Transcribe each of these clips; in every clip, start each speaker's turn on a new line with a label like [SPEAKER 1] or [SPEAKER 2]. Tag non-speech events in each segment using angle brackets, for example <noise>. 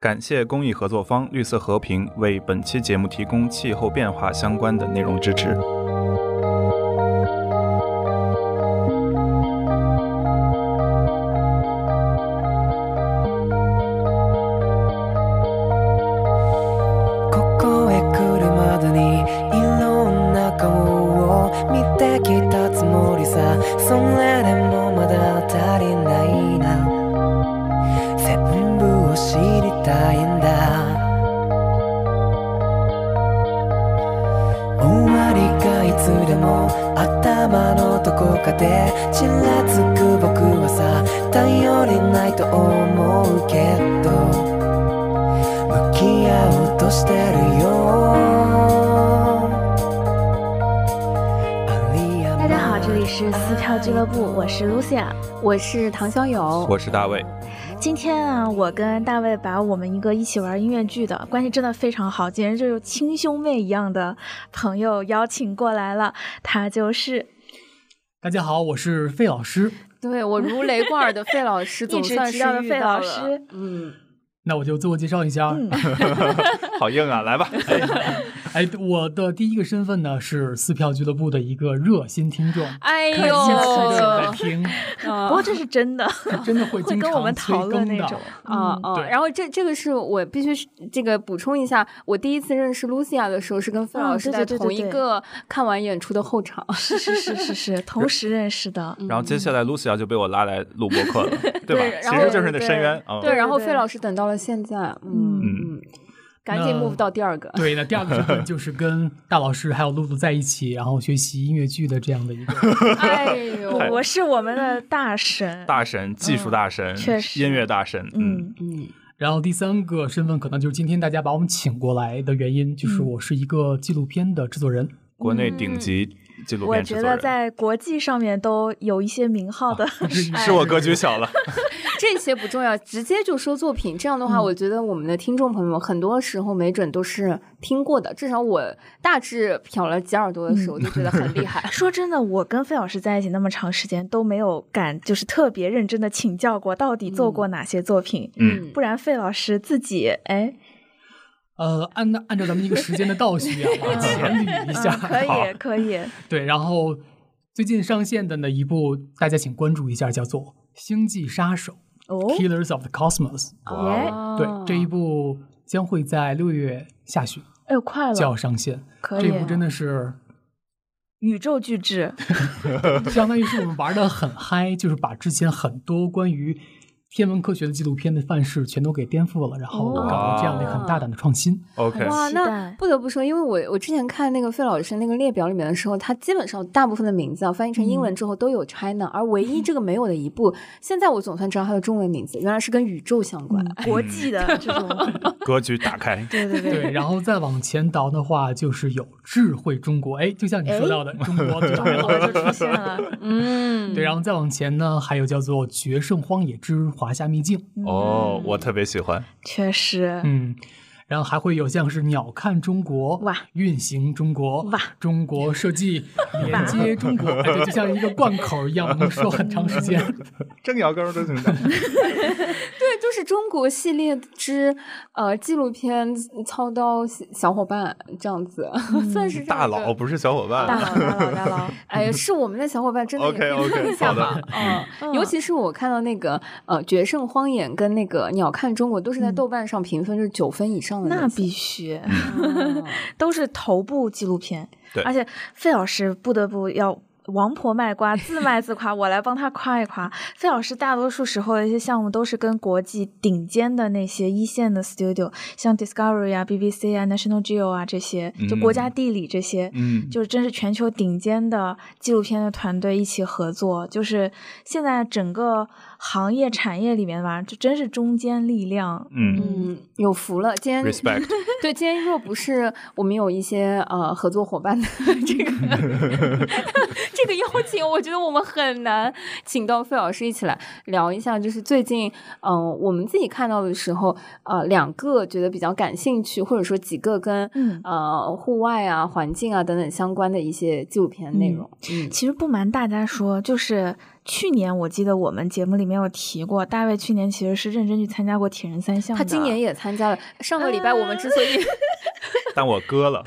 [SPEAKER 1] 感谢公益合作方绿色和平为本期节目提供气候变化相关的内容支持。
[SPEAKER 2] ここへ来るまでにいろんな顔を見てきたつもりさそれでもまだ足りないな全部を知りたいんだ終わりがいつでも頭のどこかでちらつく僕はさ頼りないと思うけど向き合おうとしてるよ
[SPEAKER 3] 大家好，这里是撕票俱乐部，我是 Lucia，我是唐小友，
[SPEAKER 1] 我是大
[SPEAKER 2] <laughs>
[SPEAKER 1] 卫，
[SPEAKER 3] 今天啊，我跟大卫把我们一个一起玩音乐剧的关系真的非常好，简直就是亲兄妹一样的朋友邀请过来了。他就是
[SPEAKER 4] 大家好，我是费老师。
[SPEAKER 5] 对我如雷贯耳的费
[SPEAKER 3] <laughs>
[SPEAKER 5] 老师总
[SPEAKER 3] 直
[SPEAKER 5] 算
[SPEAKER 3] 提
[SPEAKER 5] 是
[SPEAKER 3] 到的
[SPEAKER 5] 遇
[SPEAKER 3] 费老
[SPEAKER 5] 了
[SPEAKER 3] 师
[SPEAKER 5] 嗯，
[SPEAKER 4] 那我就自我介绍一下，
[SPEAKER 3] 嗯
[SPEAKER 1] 好硬啊，来吧。
[SPEAKER 4] 哎，我的第一个身份呢是撕票俱乐部的一个热心听众，
[SPEAKER 5] 哎
[SPEAKER 4] 看
[SPEAKER 5] 呦，
[SPEAKER 4] 现期正
[SPEAKER 3] <laughs>
[SPEAKER 4] 在听，
[SPEAKER 3] 不过这是真
[SPEAKER 5] <laughs>
[SPEAKER 3] 的，
[SPEAKER 4] 真的会
[SPEAKER 3] 会
[SPEAKER 4] 经
[SPEAKER 3] 跟
[SPEAKER 4] 常
[SPEAKER 3] 我们讨论
[SPEAKER 4] 催
[SPEAKER 3] 那
[SPEAKER 4] 更的
[SPEAKER 3] 种。
[SPEAKER 5] 啊
[SPEAKER 3] 嗯
[SPEAKER 5] 啊！
[SPEAKER 4] 对
[SPEAKER 5] 然后这这个是我必须是这个补充一下，我第一次认识 Lucia 的时候是跟费
[SPEAKER 3] 嗯
[SPEAKER 5] 老师
[SPEAKER 3] 对
[SPEAKER 5] 在
[SPEAKER 3] 对对对
[SPEAKER 5] 同一
[SPEAKER 3] 对
[SPEAKER 5] 个看完演出的后场。
[SPEAKER 4] 哦
[SPEAKER 3] 是是是是是，同时认识的。
[SPEAKER 1] 然后接下来 Lucia 就被我拉来录播客了，对吧？
[SPEAKER 5] 对然
[SPEAKER 1] 其
[SPEAKER 5] 后
[SPEAKER 1] 实就是那深渊啊。
[SPEAKER 5] 对，然后
[SPEAKER 3] 对
[SPEAKER 5] 费老师等到了现在，嗯嗯，赶紧
[SPEAKER 4] 那
[SPEAKER 5] move 到第二个。
[SPEAKER 4] 对，那第二个身份就是跟大老师还有露露在一起，然后学习音乐剧的这样的一个
[SPEAKER 5] <laughs> 哎 <laughs> 呦，
[SPEAKER 3] 我是我们的大神，
[SPEAKER 1] 大神，技术大神，
[SPEAKER 3] 确实
[SPEAKER 1] 音乐大神，嗯，
[SPEAKER 3] 嗯，
[SPEAKER 5] 嗯
[SPEAKER 4] 然后第三个身份可能就是今天大家把我们请过来的原因，就是
[SPEAKER 3] 嗯
[SPEAKER 4] 我是一个纪录片的制作
[SPEAKER 3] <laughs>
[SPEAKER 4] 人。
[SPEAKER 1] 国内顶级纪录
[SPEAKER 3] 我
[SPEAKER 1] 片制
[SPEAKER 3] 觉
[SPEAKER 1] 作
[SPEAKER 3] 得
[SPEAKER 1] 人， <laughs> 啊
[SPEAKER 3] 在国际上面都有一些名号的。。
[SPEAKER 4] 哎
[SPEAKER 1] 是我格局小了，
[SPEAKER 5] 这些不重要，直接就说作品。这样的话，我觉得我们的听众朋友们很多时候没准都是听过的，至少我大致瞟了几耳朵的时候，就觉得很厉害
[SPEAKER 3] <laughs> 说真的，我跟费老师在一起那么长时间都没有敢就是特别认真的请教过到底做过哪些作品，
[SPEAKER 1] 嗯，
[SPEAKER 3] 不然费老师自己哎，
[SPEAKER 4] 呃，按照按照咱们一个时间的
[SPEAKER 3] <laughs>
[SPEAKER 4] 倒序啊，往前 <laughs> 捋一
[SPEAKER 3] 嗯
[SPEAKER 4] 下。
[SPEAKER 3] 可
[SPEAKER 1] 好
[SPEAKER 3] 以可
[SPEAKER 4] <laughs>
[SPEAKER 3] 以，
[SPEAKER 4] 对，然后最近上线的呢一部，大家请关注一下，叫做《星际杀手
[SPEAKER 3] 哦，
[SPEAKER 4] ：Killers of the Cosmos
[SPEAKER 1] 哇
[SPEAKER 3] 耶
[SPEAKER 1] 哦，
[SPEAKER 5] 哦》。
[SPEAKER 4] 对，这一部将会在六月下旬
[SPEAKER 3] 哎呦快
[SPEAKER 4] 就要
[SPEAKER 3] 了，哎
[SPEAKER 4] 上线。
[SPEAKER 3] 可
[SPEAKER 4] 这
[SPEAKER 3] 以
[SPEAKER 4] 一，部真的是，
[SPEAKER 3] 宇宙巨
[SPEAKER 4] <laughs>
[SPEAKER 3] 制，
[SPEAKER 4] 相当于是我们玩的很嗨，就是把之前很多关于天文科学的纪录片的范式全都给颠覆了，然后搞了这样的很大胆的创新。
[SPEAKER 1] OK，
[SPEAKER 5] 哇，
[SPEAKER 3] 期
[SPEAKER 5] 那
[SPEAKER 3] 待
[SPEAKER 5] 不得不说，因为我我之前看那个费老师那个列表里面的时候，他基本上大部分的名字啊翻译成英文之后都有 China，、而唯一这个没有的一部，现在我总算知道它的中文名字，原来是跟宇宙相关。
[SPEAKER 3] 嗯国际的这种，，
[SPEAKER 1] 格局打开
[SPEAKER 3] 对对
[SPEAKER 4] 对，然后再往前倒的话，就是有智慧中国，哎，就像你说到的，中国就来了
[SPEAKER 3] 我就出现
[SPEAKER 4] <laughs>
[SPEAKER 3] 了，
[SPEAKER 5] 嗯
[SPEAKER 4] 对，然后再往前呢，还有叫做《决胜荒野之华夏秘境》，
[SPEAKER 1] 哦，我特别喜欢，
[SPEAKER 3] 确实，
[SPEAKER 4] 嗯，然后还会有像是《鸟瞰中国》、
[SPEAKER 3] 哇
[SPEAKER 4] 运行中国》、
[SPEAKER 3] 哇
[SPEAKER 4] 中国设计、连接中
[SPEAKER 3] <laughs>
[SPEAKER 4] 国，哎，对，就像一个贯口一样，我们说很长时间。
[SPEAKER 1] 正摇杆都挺大。
[SPEAKER 5] 对，就是中国系列之呃纪录片操刀小小伙伴这样子， <laughs> 算是这
[SPEAKER 1] 大
[SPEAKER 5] 样一个
[SPEAKER 1] 佬不是小伙伴，
[SPEAKER 3] 大佬大佬大佬，
[SPEAKER 5] 哎，是我们的小伙伴，真的
[SPEAKER 1] OK，OK，
[SPEAKER 5] 也可以一下
[SPEAKER 1] 好的
[SPEAKER 5] 吧。嗯，尤
[SPEAKER 3] 嗯
[SPEAKER 5] 其是我看到那个呃《决胜荒野》跟那个《鸟瞰中国》都是在豆瓣上评分就是九分以上的
[SPEAKER 3] 嗯那
[SPEAKER 5] 些
[SPEAKER 3] 必须。
[SPEAKER 5] 嗯
[SPEAKER 3] <laughs> 都是头部纪录片。
[SPEAKER 1] 对
[SPEAKER 3] 而且费老师不得不要王婆卖瓜，自卖自夸，我来帮他夸一夸。费老师大多数时候的一些项目都是跟国际顶尖的那些一线的 studio，像 Discovery 啊、BBC 啊、National Geo 啊这些，就国家地理这些，
[SPEAKER 1] 嗯，
[SPEAKER 3] 就是真是全球顶尖的纪录片的团队一起合作，就是现在整个行业产业里面吧，这真是中坚力量。
[SPEAKER 1] 嗯
[SPEAKER 5] 嗯，有福了。今天
[SPEAKER 1] ，respect，
[SPEAKER 5] <laughs> 对，今天 <laughs> 若不是我们有一些呃合作伙伴的这个这个个邀请，我觉得我们很难请到费老师一起来聊一下。就是最近，嗯、我们自己看到的时候，呃，两个觉得比较感兴趣，或者说几个跟、
[SPEAKER 3] 嗯
[SPEAKER 5] 呃户外啊、环境啊等等相关的一些纪录片内容。嗯
[SPEAKER 3] 其实不瞒大家说，就是去年我记得我们节目里面有提过，大卫去年其实是认真去参加过铁人三项的。
[SPEAKER 5] 他
[SPEAKER 3] <laughs>
[SPEAKER 5] 今年也参加了。上个礼拜我们之所 <laughs> 以、
[SPEAKER 1] 但我割了，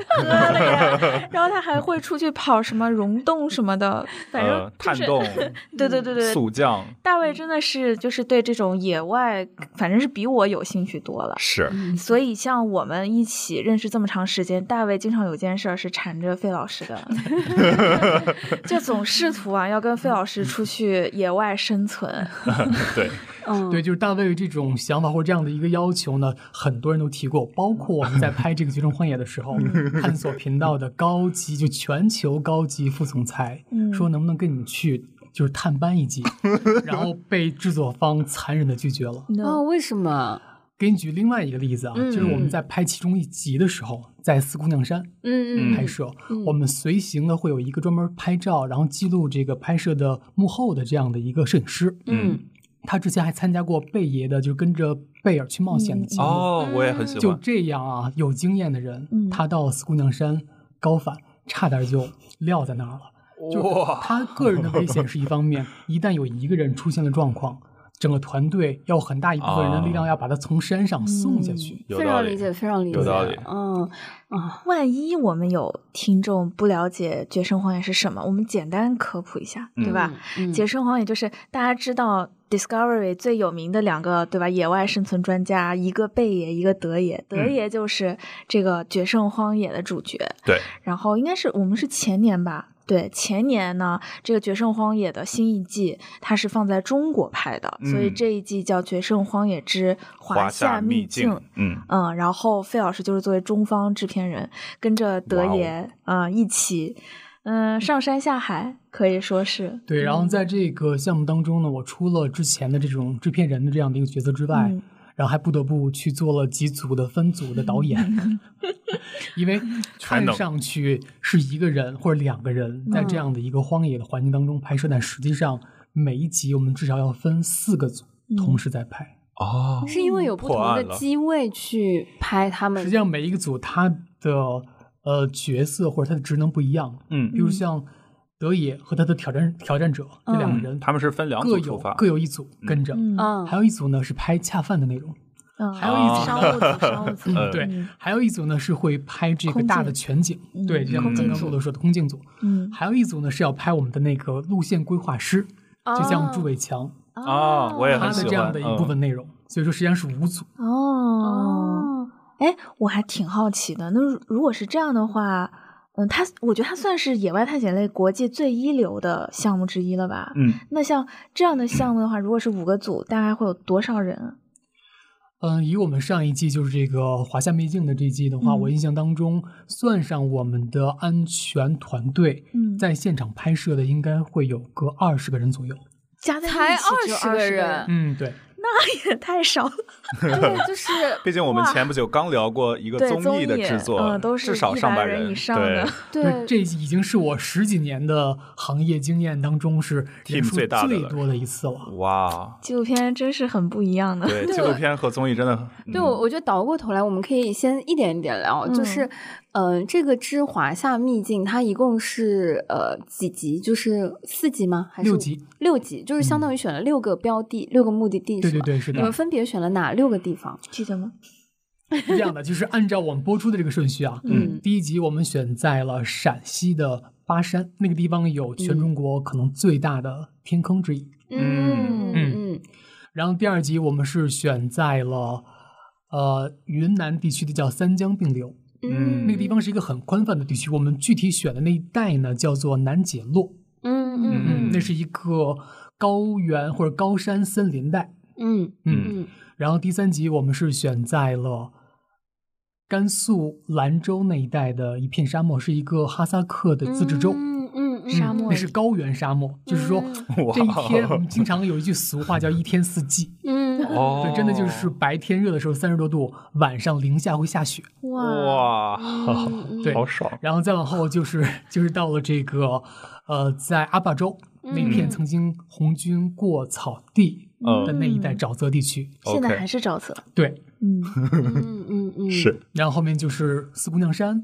[SPEAKER 3] <laughs> 然后他还会出去跑什么溶洞什么的，反正
[SPEAKER 1] 呃，
[SPEAKER 3] 就
[SPEAKER 1] 探
[SPEAKER 3] 是、
[SPEAKER 1] 洞、
[SPEAKER 3] <laughs> 对对对对，
[SPEAKER 1] 速降
[SPEAKER 3] 大卫真的是就是对这种野外，反正是比我有兴趣多了。
[SPEAKER 1] 是
[SPEAKER 5] 嗯
[SPEAKER 3] 所以，像我们一起认识这么长时间，大卫经常有件事儿是缠着费老师的，就总试图啊要跟费老师出去野外生
[SPEAKER 5] <laughs>
[SPEAKER 3] 存。
[SPEAKER 1] 对，
[SPEAKER 5] 嗯
[SPEAKER 4] 对，就是大卫这种想法或者这样的一个要求呢，很多人都提过，包括我们在拍这个《绝症荒野》的
[SPEAKER 3] <laughs>
[SPEAKER 4] 时候，探索频道的高级就全球高级副总裁、
[SPEAKER 3] 嗯
[SPEAKER 4] 说能不能跟你去就是探班一
[SPEAKER 3] <laughs>
[SPEAKER 4] 集，然后被制作方残忍的拒绝了。
[SPEAKER 5] 哦，为什么？
[SPEAKER 4] 给你举另外一个例子啊，
[SPEAKER 5] 嗯
[SPEAKER 4] 就是我们在拍其中一集的时候，在四姑娘山
[SPEAKER 5] 嗯
[SPEAKER 4] 拍
[SPEAKER 5] 嗯
[SPEAKER 4] 摄，
[SPEAKER 5] 嗯
[SPEAKER 4] 我们随行的会有一个专门拍照，然后记录这个拍摄的幕后的这样的一个摄影师。
[SPEAKER 5] 嗯
[SPEAKER 4] 他之前还参加过贝爷的，就是跟着贝尔去冒险的节目。
[SPEAKER 5] 嗯
[SPEAKER 1] 哦，我也很喜
[SPEAKER 4] 嗯就
[SPEAKER 1] 欢，
[SPEAKER 4] 这样啊，有经验的人，
[SPEAKER 3] 嗯
[SPEAKER 4] 他到四姑娘山高反，差点就撂在那儿了。就是他个人的危险是一
[SPEAKER 5] <laughs>
[SPEAKER 4] 方面，一旦有一个人出现了状况，整个团队要有很大一部分人的力量要把他从山上送下去。
[SPEAKER 1] 有
[SPEAKER 5] 非
[SPEAKER 1] 道
[SPEAKER 5] 常
[SPEAKER 1] 理
[SPEAKER 5] 理解，非常理解，
[SPEAKER 1] 有道理
[SPEAKER 5] 嗯啊，
[SPEAKER 3] 万一我们有听众不了解《绝生荒野》是什么，我们简单科普一下，对吧？
[SPEAKER 5] 嗯？嗯
[SPEAKER 3] 解生荒野就是大家知道 Discovery 最有名的两个对吧？野外生存专家，一个贝爷，一个德爷。德
[SPEAKER 1] 嗯
[SPEAKER 3] 爷就是这个《决胜荒野》的主角，
[SPEAKER 1] 对，
[SPEAKER 3] 然后应该是我们是前年吧。对，前年呢，这个《决胜荒野》的新一季，它是放在中国拍的，所以
[SPEAKER 1] 嗯
[SPEAKER 3] 这一季叫《决胜荒野之
[SPEAKER 1] 华夏
[SPEAKER 3] 夏
[SPEAKER 1] 秘
[SPEAKER 3] 境》。
[SPEAKER 1] 境，嗯，
[SPEAKER 3] 嗯，然后费老师就是作为中方制片人，跟着德
[SPEAKER 1] 哇哦
[SPEAKER 3] 爷啊、呃一起，嗯、上山下海，可以说是
[SPEAKER 4] 对，然后在这个项目当中呢，我除了之前的这种制片人的这样的一个角色之外，
[SPEAKER 3] 嗯
[SPEAKER 4] 然后还不得不去做了几组的分组的导演，因为
[SPEAKER 1] 还
[SPEAKER 4] 看
[SPEAKER 1] 能
[SPEAKER 4] 上去是一个人或者两个人在这样的一个荒野的环境当中拍摄，但实际上每一集我们至少要分四个组同时在拍，
[SPEAKER 1] 哦，
[SPEAKER 5] 是因为有不
[SPEAKER 1] 破
[SPEAKER 5] 同
[SPEAKER 1] 案
[SPEAKER 5] 的
[SPEAKER 1] 了
[SPEAKER 5] 机位去拍他们
[SPEAKER 4] 实际上每一个组他的呃角色或者他的职能不一样，比
[SPEAKER 1] 嗯，
[SPEAKER 4] 如像德野和他的挑战挑战者这两个人，
[SPEAKER 1] 嗯他们是分两
[SPEAKER 4] 各
[SPEAKER 1] 组出
[SPEAKER 4] 有
[SPEAKER 1] 发，
[SPEAKER 4] 各有一组跟着，
[SPEAKER 3] 嗯
[SPEAKER 5] 嗯，
[SPEAKER 4] 还有一组呢是拍恰饭的内容，
[SPEAKER 3] 嗯，
[SPEAKER 4] 还有一组
[SPEAKER 3] 商
[SPEAKER 4] 呢
[SPEAKER 3] 务组，商务组，
[SPEAKER 1] 呃
[SPEAKER 4] 对
[SPEAKER 3] 嗯，
[SPEAKER 4] 还有一组呢是会拍这个
[SPEAKER 3] 空
[SPEAKER 4] 大
[SPEAKER 3] 镜
[SPEAKER 4] 的全景，对，就像
[SPEAKER 1] 空
[SPEAKER 4] 刚
[SPEAKER 1] 镜
[SPEAKER 4] 刚
[SPEAKER 1] 组
[SPEAKER 4] 陆乐说的空镜组，
[SPEAKER 3] 嗯，
[SPEAKER 4] 还有一组呢是要拍我们的那个路线规划师，就像朱伟强
[SPEAKER 1] 啊，我也很
[SPEAKER 4] 他的
[SPEAKER 1] 喜
[SPEAKER 4] 这
[SPEAKER 1] 欢
[SPEAKER 4] 样的一部分内容，所以说实际上是五组，
[SPEAKER 3] 哦，
[SPEAKER 1] <laughs>
[SPEAKER 5] 哦，
[SPEAKER 3] 哎，我还挺好奇的。那如如果是这样的话，嗯，它我觉得它算是野外探险类国际最一流的项目之一了吧？
[SPEAKER 1] 嗯，嗯，
[SPEAKER 3] 那像这样的项目的话，如果是五个组，大概会有多少人啊？
[SPEAKER 4] 嗯，以我们上一季就是这个华夏秘境的这一季的话，
[SPEAKER 3] 嗯
[SPEAKER 4] 我印象当中，算上我们的安全团队，
[SPEAKER 3] 嗯
[SPEAKER 4] 在现场拍摄的应该会有个二十个人左右。
[SPEAKER 3] 加在
[SPEAKER 5] 才
[SPEAKER 3] 一起只有
[SPEAKER 5] 20
[SPEAKER 3] 20
[SPEAKER 5] 个
[SPEAKER 3] 个
[SPEAKER 5] 人，
[SPEAKER 4] 嗯，对，
[SPEAKER 3] 也太少了。
[SPEAKER 5] 哎对， <laughs> 就是
[SPEAKER 1] 毕竟我们前不久刚聊过一个
[SPEAKER 3] 对综
[SPEAKER 1] 艺的
[SPEAKER 3] 艺
[SPEAKER 1] 制作，
[SPEAKER 3] 嗯都是
[SPEAKER 1] 至少上
[SPEAKER 3] 100
[SPEAKER 1] 百
[SPEAKER 3] 人以上
[SPEAKER 1] 对
[SPEAKER 3] 的，
[SPEAKER 5] 对，
[SPEAKER 4] 这已经是我十几年的行业经验当中是人
[SPEAKER 1] Team
[SPEAKER 4] 数
[SPEAKER 1] 最大的
[SPEAKER 4] 最
[SPEAKER 1] 了
[SPEAKER 4] 多的一次了。
[SPEAKER 1] 哇，
[SPEAKER 3] 纪录片真是很不一样的。
[SPEAKER 1] 对，纪录片和综艺真的，
[SPEAKER 5] 对，
[SPEAKER 1] 嗯
[SPEAKER 5] 我我觉得倒过头来，我们可以先一点一点聊，
[SPEAKER 3] 嗯
[SPEAKER 5] 就是，嗯、这个《之华夏秘境》它一共是呃几集？就是四集吗？还是
[SPEAKER 4] 六集？嗯
[SPEAKER 5] 六集，就是相当于选了六个标的、六个目的地，
[SPEAKER 4] 对
[SPEAKER 5] 是
[SPEAKER 4] 对
[SPEAKER 5] 吗？
[SPEAKER 4] 对，是
[SPEAKER 5] 你们
[SPEAKER 4] 的，
[SPEAKER 5] 分别选了哪六个地方？
[SPEAKER 3] 记得吗？
[SPEAKER 4] 是这样的，就是按照我们播出的这个顺序啊，
[SPEAKER 5] 嗯
[SPEAKER 4] 第一集我们选在了陕西的巴山，那个地方有全中国可能最大的天坑之一。
[SPEAKER 1] 嗯
[SPEAKER 5] 嗯嗯
[SPEAKER 4] 然后第二集我们是选在了呃云南地区的叫三江并流，
[SPEAKER 1] 嗯
[SPEAKER 4] 那个地方是一个很宽泛的地区。我们具体选的那一带呢叫做南解洛，
[SPEAKER 5] 嗯
[SPEAKER 1] 嗯
[SPEAKER 5] 嗯
[SPEAKER 4] 那是一个高原或者高山森林带。
[SPEAKER 5] 嗯
[SPEAKER 1] 嗯
[SPEAKER 5] 嗯
[SPEAKER 4] 然后第三集我们是选在了甘肃兰州那一带的一片沙漠，是一个哈萨克的自治州。
[SPEAKER 5] 嗯嗯
[SPEAKER 3] 沙漠
[SPEAKER 4] 那是高原沙漠，就是说
[SPEAKER 5] 嗯
[SPEAKER 1] <laughs>
[SPEAKER 4] 这一天我们经常有一句俗话叫一天四季，
[SPEAKER 5] 嗯
[SPEAKER 1] 哦，
[SPEAKER 4] 对，真的就是白天热的时候三十多度，晚上零下会下雪。
[SPEAKER 3] 哇，
[SPEAKER 1] 哇，
[SPEAKER 5] 嗯
[SPEAKER 4] 对，
[SPEAKER 1] 好爽，
[SPEAKER 4] 然后再往后就是就是到了这个，呃，在阿坝州
[SPEAKER 5] 嗯
[SPEAKER 4] 那片曾经红军过草地
[SPEAKER 1] 嗯
[SPEAKER 4] 的那一带
[SPEAKER 3] 嗯
[SPEAKER 4] 沼泽地区，
[SPEAKER 3] 现在
[SPEAKER 1] OK
[SPEAKER 3] 还是沼泽，
[SPEAKER 4] 对，
[SPEAKER 3] 嗯，
[SPEAKER 5] 嗯嗯嗯，
[SPEAKER 1] 是
[SPEAKER 4] 然后后面就是四姑娘山，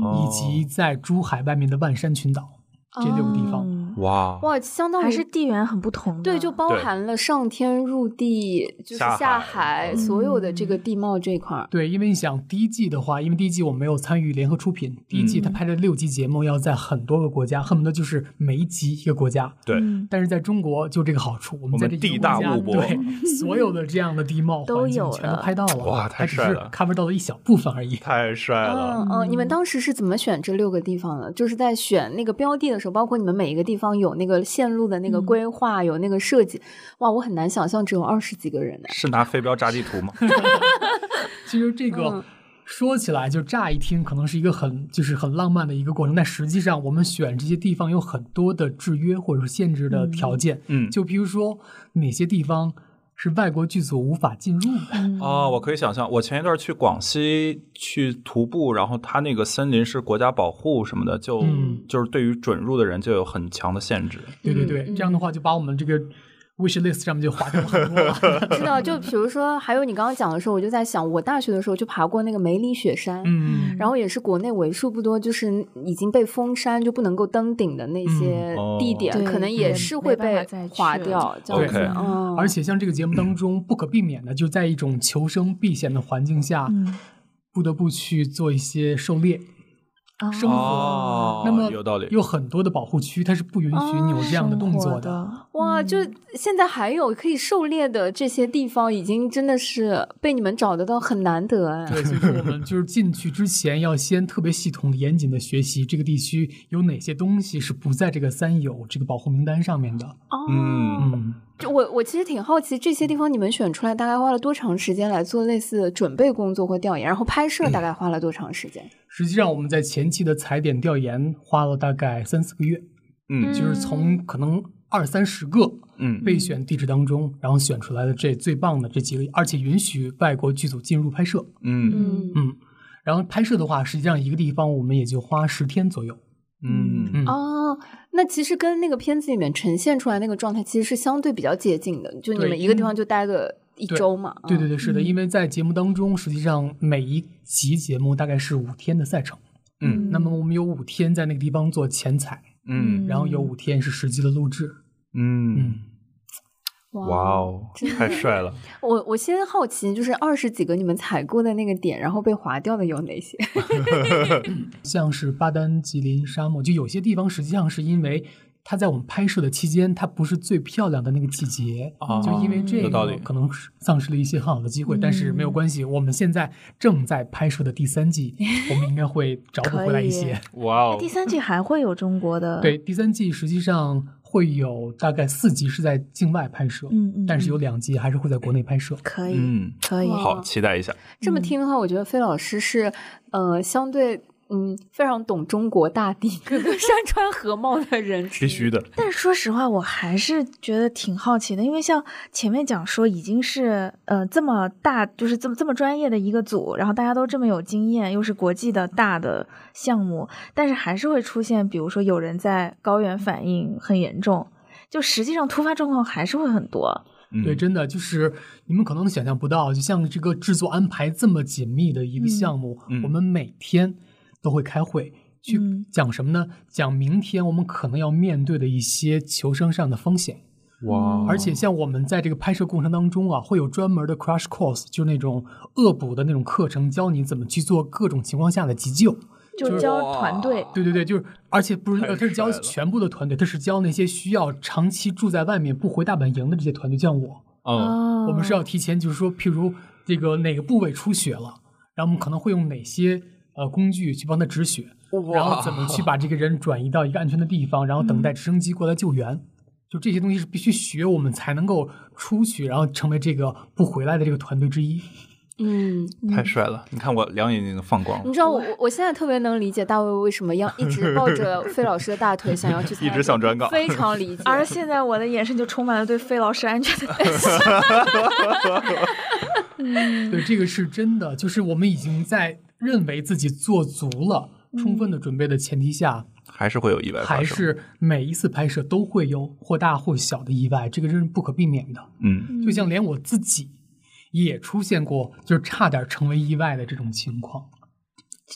[SPEAKER 1] 哦
[SPEAKER 4] 以及在珠海外面的万山群岛这六个地方。
[SPEAKER 3] 嗯
[SPEAKER 1] 哇
[SPEAKER 5] 哇，相当于
[SPEAKER 3] 还是地缘很不同的，
[SPEAKER 5] 对，就包
[SPEAKER 1] 对
[SPEAKER 5] 含了上天入地，就是
[SPEAKER 1] 下
[SPEAKER 5] 下
[SPEAKER 1] 海
[SPEAKER 5] 海所有的这个地貌这一块儿。
[SPEAKER 4] 对，因为你想第一季的话，因为第一季我没有参与联合出品，第一季
[SPEAKER 1] 嗯
[SPEAKER 4] 他拍了六集节目，要在很多个国家，恨不得就是每一集一个国家。
[SPEAKER 1] 对，
[SPEAKER 3] 嗯
[SPEAKER 4] 但是在中国就这个好处，我
[SPEAKER 1] 我
[SPEAKER 4] 们
[SPEAKER 1] 们
[SPEAKER 4] 在这一个
[SPEAKER 1] 地大
[SPEAKER 4] 国家
[SPEAKER 1] 物博
[SPEAKER 4] 对所有的这样的地貌
[SPEAKER 3] 都
[SPEAKER 4] 环境
[SPEAKER 3] 有
[SPEAKER 4] 全都
[SPEAKER 3] 了
[SPEAKER 4] 拍到了，
[SPEAKER 1] 哇太
[SPEAKER 4] 它只是
[SPEAKER 1] 帅了
[SPEAKER 4] cover 到了一小部分而已。
[SPEAKER 1] 太帅了，
[SPEAKER 5] 嗯嗯，你们当时是怎么选这六个地方的？就是在选那个标的的时候，包括你们每一个地方有那个线路的那个
[SPEAKER 3] 嗯
[SPEAKER 5] 规划，有那个设计。哇，我很难想象只有二十几个人呢。
[SPEAKER 1] 是拿飞镖炸地图吗？
[SPEAKER 4] 其实这个、
[SPEAKER 5] 嗯
[SPEAKER 4] 说起来，就乍一听可能是一个很就是很浪漫的一个过程，但实际上我们选这些地方有很多的制约或者说限制的条件。
[SPEAKER 1] 嗯
[SPEAKER 4] 就比如说哪些地方是外国剧组无法进入的，
[SPEAKER 1] 啊，我可以想象，我前一段去广西去徒步，然后它那个森林是国家保护什么的，就、
[SPEAKER 4] 嗯
[SPEAKER 1] 就是对于准入的人就有很强的限制。
[SPEAKER 4] 对对对，这样的话就把我们这个 wish list 上面就划掉了很多了。
[SPEAKER 5] 知道，就比如说，还有你刚刚讲的时候，我就在想，我大学的时候就爬过那个梅里雪山，
[SPEAKER 4] 嗯，
[SPEAKER 5] 然后也是国内为数不多就是已经被封山就不能够登顶的那些
[SPEAKER 1] 嗯哦
[SPEAKER 5] 地点，
[SPEAKER 3] 对
[SPEAKER 5] 可能也是会被划掉这样子。
[SPEAKER 1] 对
[SPEAKER 5] 嗯，
[SPEAKER 4] 而且像这个节目当中不可避免的，就在一种求生避险的环境下，
[SPEAKER 3] 嗯
[SPEAKER 4] 不得不去做一些狩猎。
[SPEAKER 3] 啊
[SPEAKER 4] 生活
[SPEAKER 1] 哦
[SPEAKER 4] 那么
[SPEAKER 1] 有道理
[SPEAKER 4] 有很多的保护区，它是不允许你有这样的动作的。
[SPEAKER 3] 生活嗯
[SPEAKER 5] 哇，就现在还有可以狩猎的这些地方，已经真的是被你们找得到，很难得哎。
[SPEAKER 4] <laughs> 对，所以说我们就是进去之前要先特别系统、严谨的学习这个地区有哪些东西是不在这个三有这个保护名单上面的。
[SPEAKER 5] 哦，
[SPEAKER 1] 嗯
[SPEAKER 4] 嗯，
[SPEAKER 5] 就我我其实挺好奇，这些地方你们选出来大概花了多长时间来做类似的准备工作或调研，然后拍摄大概花了多长时间？
[SPEAKER 4] 实际上我们在前期的踩点调研花了大概三四个月，
[SPEAKER 1] 嗯
[SPEAKER 4] 就是从可能二三十个
[SPEAKER 1] 嗯
[SPEAKER 4] 备选地址当中，然后选出来的这最棒的这几个，而且允许外国剧组进入拍摄。
[SPEAKER 1] 嗯
[SPEAKER 5] 嗯
[SPEAKER 4] 嗯，然后拍摄的话，实际上一个地方我们也就花十天左右。
[SPEAKER 1] 嗯
[SPEAKER 4] 嗯，
[SPEAKER 5] 哦，那其实跟那个片子里面呈现出来那个状态其实是相对比较接近的，就你
[SPEAKER 4] 对
[SPEAKER 5] 们一
[SPEAKER 1] 嗯
[SPEAKER 5] 个地方就待个一
[SPEAKER 4] 对
[SPEAKER 5] 周嘛。
[SPEAKER 4] 对对
[SPEAKER 5] 嗯，
[SPEAKER 4] 对，是的，因为在节目当中，实际上每一集节目大概是五天的赛程，
[SPEAKER 1] 嗯
[SPEAKER 4] 那么我们有五天在那个地方做前采，
[SPEAKER 1] 嗯
[SPEAKER 4] 然后有五天是实际的录制。
[SPEAKER 1] 嗯，
[SPEAKER 4] 嗯，
[SPEAKER 1] 哇哦，太帅了！
[SPEAKER 5] 我我先好奇，就是二十几个你们踩过的那个点，然后被划掉的有哪些？ <laughs>
[SPEAKER 4] 像是巴丹吉林沙漠，就有些地方实际上是因为。它在我们拍摄的期间，它不是最漂亮的那个季节，
[SPEAKER 1] 哦
[SPEAKER 4] 就因为这
[SPEAKER 1] 有道
[SPEAKER 4] 个
[SPEAKER 1] 理嗯
[SPEAKER 4] 可能是丧失了一些很好的机会，但是没有关系，我们现在正在拍摄的第三
[SPEAKER 1] <laughs>
[SPEAKER 4] 季，我们应该会找补回来一
[SPEAKER 3] 可以哎
[SPEAKER 4] 些。
[SPEAKER 1] 哇哦
[SPEAKER 3] 第，三季还会有中国的，
[SPEAKER 4] 对，，第三季实际上会有大概四集是在境外拍摄，
[SPEAKER 3] 嗯嗯，
[SPEAKER 4] 但是有
[SPEAKER 3] 嗯
[SPEAKER 4] 两集还是会在国内拍摄。
[SPEAKER 3] 可以
[SPEAKER 1] 嗯，
[SPEAKER 3] 可以，
[SPEAKER 5] 哇
[SPEAKER 1] 好，期待一下。
[SPEAKER 5] 这么听的话，我觉得费老师是呃相对。嗯，非常懂中国大地 <laughs> 各个山川河貌的人，
[SPEAKER 1] 必须。的，
[SPEAKER 3] 但是说实话，我还是觉得挺好奇的，因为像前面讲说，已经是呃这么大，就是这么这么专业的一个组，然后大家都这么有经验，又是国际的大的项目，但是还是会出现，比如说有人在高原反应很严重，就实际上突发状况还是会很多。
[SPEAKER 1] 嗯
[SPEAKER 4] 对，真的就是你们可能想象不到，就像这个制作安排这么紧密的一个项目，
[SPEAKER 1] 嗯嗯
[SPEAKER 4] 我们每天都会开会。去
[SPEAKER 3] 嗯
[SPEAKER 4] 讲什么呢？讲明天我们可能要面对的一些求生上的风险，
[SPEAKER 1] 哇，哦
[SPEAKER 4] 而且像我们在这个拍摄过程当中啊，会有专门的 crash course，就是那种恶补的那种课程，教你怎么去做各种情况下的急救。
[SPEAKER 3] 就教团队，
[SPEAKER 4] 对对对，就是，而且不是，
[SPEAKER 1] 太
[SPEAKER 4] 呃，他是教
[SPEAKER 1] 帅了
[SPEAKER 4] 全部的团队，他是教那些需要长期住在外面不回大本营的这些团队，像我，
[SPEAKER 1] 嗯
[SPEAKER 3] 哦
[SPEAKER 4] 我们是要提前，就是说，譬如这个哪个部位出血了，然后我们可能会用哪些呃工具去帮他止血，
[SPEAKER 1] 嗯
[SPEAKER 4] 然
[SPEAKER 1] 哦
[SPEAKER 4] 后怎么去把这个人转移到一个安全的地方，然后等待直升机过来救援。就这些东西是必须学，我们才能够出去，然后成为这个不回来的这个团队之一。
[SPEAKER 5] 嗯，嗯，
[SPEAKER 1] 太帅了！你看我两眼已经放光
[SPEAKER 5] 你
[SPEAKER 1] 了，
[SPEAKER 5] 知道我我我现在特别能理解大卫为什么要一直抱着费老师的大腿想要去参加这
[SPEAKER 1] <laughs> 一
[SPEAKER 5] 个，
[SPEAKER 1] 直想转岗
[SPEAKER 5] 非
[SPEAKER 1] <laughs>
[SPEAKER 5] 常理解。
[SPEAKER 3] 而现在我的眼神就充满了对费老师安全的担心。
[SPEAKER 4] 对，这个是真的，就是我们已经在认为自己做足了充分的准备的前提下，
[SPEAKER 1] 还是会有意外发
[SPEAKER 4] 还
[SPEAKER 1] 生。
[SPEAKER 4] 是每一次拍摄都会有或大或小的意外，这个真是不可避免的。
[SPEAKER 1] 嗯，
[SPEAKER 4] <laughs> 就像连我自己也出现过，就是差点成为意外的这种情况。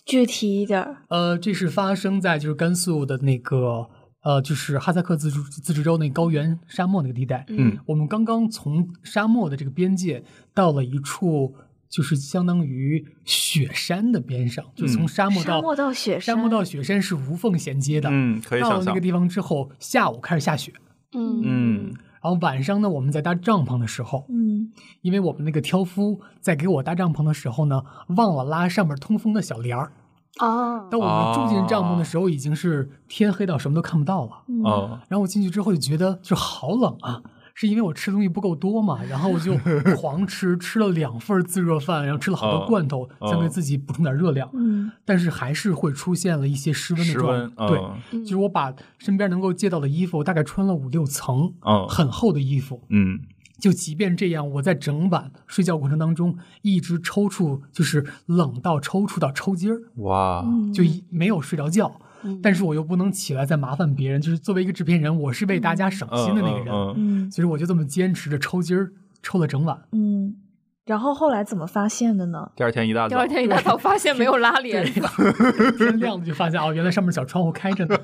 [SPEAKER 3] 具体一点儿，
[SPEAKER 4] 呃，这是发生在就是甘肃的那个呃，就是哈萨克自治自治州那高原沙漠那个地带。
[SPEAKER 1] 嗯，
[SPEAKER 4] 我们刚刚从沙漠的这个边界到了一处，就是相当于雪山的边上，就
[SPEAKER 1] 嗯
[SPEAKER 4] 从沙漠到
[SPEAKER 3] 沙漠到雪
[SPEAKER 4] 沙漠到雪山是无缝衔接的。
[SPEAKER 1] 嗯，可以
[SPEAKER 4] 到
[SPEAKER 1] 想
[SPEAKER 4] 了那
[SPEAKER 1] 象
[SPEAKER 4] 个。地方之后，下午开始下雪，
[SPEAKER 5] 嗯
[SPEAKER 1] 嗯，
[SPEAKER 4] 然后晚上呢，我们在搭帐篷的时候，
[SPEAKER 3] 嗯，
[SPEAKER 4] 因为我们那个挑夫在给我搭帐篷的时候呢，忘了拉上面通风的小帘儿。
[SPEAKER 5] 哦，
[SPEAKER 4] 当我们住进帐篷的时候，已经是天黑到什么都看不到了。
[SPEAKER 3] 嗯
[SPEAKER 1] 哦，
[SPEAKER 4] 然后我进去之后就觉得就好冷啊，是因为我吃东西不够多嘛，然后
[SPEAKER 1] <laughs>
[SPEAKER 4] 我就狂吃，吃了两份自热饭，然后吃了好多罐头，
[SPEAKER 1] 哦
[SPEAKER 4] 想给自己补充点热量。
[SPEAKER 3] 嗯
[SPEAKER 4] 但是还是会出现了一些湿温的
[SPEAKER 1] 室温
[SPEAKER 4] 状，，
[SPEAKER 1] 嗯
[SPEAKER 4] 对，就是我把身边能够借到的衣服，大概穿了五六层，
[SPEAKER 1] 哦
[SPEAKER 4] 很厚的衣服，
[SPEAKER 1] 嗯，
[SPEAKER 4] 就即便这样，我在整晚睡觉过程当中一直抽搐，就是冷到抽搐到抽筋儿，
[SPEAKER 1] 哇，
[SPEAKER 4] 啊就
[SPEAKER 1] 嗯
[SPEAKER 4] 一没有睡着觉。
[SPEAKER 5] 嗯
[SPEAKER 4] 但是我又不能起来再麻烦别人，就是作为一个制片人，我是为大家省
[SPEAKER 1] 嗯
[SPEAKER 4] 心的那个人，
[SPEAKER 1] 嗯嗯
[SPEAKER 3] 嗯
[SPEAKER 4] 所以我就这么坚持着抽筋儿，抽了整晚。
[SPEAKER 3] 嗯，然后后来怎么发现的呢？
[SPEAKER 1] 第二天一大
[SPEAKER 5] 第
[SPEAKER 1] 早
[SPEAKER 5] 二，天一大早发现没有拉帘
[SPEAKER 4] <laughs>
[SPEAKER 5] 子，
[SPEAKER 4] 天亮了就发现哦，原来上面小窗户开着呢。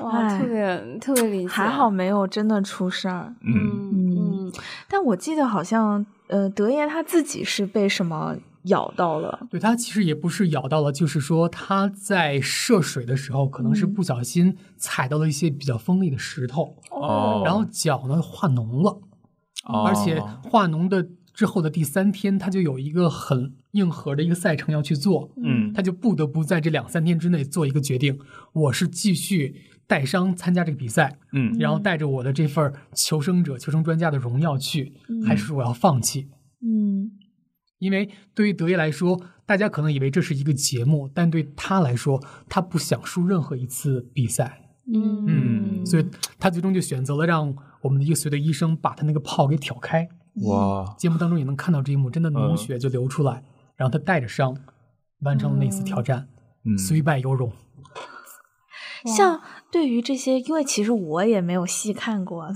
[SPEAKER 5] 哇，
[SPEAKER 3] 哎
[SPEAKER 5] 特别特别理解，
[SPEAKER 3] 还好，没有真的出事儿，
[SPEAKER 1] 嗯，
[SPEAKER 5] 嗯嗯，
[SPEAKER 3] 但我记得好像呃，德爷他自己是被什么咬到了，
[SPEAKER 4] 对，它其实也不是咬到了，就是说它在涉水的时候，可能是
[SPEAKER 1] 嗯
[SPEAKER 4] 不小心踩到了一些比较锋利的石头，
[SPEAKER 1] 哦，
[SPEAKER 4] 然后脚呢化脓了。
[SPEAKER 1] 哦，
[SPEAKER 4] 而且化脓的之后的第三天，他就有一个很硬核的一个赛程要去做，
[SPEAKER 1] 嗯
[SPEAKER 4] 他就不得不在这两三天之内做一个决定：我是继续带伤参加这个比赛，
[SPEAKER 1] 嗯
[SPEAKER 4] 然后带着我的这份求生者、求生专家的荣耀去，
[SPEAKER 1] 嗯
[SPEAKER 4] 还是我要放弃？
[SPEAKER 3] 嗯
[SPEAKER 4] 因为对于德爷来说，大家可能以为这是一个节目，但对他来说，他不想输任何一次比赛，
[SPEAKER 3] 嗯
[SPEAKER 1] 嗯
[SPEAKER 4] 所以他最终就选择了让我们的一个随队医生把他那个泡给挑开。
[SPEAKER 1] 哇，
[SPEAKER 4] 节目当中也能看到这一幕，真的脓
[SPEAKER 1] 嗯
[SPEAKER 4] 血就流出来，然后他带着伤完成了那次挑战，
[SPEAKER 1] 嗯
[SPEAKER 4] 虽败犹荣。
[SPEAKER 3] 像对于这些，因为其实我也没有细看 <laughs> 过，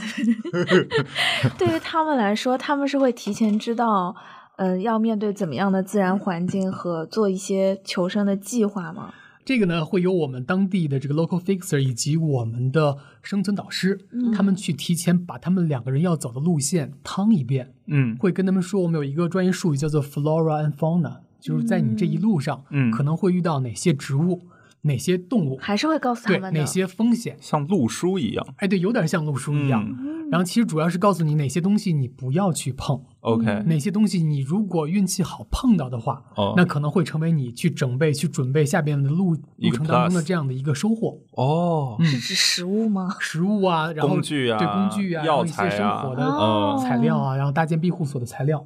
[SPEAKER 3] 对于他们来说，他们是会提前知道，呃，要面对怎么样的自然环境和做一些求生的计划吗？
[SPEAKER 4] 这个呢，会由我们当地的这个 local fixer 以及我们的生存导师，
[SPEAKER 1] 嗯
[SPEAKER 4] 他们去提前把他们两个人要走的路线趟一遍，
[SPEAKER 1] 嗯
[SPEAKER 4] 会跟他们说我们有一个专业术语叫做 flora and fauna，就是在你这一路上，
[SPEAKER 1] 嗯
[SPEAKER 4] 可能会遇到哪些植物、哪些动物，
[SPEAKER 3] 嗯还是会告诉他
[SPEAKER 4] 对
[SPEAKER 3] 们的
[SPEAKER 4] 哪些风险。
[SPEAKER 1] 像路书一样嗯
[SPEAKER 4] 哎，对，有点像路书一样。
[SPEAKER 3] 嗯
[SPEAKER 4] 然后其实主要是告诉你哪些东西你不要去碰。
[SPEAKER 1] ，OK，
[SPEAKER 4] 哪些东西你如果运气好碰到的话，
[SPEAKER 1] 哦
[SPEAKER 4] 嗯那可能会成为你去准备、去准备下边的路
[SPEAKER 1] 一
[SPEAKER 4] 路
[SPEAKER 1] 个
[SPEAKER 4] 程当中
[SPEAKER 1] plus
[SPEAKER 4] 的这样的一个收获，
[SPEAKER 1] 哦，
[SPEAKER 4] 嗯
[SPEAKER 3] 是指食物吗？
[SPEAKER 4] 食物啊，然后
[SPEAKER 1] 工具啊
[SPEAKER 4] 对工具啊，然
[SPEAKER 1] 药
[SPEAKER 4] 后一些
[SPEAKER 1] 材
[SPEAKER 4] 生
[SPEAKER 1] 啊
[SPEAKER 4] 活
[SPEAKER 3] 哦
[SPEAKER 4] 的材料啊，然后搭建庇护所的材料，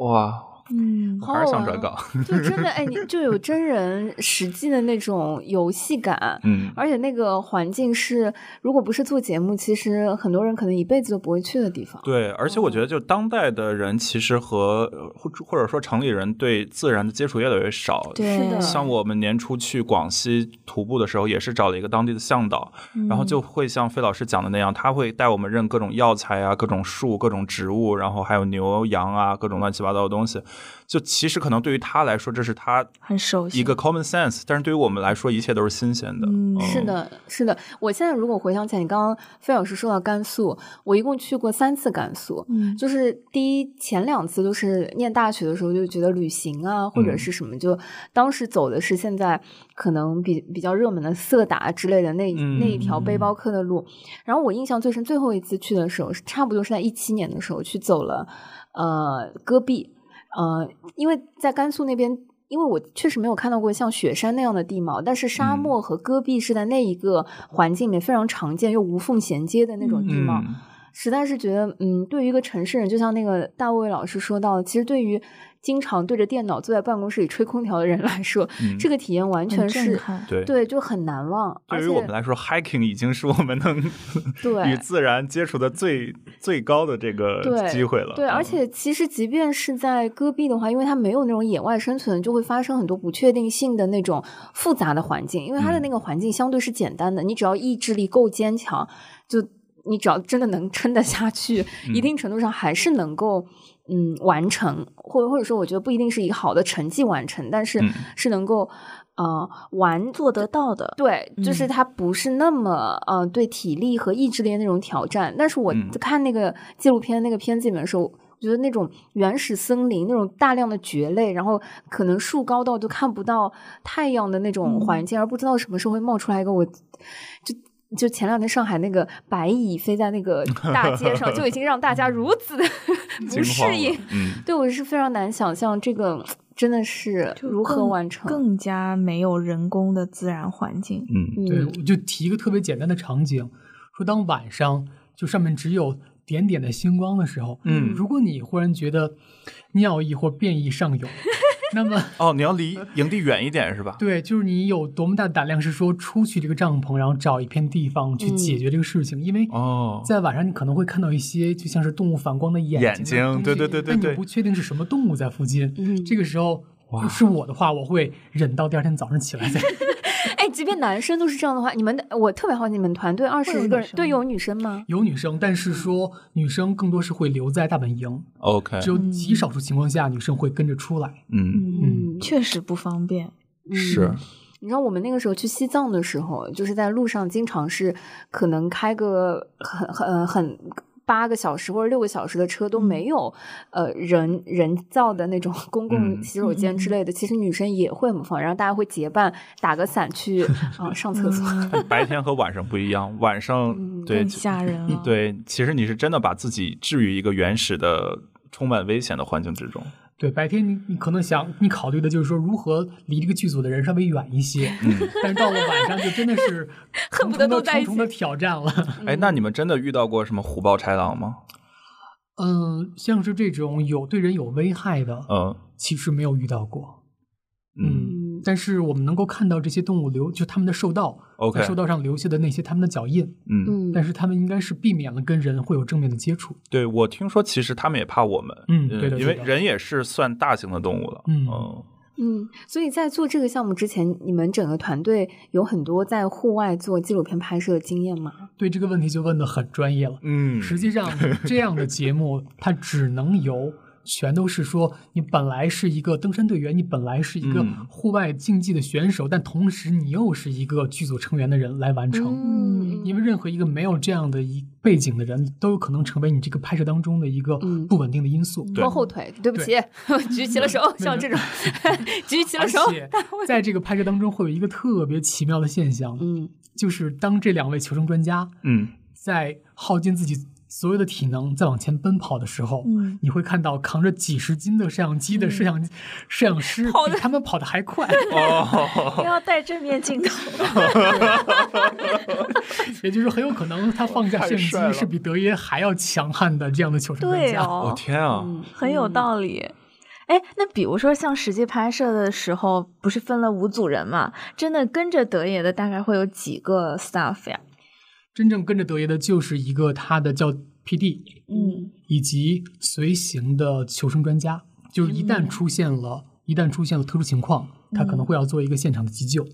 [SPEAKER 1] 哇，
[SPEAKER 3] 嗯
[SPEAKER 1] 我还是想转岗，
[SPEAKER 5] 就真的哎，你就有真人实际的那种游戏感，
[SPEAKER 4] <laughs>
[SPEAKER 1] 嗯，
[SPEAKER 5] 而且那个环境是，如果不是做节目，其实很多人可能一辈子都不会去的地方。
[SPEAKER 1] 对，而且我觉得，就当代的人其实和呃或或者说城里人对自然的接触越来越少。
[SPEAKER 3] 对
[SPEAKER 5] 是的
[SPEAKER 1] 像我们年初去广西徒步的时候，也是找了一个当地的向导，
[SPEAKER 3] 嗯
[SPEAKER 1] 然后就
[SPEAKER 5] 嗯
[SPEAKER 1] 会像费老师讲的那样，他会带我们认各种药材啊、各种树、各种植物，然后还有牛羊啊，各种乱七八糟的东西。就其实可能对于他来说，这是他
[SPEAKER 3] 很熟悉
[SPEAKER 1] 一个 common sense，但是对于我们来说，一切都是新鲜的。
[SPEAKER 3] 嗯
[SPEAKER 1] 嗯
[SPEAKER 5] 是，的，是的。我现在如果回想起来，你刚刚费老师说到甘肃，我一共去过三次甘肃。
[SPEAKER 3] 嗯
[SPEAKER 5] 就是第一前两次都是念大学的时候就觉得旅行啊或者
[SPEAKER 1] 嗯
[SPEAKER 5] 是什么，就当时走的是现在可能比比较热门的色达之类的那、那一条
[SPEAKER 1] 嗯
[SPEAKER 5] 背包客的路。然后我印象最深，最后一次去的时候是差不多是在一七年的时候去走了，呃，戈壁，呃，因为在甘肃那边。因为我确实没有看到过像雪山那样的地貌，但是沙
[SPEAKER 1] 嗯
[SPEAKER 5] 漠和戈壁是在那一个环境里面非常常见又无缝衔接的那种地貌。
[SPEAKER 1] 嗯
[SPEAKER 5] 实在是觉得，嗯，对于一个城市人，就像那个大卫老师说到的，其实对于经常对着电脑坐在办公室里吹空调的人来说，
[SPEAKER 1] 嗯
[SPEAKER 5] 这个体验完全
[SPEAKER 3] 很震
[SPEAKER 5] 是。
[SPEAKER 3] 撼。
[SPEAKER 1] 对。
[SPEAKER 5] 对，就很难忘。而
[SPEAKER 1] 对于
[SPEAKER 5] 且
[SPEAKER 1] 我们来说，hiking 已经是我们能 <laughs>
[SPEAKER 5] 对
[SPEAKER 1] 与自然接触的最最高的这个
[SPEAKER 5] 对
[SPEAKER 1] 机会了。
[SPEAKER 5] 对，
[SPEAKER 1] 嗯
[SPEAKER 5] 而且其实即便是在戈壁的话，因为它没有那种野外生存，就会发生很多不确定性的那种复杂的环境，因为它的
[SPEAKER 1] 嗯
[SPEAKER 5] 那个环境相对是简单的，你只要意志力够坚强，就你只要真的能撑得下去，
[SPEAKER 1] 嗯
[SPEAKER 5] 一定程度上还是能够。嗯，完成或或者说，我觉得不一定是一个好的成绩完成，但是
[SPEAKER 1] 嗯
[SPEAKER 5] 是能够，呃，完
[SPEAKER 3] 做得到的，
[SPEAKER 5] 对，就是
[SPEAKER 3] 嗯
[SPEAKER 5] 它不是那么呃对体力和意志力的那种挑战。但是我
[SPEAKER 1] 嗯
[SPEAKER 5] 看那个纪录片那个片子里面的时候，我觉得那种原始森林那种大量的蕨类，然后可能树高到都看不到太阳的那种
[SPEAKER 1] 嗯
[SPEAKER 5] 环境，而不知道什么时候会冒出来一个我，就。就前两天上海那个白蚁飞在那个大街上，就已经让大家如
[SPEAKER 1] <laughs>
[SPEAKER 5] 此的不
[SPEAKER 1] 惊慌
[SPEAKER 5] 适
[SPEAKER 1] 了
[SPEAKER 5] 应。
[SPEAKER 1] 嗯，
[SPEAKER 5] 对我是非常难想象这个真的是
[SPEAKER 3] 就
[SPEAKER 5] 如何
[SPEAKER 3] 更
[SPEAKER 5] 完成。
[SPEAKER 3] 更加没有人工的自然环境。
[SPEAKER 5] <laughs>
[SPEAKER 1] 嗯，
[SPEAKER 4] 对，
[SPEAKER 5] 嗯
[SPEAKER 4] 我就提一个特别简单的场景，说当晚上就上面只有点点的星光的时候，
[SPEAKER 1] 嗯
[SPEAKER 4] 如果你忽然觉得尿意或便意上涌，那么
[SPEAKER 1] 哦，你要离营地远一点是吧？
[SPEAKER 4] 对，就是你有多么大的胆量，是说出去这个帐篷，然后找一片地方去解决这个事情，因为
[SPEAKER 1] 哦，
[SPEAKER 4] 在晚上你可能会看到一些就像是动物反光的眼睛啊，
[SPEAKER 1] 眼睛
[SPEAKER 4] 东
[SPEAKER 1] 对
[SPEAKER 4] 西
[SPEAKER 1] 对对对
[SPEAKER 4] 但你
[SPEAKER 1] 对
[SPEAKER 4] 不确定是什么动物在附近，
[SPEAKER 5] 嗯
[SPEAKER 4] 这个时候。
[SPEAKER 1] 哇
[SPEAKER 4] 是我的话，我会忍到第二天早上起来再
[SPEAKER 5] <laughs> 哎，即便男生都是这样的话，你们的我特别好奇，你们团队二
[SPEAKER 3] 会有
[SPEAKER 5] 十个
[SPEAKER 3] 女
[SPEAKER 5] 人，
[SPEAKER 3] 生
[SPEAKER 5] 对，
[SPEAKER 3] 吗
[SPEAKER 5] 有女生吗？
[SPEAKER 4] 有女生，但是说女生更多是会留在大本营，
[SPEAKER 1] OK，
[SPEAKER 4] 只有
[SPEAKER 5] 嗯
[SPEAKER 4] 极少数情况下女生会跟着出来。
[SPEAKER 1] 嗯，
[SPEAKER 4] 嗯
[SPEAKER 3] 确实不方便。
[SPEAKER 5] 嗯
[SPEAKER 1] 是，
[SPEAKER 5] 你知道我们那个时候去西藏的时候，就是在路上经常是可能开个很很很八个小时或者六个小时的车都
[SPEAKER 4] 嗯
[SPEAKER 5] 没有，呃，人人造的那种 <laughs> 公共
[SPEAKER 1] 嗯
[SPEAKER 5] 洗手间之类的。其实女生也会很方便，然后大家会结伴打个伞去啊、上厕所。
[SPEAKER 3] 嗯
[SPEAKER 1] 但白天和晚上不一样，晚上
[SPEAKER 5] 嗯
[SPEAKER 1] <laughs> 对
[SPEAKER 3] 更
[SPEAKER 1] <laughs>
[SPEAKER 3] 吓人了。，
[SPEAKER 1] 对，其实你是真的把自己置于一个原始的、充满危险的环境之中。
[SPEAKER 4] 对，白天你你可能想，你考虑的就是说如何离这个剧组的人稍微远一些，
[SPEAKER 1] <laughs> 嗯
[SPEAKER 4] 但是到了晚上就真的是
[SPEAKER 5] <laughs> 恨
[SPEAKER 4] 重
[SPEAKER 5] 不得
[SPEAKER 4] 重
[SPEAKER 5] 都
[SPEAKER 4] 的
[SPEAKER 5] 在一
[SPEAKER 4] 重
[SPEAKER 5] 起
[SPEAKER 4] 重的挑战了。
[SPEAKER 1] 哎，那你们真的遇到过什么虎豹豺狼吗？
[SPEAKER 4] 嗯，像是这种有对人有危害的，
[SPEAKER 1] 嗯
[SPEAKER 4] 其实没有遇到过。
[SPEAKER 1] 嗯
[SPEAKER 5] 嗯
[SPEAKER 4] 但是我们能够看到这些动物留，就它们的兽道
[SPEAKER 1] OK
[SPEAKER 4] 在兽道上留下的那些它们的脚印，
[SPEAKER 1] 嗯，
[SPEAKER 5] 嗯
[SPEAKER 4] 但是它们应该是避免了跟人会有正面的接触。
[SPEAKER 1] 对我听说，其实他们也怕我们，呃
[SPEAKER 4] 嗯对的
[SPEAKER 1] 因为
[SPEAKER 4] 对的
[SPEAKER 1] 人也是算大型的动物了，呃
[SPEAKER 4] 嗯
[SPEAKER 5] 嗯，所以在做这个项目之前，你们整个团队有很多在户外做纪录片拍摄的经验吗？
[SPEAKER 4] 对这个问题就问得很专业了。
[SPEAKER 1] 嗯
[SPEAKER 4] 实际上，这样的节目它只能由全都是说你本来是一个登山队员，你本来是一个
[SPEAKER 1] 嗯
[SPEAKER 4] 户外竞技的选手，但同时你又是一个剧组成员的人来完成。
[SPEAKER 5] 嗯，
[SPEAKER 4] 因为任何一个没有这样的一背景的人，都有可能成为你这个拍摄当中的一个
[SPEAKER 5] 嗯
[SPEAKER 4] 不稳定的因素。
[SPEAKER 5] 拖后腿，对不起， <laughs> 举起了手，像这种举起了
[SPEAKER 4] 而
[SPEAKER 5] 手，
[SPEAKER 4] 且，在这个拍摄当中，会有一个特别奇妙的现象，
[SPEAKER 5] 嗯
[SPEAKER 4] 就是当这两位求生专家
[SPEAKER 1] 嗯
[SPEAKER 4] 在耗尽自己所有的体能在往前奔跑的时候，
[SPEAKER 3] 嗯
[SPEAKER 4] 你会看到扛着几十斤的摄像机的摄像、摄影师
[SPEAKER 5] 跑
[SPEAKER 4] 比
[SPEAKER 5] 得
[SPEAKER 4] 他们跑得还快，
[SPEAKER 1] <laughs> 哦，
[SPEAKER 3] 不要带正面镜头。
[SPEAKER 1] <laughs>
[SPEAKER 4] 也就是很有可能他放下
[SPEAKER 1] 太
[SPEAKER 4] 摄
[SPEAKER 1] 帅
[SPEAKER 4] 像
[SPEAKER 1] 了
[SPEAKER 4] 机是比德爷还要强悍的这样的求生专
[SPEAKER 3] 对
[SPEAKER 4] 家。
[SPEAKER 1] 我、
[SPEAKER 3] 哦，
[SPEAKER 1] 天啊，
[SPEAKER 5] 嗯，
[SPEAKER 3] <laughs> 很有道理。哎，那比如说像实际拍摄的时候，不是分了五组人嘛？真的跟着德野的大概会有几个 staff 呀？
[SPEAKER 4] 真正跟着德爷的就是一个他的叫 PD，
[SPEAKER 3] 嗯
[SPEAKER 4] 以及随行的求生专家，就是一旦出现了，一旦出现了特殊情况，他可能会要做一个现场的急救。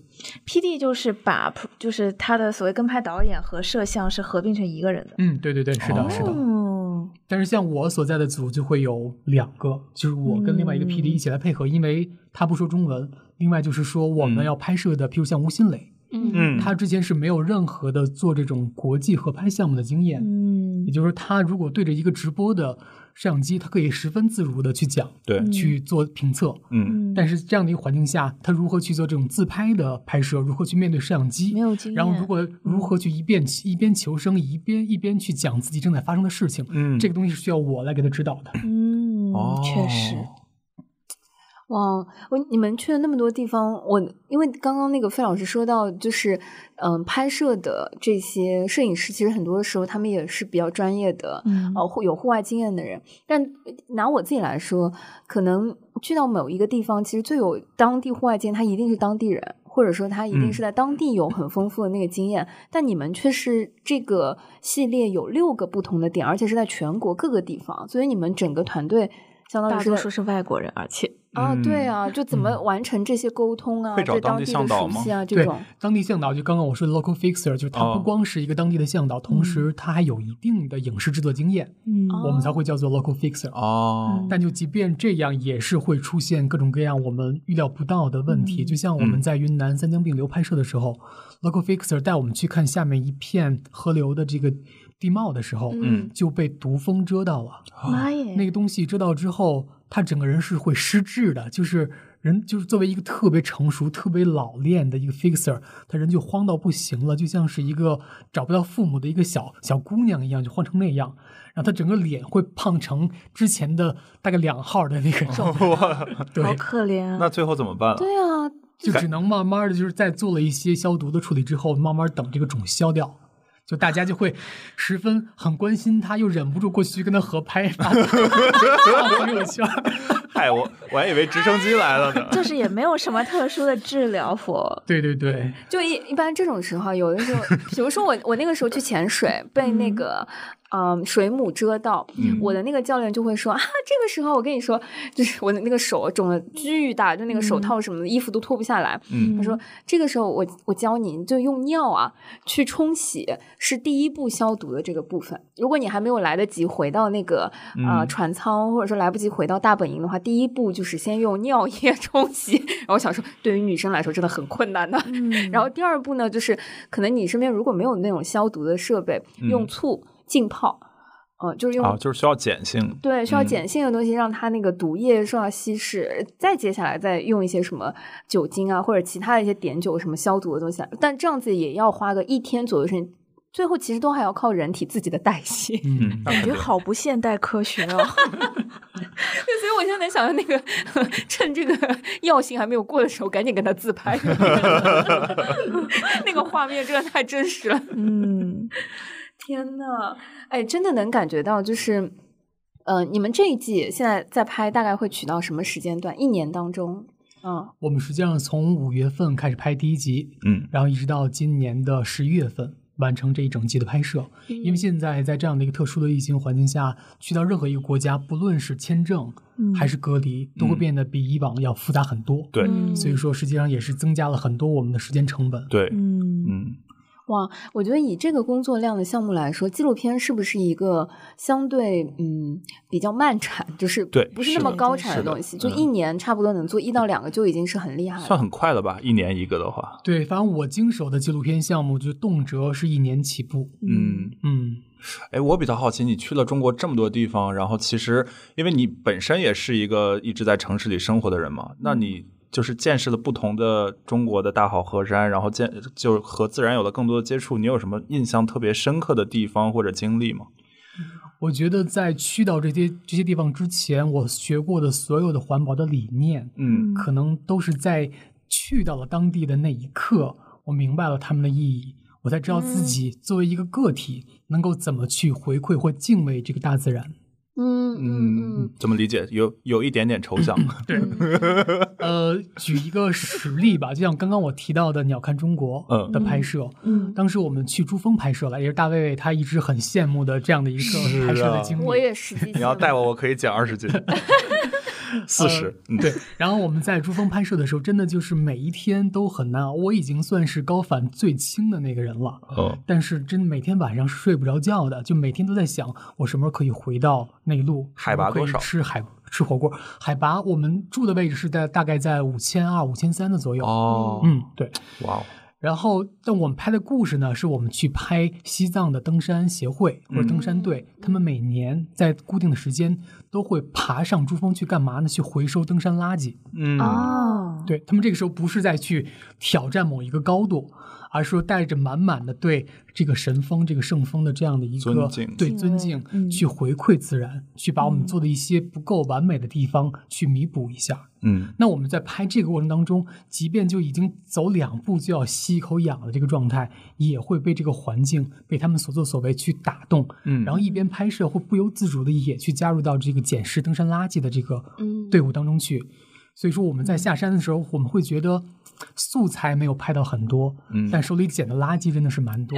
[SPEAKER 3] ，P.D. 就是把就是他的所谓跟拍导演和摄像是合并成一个人的。
[SPEAKER 4] 嗯，对对对，是的，
[SPEAKER 1] 哦
[SPEAKER 4] 是的。
[SPEAKER 3] 哦，
[SPEAKER 4] 但是像我所在的组就会有两个，就是我跟另外一个
[SPEAKER 3] 嗯
[SPEAKER 4] PD 一起来配合，因为他不说中文。另外就是说我
[SPEAKER 1] 嗯
[SPEAKER 4] 们要拍摄的，譬如像吴新磊，
[SPEAKER 1] 嗯
[SPEAKER 4] 他之前是没有任何的做这种国际合拍项目的经验，
[SPEAKER 3] 嗯
[SPEAKER 4] 也，就是说他如果对着一个直播的摄像机，他可以十分自如的去讲，
[SPEAKER 1] 对，
[SPEAKER 3] 嗯
[SPEAKER 4] 去做评测。
[SPEAKER 1] 嗯
[SPEAKER 4] 但是这样的一个环境下，他如何去做这种自拍的拍摄，如何去面对摄像机
[SPEAKER 3] 没，有经验。
[SPEAKER 4] 然后如果如何去一边一边求生，一边一边去讲自己正在发生的事情，
[SPEAKER 1] 嗯，
[SPEAKER 4] 哦这个东西是需要我来给他指导的。
[SPEAKER 3] 嗯
[SPEAKER 1] 哦，
[SPEAKER 3] 确实，
[SPEAKER 5] 哇，我你们去了那么多地方，我因为刚刚那个费老师说到，就是嗯、呃拍摄的这些摄影师，其实很多时候他们也是比较专业的，
[SPEAKER 3] 嗯
[SPEAKER 5] 呃，户有户外经验的人。但拿我自己来说，可能去到某一个地方，其实最有当地户外经验，他一定是当地人，或者说他一定
[SPEAKER 1] 嗯
[SPEAKER 5] 是在当地有很丰富的那个经验。但你们却是这个系列有六个不同的点，而且是在全国各个地方，所以你们整个团队。相当于
[SPEAKER 3] 大
[SPEAKER 5] 是
[SPEAKER 3] 多
[SPEAKER 5] 在
[SPEAKER 3] 数是外国人，而且
[SPEAKER 5] 啊，对
[SPEAKER 1] 嗯
[SPEAKER 5] 啊，就怎么
[SPEAKER 4] 嗯
[SPEAKER 5] 完成这些沟通啊，
[SPEAKER 1] 会找
[SPEAKER 5] 对
[SPEAKER 1] 当
[SPEAKER 5] 当
[SPEAKER 1] 地
[SPEAKER 5] 地
[SPEAKER 1] 向
[SPEAKER 5] 的
[SPEAKER 1] 导
[SPEAKER 5] 熟
[SPEAKER 1] 吗
[SPEAKER 5] 悉啊，这
[SPEAKER 4] 对
[SPEAKER 5] 种，
[SPEAKER 4] <clears throat> 当地向导就刚刚我说的 local fixer，就是他
[SPEAKER 1] 哦
[SPEAKER 4] 不光是一个当地的向导，同时他还有一定的影视制作经验，
[SPEAKER 3] 嗯
[SPEAKER 5] 哦
[SPEAKER 4] 我们才会叫做 local fixer。
[SPEAKER 1] 哦，
[SPEAKER 4] 但就即便这样，也是会出现各种各样我们预料不到的问题。
[SPEAKER 3] 嗯
[SPEAKER 4] 就像我们在云南三江并流拍摄的时候、l o c a l fixer 带我们去看下面一片河流的这个地貌的时候，
[SPEAKER 1] 嗯
[SPEAKER 4] 就被毒蜂蛰到了。
[SPEAKER 3] 妈耶，
[SPEAKER 4] 哦那个东西蛰到之后，他整个人是会失智的，就是人就是作为一个特别成熟、特别老练的一个 fixer，他人就慌到不行了，就像是一个找不到父母的一个小小姑娘一样，就慌成那样。然后他整个脸会胖成之前的大概两号的那个
[SPEAKER 1] <laughs>
[SPEAKER 4] 状态，
[SPEAKER 3] 哦好
[SPEAKER 4] <laughs> 对，
[SPEAKER 3] 可怜啊！
[SPEAKER 1] 嗯那最后怎么办啊？
[SPEAKER 5] 对啊，
[SPEAKER 4] 就只能慢慢的就是在做了一些消毒的处理之后，慢慢等这个肿消掉。就大家就会十分很关心他，又忍不住过去跟他 <laughs> 合拍，发发朋友圈儿。 <laughs>
[SPEAKER 1] 嗨，我我还以为直升机来了呢。
[SPEAKER 3] 就是也没有什么特殊的治疗
[SPEAKER 4] <laughs>
[SPEAKER 3] 佛，
[SPEAKER 4] 对对对，
[SPEAKER 5] 就一一般这种时候，有的时候，比如说我我那个时候去潜水，被那
[SPEAKER 3] 嗯
[SPEAKER 5] 个嗯、水母蛰到，
[SPEAKER 1] 嗯
[SPEAKER 5] 我的那个教练就会说啊，这个时候我跟你说，就是我的那个手肿的巨大，就那个手
[SPEAKER 3] 嗯
[SPEAKER 5] 套什么的，衣服都脱不下来。
[SPEAKER 1] 嗯
[SPEAKER 5] 他说：“这个时候我我教你，你就用尿啊去冲洗，是第一步消毒的这个部分。如果你还没有来得及回到那个、呃
[SPEAKER 1] 嗯
[SPEAKER 5] 船舱，或者说来不及回到大本营的话，第一步就是先用尿液 <laughs> 冲洗。然后我想说，对于女生来说真的很困难的。
[SPEAKER 3] 嗯
[SPEAKER 5] 然后第二步呢，就是可能你身边如果没有那种消毒的设备，用
[SPEAKER 1] 嗯
[SPEAKER 5] 醋浸泡，呃，就是用
[SPEAKER 1] 啊，就是需要碱性。
[SPEAKER 5] 对，需要
[SPEAKER 1] 嗯
[SPEAKER 5] 碱性的东西让它那个毒液受到稀释，再接下来再用一些什么酒精啊，或者其他的一些碘酒什么消毒的东西来，但这样子也要花个一天左右时间，最后其实都还要靠人体自己的代谢。
[SPEAKER 1] 嗯，那
[SPEAKER 3] 感
[SPEAKER 1] 肯
[SPEAKER 3] 觉
[SPEAKER 1] 定
[SPEAKER 3] 好不现代科学
[SPEAKER 4] <laughs>
[SPEAKER 3] 哦。
[SPEAKER 5] <laughs> 对，所以我现在能想象那个趁这个药性还没有过的时候，赶紧跟他自 <laughs> 拍，那个画面真的太真实了。
[SPEAKER 3] 嗯，
[SPEAKER 5] <laughs> 天呐，哎，真的能感觉到，就是，呃，你们这一季现在在拍，大概会取到什么时间段？一年当中，嗯，
[SPEAKER 4] 我们实际上从五月份开始拍第一集，
[SPEAKER 1] 嗯
[SPEAKER 4] 然后一直到今年的十一月份完成这一整季的拍摄。因为现在在这样的一个特殊的疫情环境下，去到任何一个国家，不论是签证
[SPEAKER 3] 嗯
[SPEAKER 4] 还是隔离，都会变得比以往要复杂很多。
[SPEAKER 1] 嗯对
[SPEAKER 3] 嗯
[SPEAKER 4] 所以说实际上也是增加了很多我们的时间成本。
[SPEAKER 1] 对，
[SPEAKER 3] 嗯
[SPEAKER 1] 嗯
[SPEAKER 5] 哇，我觉得以这个工作量的项目来说，纪录片是不是一个相对嗯比较慢产，就是
[SPEAKER 1] 对
[SPEAKER 5] 不是
[SPEAKER 1] 是
[SPEAKER 5] 那么
[SPEAKER 1] 的
[SPEAKER 5] 高
[SPEAKER 1] 对
[SPEAKER 5] 产
[SPEAKER 1] 是的
[SPEAKER 5] 东西？就
[SPEAKER 1] 嗯
[SPEAKER 5] 一年差不多能做一到两个就已经是很厉害了。
[SPEAKER 1] 算很快了吧？一年一个的话，
[SPEAKER 4] 对，反正我经手的纪录片项目就动辄是一年起步。
[SPEAKER 1] 嗯，
[SPEAKER 4] 嗯，
[SPEAKER 1] 哎，我比较好奇，你去了中国这么多地方，然后其实因为你本身也是一个一直在城市里生活的人嘛，那你就是见识了不同的中国的大好河山，然后见就是和自然有了更多的接触，你有什么印象特别深刻的地方或者经历吗？
[SPEAKER 4] 我觉得在去到这些这些地方之前，我学过的所有的环保的理念，
[SPEAKER 1] 嗯
[SPEAKER 4] 可能都是在去到了当地的那一刻，我明白了他们的意义，我才知道
[SPEAKER 5] 嗯
[SPEAKER 4] 自己作为一个个体能够怎么去回馈或敬畏这个大自然。
[SPEAKER 5] 嗯嗯嗯，
[SPEAKER 1] 怎么理解？有有一点点抽象， <laughs>
[SPEAKER 4] 对，呃，举一个实例吧，就像刚刚我提到的《鸟瞰中国》
[SPEAKER 1] 嗯
[SPEAKER 4] 的拍摄，
[SPEAKER 3] 嗯
[SPEAKER 4] 当时我们去珠峰拍摄了，也是大卫他一直很羡慕的这样的一
[SPEAKER 1] 是
[SPEAKER 4] 个拍摄
[SPEAKER 1] 啊
[SPEAKER 4] 的经历。
[SPEAKER 5] 我也实际
[SPEAKER 1] 你要
[SPEAKER 5] 上
[SPEAKER 1] 带我，我可以减二 <laughs> 十斤，四十，嗯，
[SPEAKER 4] 对，然后我们在珠峰拍摄的时候，真的就是每一天都很难熬。我已经算是高反最轻的那个人了，
[SPEAKER 1] 哦，
[SPEAKER 4] 但是真的每天晚上是睡不着觉的，就每天都在想我什么时候可以回到内陆，
[SPEAKER 1] 海拔多
[SPEAKER 4] 什
[SPEAKER 1] 少
[SPEAKER 4] 么时候可以吃海吃火锅。海拔我们住的位置是在大概在五千二、五千三的左右。
[SPEAKER 1] 哦，
[SPEAKER 4] 嗯，对。
[SPEAKER 1] 哇哦，
[SPEAKER 4] 然后，但我们拍的故事呢，是我们去拍西藏的登山协会
[SPEAKER 1] 嗯
[SPEAKER 4] 或者登山队，他们每年在固定的时间都会爬上珠峰去干嘛呢？去回收登山垃圾。
[SPEAKER 1] 嗯
[SPEAKER 5] 哦，
[SPEAKER 4] 对他们这个时候不是在去挑战某一个高度，而是说带着满满的对这个神风、这个圣风的这样的一
[SPEAKER 1] 尊
[SPEAKER 4] 个
[SPEAKER 1] 敬
[SPEAKER 4] 对
[SPEAKER 3] 敬
[SPEAKER 4] 尊
[SPEAKER 3] 畏
[SPEAKER 4] 敬，
[SPEAKER 3] 嗯
[SPEAKER 4] 去回馈自然，去把我们做的一些不够完美的地方去弥补一下。
[SPEAKER 1] 嗯
[SPEAKER 4] 那我们在拍这个过程当中，即便就已经走两步就要吸一口氧的这个状态，也会被这个环境、被他们所作所为去打动。
[SPEAKER 1] 嗯，
[SPEAKER 4] 然后一边拍摄，会不由自主的也去加入到这个捡拾登山垃圾的这个
[SPEAKER 5] 嗯
[SPEAKER 4] 队伍当中去。所以说我
[SPEAKER 1] 嗯
[SPEAKER 4] 们在下山的时候，我们会觉得素材没有拍到很多，
[SPEAKER 1] 嗯
[SPEAKER 4] 但手里捡的垃圾真的是蛮多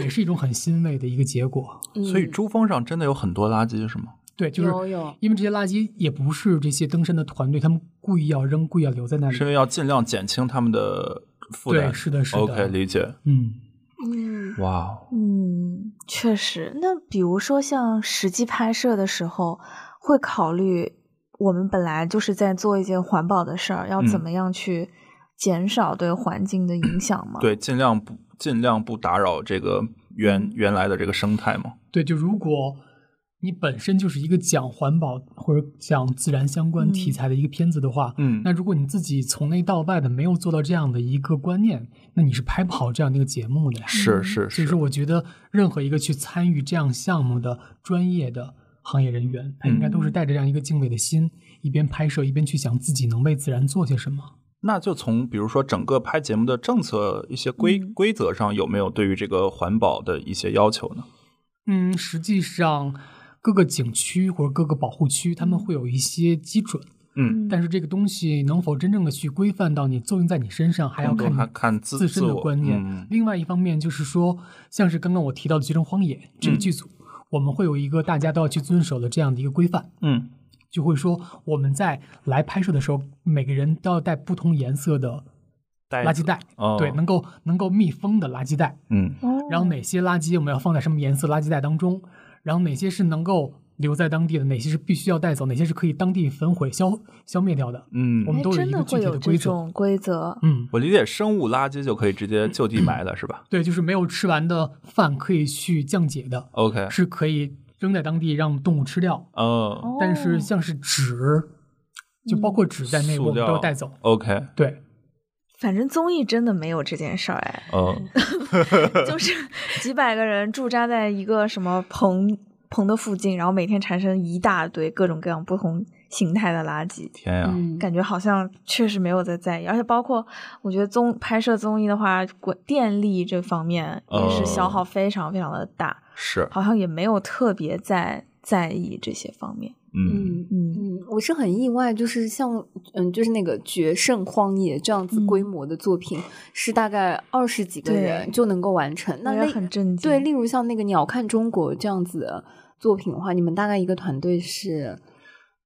[SPEAKER 1] <laughs>
[SPEAKER 4] 也是一种很欣慰的一个结果。
[SPEAKER 1] 所以
[SPEAKER 5] 嗯
[SPEAKER 1] 珠峰上真的有很多垃圾是吗？
[SPEAKER 4] 对，就是
[SPEAKER 5] 有有
[SPEAKER 4] 因为这些垃圾也不是这些登山的团队他们故意要扔、故意要留在那里
[SPEAKER 1] 是因为要尽量减轻他们的负担。
[SPEAKER 4] 对是的是的
[SPEAKER 1] OK，理解。
[SPEAKER 4] 嗯，
[SPEAKER 5] 嗯
[SPEAKER 1] 哇，哦
[SPEAKER 3] 嗯，确实。那比如说像实际拍摄的时候，会考虑我们本来就是在做一件环保的事儿，要怎
[SPEAKER 1] 嗯
[SPEAKER 3] 么样去减少对环境的影响吗？
[SPEAKER 1] 对，尽量不尽量不打扰这个原原来的这个生态嘛。
[SPEAKER 4] 对，就如果你本身就是一个讲环保或者讲自然相关题
[SPEAKER 3] 嗯
[SPEAKER 4] 材的一个片子的话，
[SPEAKER 1] 嗯
[SPEAKER 4] 那如果你自己从内到外的没有做到这样的一个观念，那你是拍不好这样的一个节目的呀。
[SPEAKER 1] 是
[SPEAKER 3] 嗯
[SPEAKER 1] 是
[SPEAKER 4] 所
[SPEAKER 1] 是，
[SPEAKER 4] 以说，我觉得任何一个去参与这样项目的专业的行业人员，他应该都是带着这样一个敬畏的心，一边拍摄一边去想自己能为自然做些什么。
[SPEAKER 1] 那就从比如说整个拍节目的政策一些规、
[SPEAKER 3] 嗯
[SPEAKER 1] 规则上有没有对于这个环保的一些要求呢？
[SPEAKER 4] 嗯，实际上各个景区或者各个保护区，他们会有一些基准，
[SPEAKER 1] 嗯，
[SPEAKER 4] 但是这个东西能否真正的去规范到你作用在你身上，还要
[SPEAKER 1] 更多
[SPEAKER 4] 看你
[SPEAKER 1] 还看自
[SPEAKER 4] 自身
[SPEAKER 1] 自
[SPEAKER 4] 的
[SPEAKER 1] 我
[SPEAKER 4] 观念。
[SPEAKER 1] 嗯
[SPEAKER 4] 另外一方面就是说，像是刚刚我提到的《绝症荒野》这个
[SPEAKER 1] 嗯
[SPEAKER 4] 剧组，我们会有一个大家都要去遵守的这样的一个规范。
[SPEAKER 1] 嗯
[SPEAKER 4] 就会说我们在来拍摄的时候，每个人都要带不同颜色的
[SPEAKER 1] 袋
[SPEAKER 4] 垃
[SPEAKER 1] 子
[SPEAKER 4] 圾袋，
[SPEAKER 1] 哦
[SPEAKER 4] 对，能够能够密封的垃圾袋。
[SPEAKER 1] 嗯
[SPEAKER 3] 哦
[SPEAKER 4] 然后哪些垃圾我们要放在什么颜色垃圾袋当中，然后哪些是能够留在当地的，哪些是必须要带走，哪些是可以当地焚毁消消灭掉的。
[SPEAKER 1] 嗯
[SPEAKER 4] 我，们
[SPEAKER 3] 哎
[SPEAKER 4] 都有
[SPEAKER 3] 真
[SPEAKER 4] 一个
[SPEAKER 3] 的
[SPEAKER 4] 具
[SPEAKER 3] 会
[SPEAKER 4] 体
[SPEAKER 3] 有
[SPEAKER 4] 的
[SPEAKER 3] 这
[SPEAKER 4] 规则
[SPEAKER 3] 种规则，
[SPEAKER 4] 嗯，
[SPEAKER 1] 我理解生物垃圾就可以直接就地埋了，是吧
[SPEAKER 4] 对，就是没有吃完的饭可以去降解的，
[SPEAKER 1] ？OK，
[SPEAKER 4] 是可以扔在当地让动物吃掉。
[SPEAKER 1] 嗯，
[SPEAKER 4] 但
[SPEAKER 3] 哦
[SPEAKER 4] 是像是纸，就包括纸在内，我
[SPEAKER 1] 塑
[SPEAKER 4] 们都
[SPEAKER 1] 料
[SPEAKER 4] 要带走。
[SPEAKER 1] OK，
[SPEAKER 4] 对，
[SPEAKER 3] 反正综艺真的没有这件事儿
[SPEAKER 4] <laughs>
[SPEAKER 3] 哎，
[SPEAKER 1] 嗯，
[SPEAKER 3] 就是几百个人驻扎在一个什么棚棚的附近，然后每天产生一大堆各种各样不同形态的垃圾。
[SPEAKER 1] 天呀、
[SPEAKER 5] 嗯
[SPEAKER 3] 感觉好像确实没有在在意，而且包括我觉得综拍摄综艺的话，关电力这方面也
[SPEAKER 4] 哦
[SPEAKER 3] 是消耗非常非常的大，
[SPEAKER 1] 是，
[SPEAKER 3] 好像也没有特别在在意这些方面。
[SPEAKER 1] 嗯
[SPEAKER 5] 嗯。
[SPEAKER 3] 嗯
[SPEAKER 5] 嗯，我是很意外，就是像嗯，就是那个《决胜荒野》这样子
[SPEAKER 3] 嗯
[SPEAKER 5] 规模的作品，是大概二十几个
[SPEAKER 3] 对
[SPEAKER 5] 人就能够完成。那
[SPEAKER 3] 我也
[SPEAKER 5] 类
[SPEAKER 3] 很震惊。
[SPEAKER 5] 对，例如像那个《鸟瞰中国》这样子的作品的话，你们大概一个团队是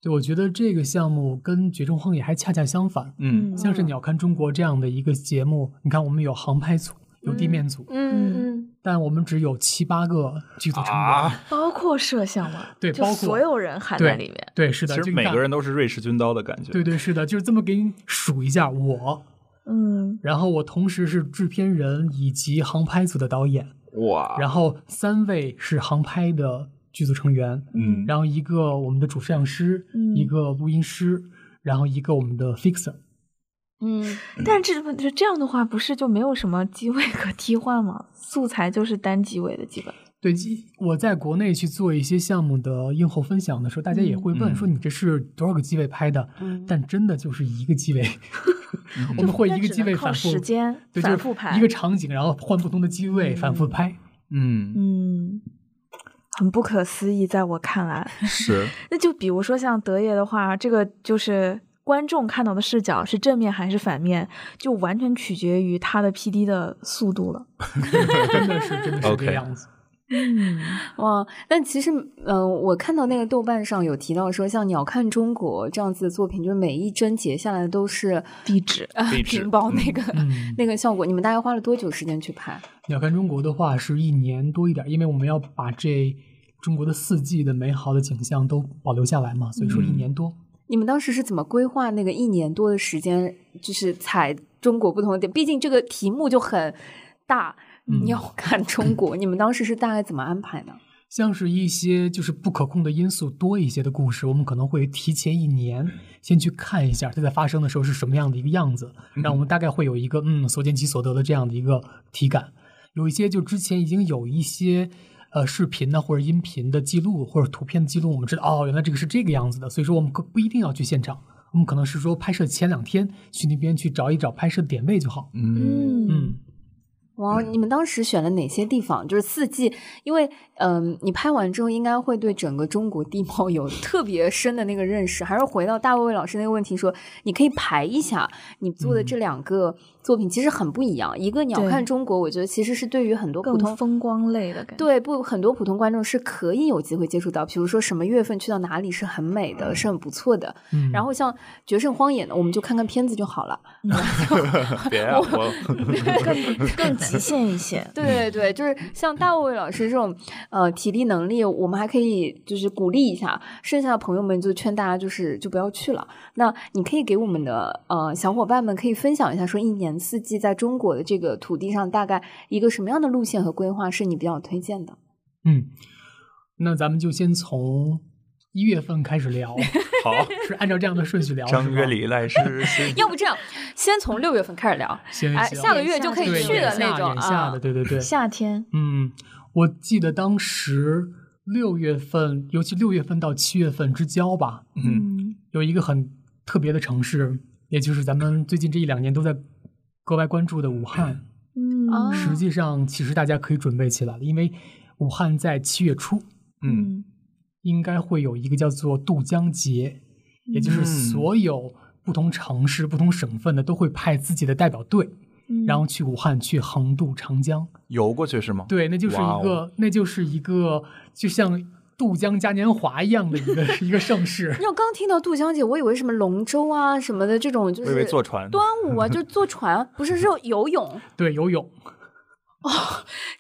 [SPEAKER 4] 对，我觉得这个项目跟《绝症荒野》还恰恰相反，
[SPEAKER 1] 嗯
[SPEAKER 4] 像是《鸟瞰中国》这样的一个节目，你看我们有航拍组，有地面组，
[SPEAKER 5] 嗯嗯
[SPEAKER 4] 但我们只有七八个剧组成员。
[SPEAKER 1] 啊，
[SPEAKER 3] 包括摄像嘛，
[SPEAKER 4] 对
[SPEAKER 3] 就
[SPEAKER 4] 包括
[SPEAKER 3] 所有人含在
[SPEAKER 4] 对
[SPEAKER 3] 里面。
[SPEAKER 4] 对，是
[SPEAKER 1] 其
[SPEAKER 4] 的，
[SPEAKER 1] 实
[SPEAKER 4] 这
[SPEAKER 1] 每
[SPEAKER 4] 大
[SPEAKER 1] 个人都是瑞士军刀的感觉。
[SPEAKER 4] 对对是的，就是这么给你数一下我，
[SPEAKER 3] 嗯，
[SPEAKER 4] 然后我同时是制片人以及航拍组的导演，
[SPEAKER 1] 哇，
[SPEAKER 4] 然后三位是航拍的剧组成员，
[SPEAKER 1] 嗯
[SPEAKER 4] 然后一个我们的主摄像师，
[SPEAKER 3] 嗯
[SPEAKER 4] 一个录音师，然后一个我们的 fixer。
[SPEAKER 5] 嗯，
[SPEAKER 3] 但这这这样的话，不是就没有什么机位可替换吗？素材就是单机位的，基本。
[SPEAKER 4] 对，基我在国内去做一些项目的映后分享的时候，大家也会问
[SPEAKER 1] 嗯
[SPEAKER 4] 说你这是多少个机位拍的？
[SPEAKER 5] 嗯
[SPEAKER 4] 但真的就是一个机位，
[SPEAKER 1] 嗯
[SPEAKER 4] 我们会一个机位
[SPEAKER 3] 那只能靠
[SPEAKER 4] 反复
[SPEAKER 3] 时间
[SPEAKER 4] 对，
[SPEAKER 3] 反
[SPEAKER 4] 就
[SPEAKER 3] 复
[SPEAKER 4] 是
[SPEAKER 3] 拍
[SPEAKER 4] 一个场景，然后换不同的机位
[SPEAKER 3] 嗯
[SPEAKER 4] 反复拍。
[SPEAKER 1] 嗯，
[SPEAKER 3] 嗯，很不可思议，在我看来。
[SPEAKER 1] 是，
[SPEAKER 3] 那就比如说像德爷的话，这个就是观众看到的视角是正面还是反面，就完全取决于他的 PD 的速度了。
[SPEAKER 4] 真的是，真的是这
[SPEAKER 1] OK
[SPEAKER 4] 个样子。
[SPEAKER 3] 嗯，
[SPEAKER 5] 哇！但其实，嗯、我看到那个豆瓣上有提到说，像《鸟瞰中国》这样子的作品，就是每一帧截下来都是
[SPEAKER 3] 地址
[SPEAKER 5] 啊
[SPEAKER 1] 壁纸
[SPEAKER 5] 屏保那个、
[SPEAKER 4] 嗯
[SPEAKER 5] 那个效果。你们大概花了多久时间去拍？
[SPEAKER 4] 鸟瞰中国的话是一年多一点，因为我们要把这中国的四季的美好的景象都保留下来嘛，所以说一
[SPEAKER 1] 嗯
[SPEAKER 4] 年多。
[SPEAKER 5] 你们当时是怎么规划那个一年多的时间，就是踩中国不同的点？毕竟这个题目就很大，
[SPEAKER 4] 嗯
[SPEAKER 5] 你要看中国，你们当时是大概怎么安排的？
[SPEAKER 4] 像是一些就是不可控的因素多一些的故事，我们可能会提前一年
[SPEAKER 5] 嗯
[SPEAKER 4] 先去看一下它在发生的时候是什么样的一个样子，让我们大概会有一个嗯所见即所得的这样的一个体感。有一些就之前已经有一些呃视频呢或者音频的记录或者图片的记录，我们知道哦原来这个是这个样子的，所以说我们可不一定要去现场，我们可能是说拍摄前两天去那边去找一找拍摄的点位就好。
[SPEAKER 1] 嗯，
[SPEAKER 4] 嗯，
[SPEAKER 5] 哇，
[SPEAKER 3] 嗯
[SPEAKER 5] 你们当时选了哪些地方？就是四季，因为嗯、你拍完之后应该会对整个中国地貌有特别深的那个认识。还是回到大卫老师那个问题说，你可以排一下你做的这两个作品，其实很不一样。一个你要
[SPEAKER 3] 嗯对
[SPEAKER 5] 看中国，我觉得其实是对于很多普
[SPEAKER 3] 更
[SPEAKER 5] 通
[SPEAKER 3] 风光类的感觉。
[SPEAKER 5] 对不，很多普通观众是可以有机会接触到，比如说什么月份去到哪里是很美的，是很不错的。
[SPEAKER 4] 嗯
[SPEAKER 5] 然后像《决胜荒野》呢，我们就看看片子就好了。嗯
[SPEAKER 1] 别啊，
[SPEAKER 5] <laughs>
[SPEAKER 1] 我
[SPEAKER 4] 嗯
[SPEAKER 3] <laughs> 更更极限一些。
[SPEAKER 5] 对对对，就是像大卫老师这种呃体力能力，我们还可以就是鼓励一下，剩下的朋友们就劝大家就是就不要去了。那你可以给我们的呃小伙伴们可以分享一下，说一年四季在中国的这个土地上，大概一个什么样的路线和规划是你比较推荐的？
[SPEAKER 4] 嗯，那咱们就先从一月份开始聊，
[SPEAKER 1] <laughs> 好，
[SPEAKER 4] 是按照这样的顺序聊。
[SPEAKER 1] 张
[SPEAKER 4] 是吗
[SPEAKER 1] 约礼来是是
[SPEAKER 5] 要不这样，先从六月份开始聊，
[SPEAKER 4] 行
[SPEAKER 5] 哎，
[SPEAKER 4] 嗯行
[SPEAKER 5] 下个月就可以
[SPEAKER 4] 对
[SPEAKER 5] 去
[SPEAKER 4] 眼
[SPEAKER 5] 的
[SPEAKER 4] 下
[SPEAKER 5] 那种
[SPEAKER 4] 眼下
[SPEAKER 5] 啊
[SPEAKER 4] 的，。对对对，
[SPEAKER 3] 夏天，
[SPEAKER 4] 嗯，我记得当时六月份，尤其六月份到七月份之交吧，
[SPEAKER 1] 嗯
[SPEAKER 3] 嗯，
[SPEAKER 4] 有一个很特别的城市，也就是咱们最近这一两年都在格外关注的武汉。
[SPEAKER 5] 啊
[SPEAKER 3] 嗯
[SPEAKER 4] 实际上，其实大家可以准备起来了，因为武汉在七月初
[SPEAKER 1] 嗯，
[SPEAKER 4] 应该会有一个叫做渡江节，也就是
[SPEAKER 1] 嗯
[SPEAKER 4] 所有不同城市、不同省份的都会派自己的代表队，
[SPEAKER 3] 嗯
[SPEAKER 4] 然后去武汉去横渡长江。
[SPEAKER 1] 游过去是吗？
[SPEAKER 4] 对，那就是一
[SPEAKER 1] 哇哦
[SPEAKER 4] 个，那就是一个，就像渡江嘉年华一样的一个 <laughs> 一个盛世。
[SPEAKER 5] 要刚听到渡江姐，我以为什么龙舟啊什么的这种，就
[SPEAKER 1] 我以为
[SPEAKER 5] 是
[SPEAKER 1] 坐船，
[SPEAKER 5] 端午啊，就坐船，不是是游泳，
[SPEAKER 4] 对，游泳，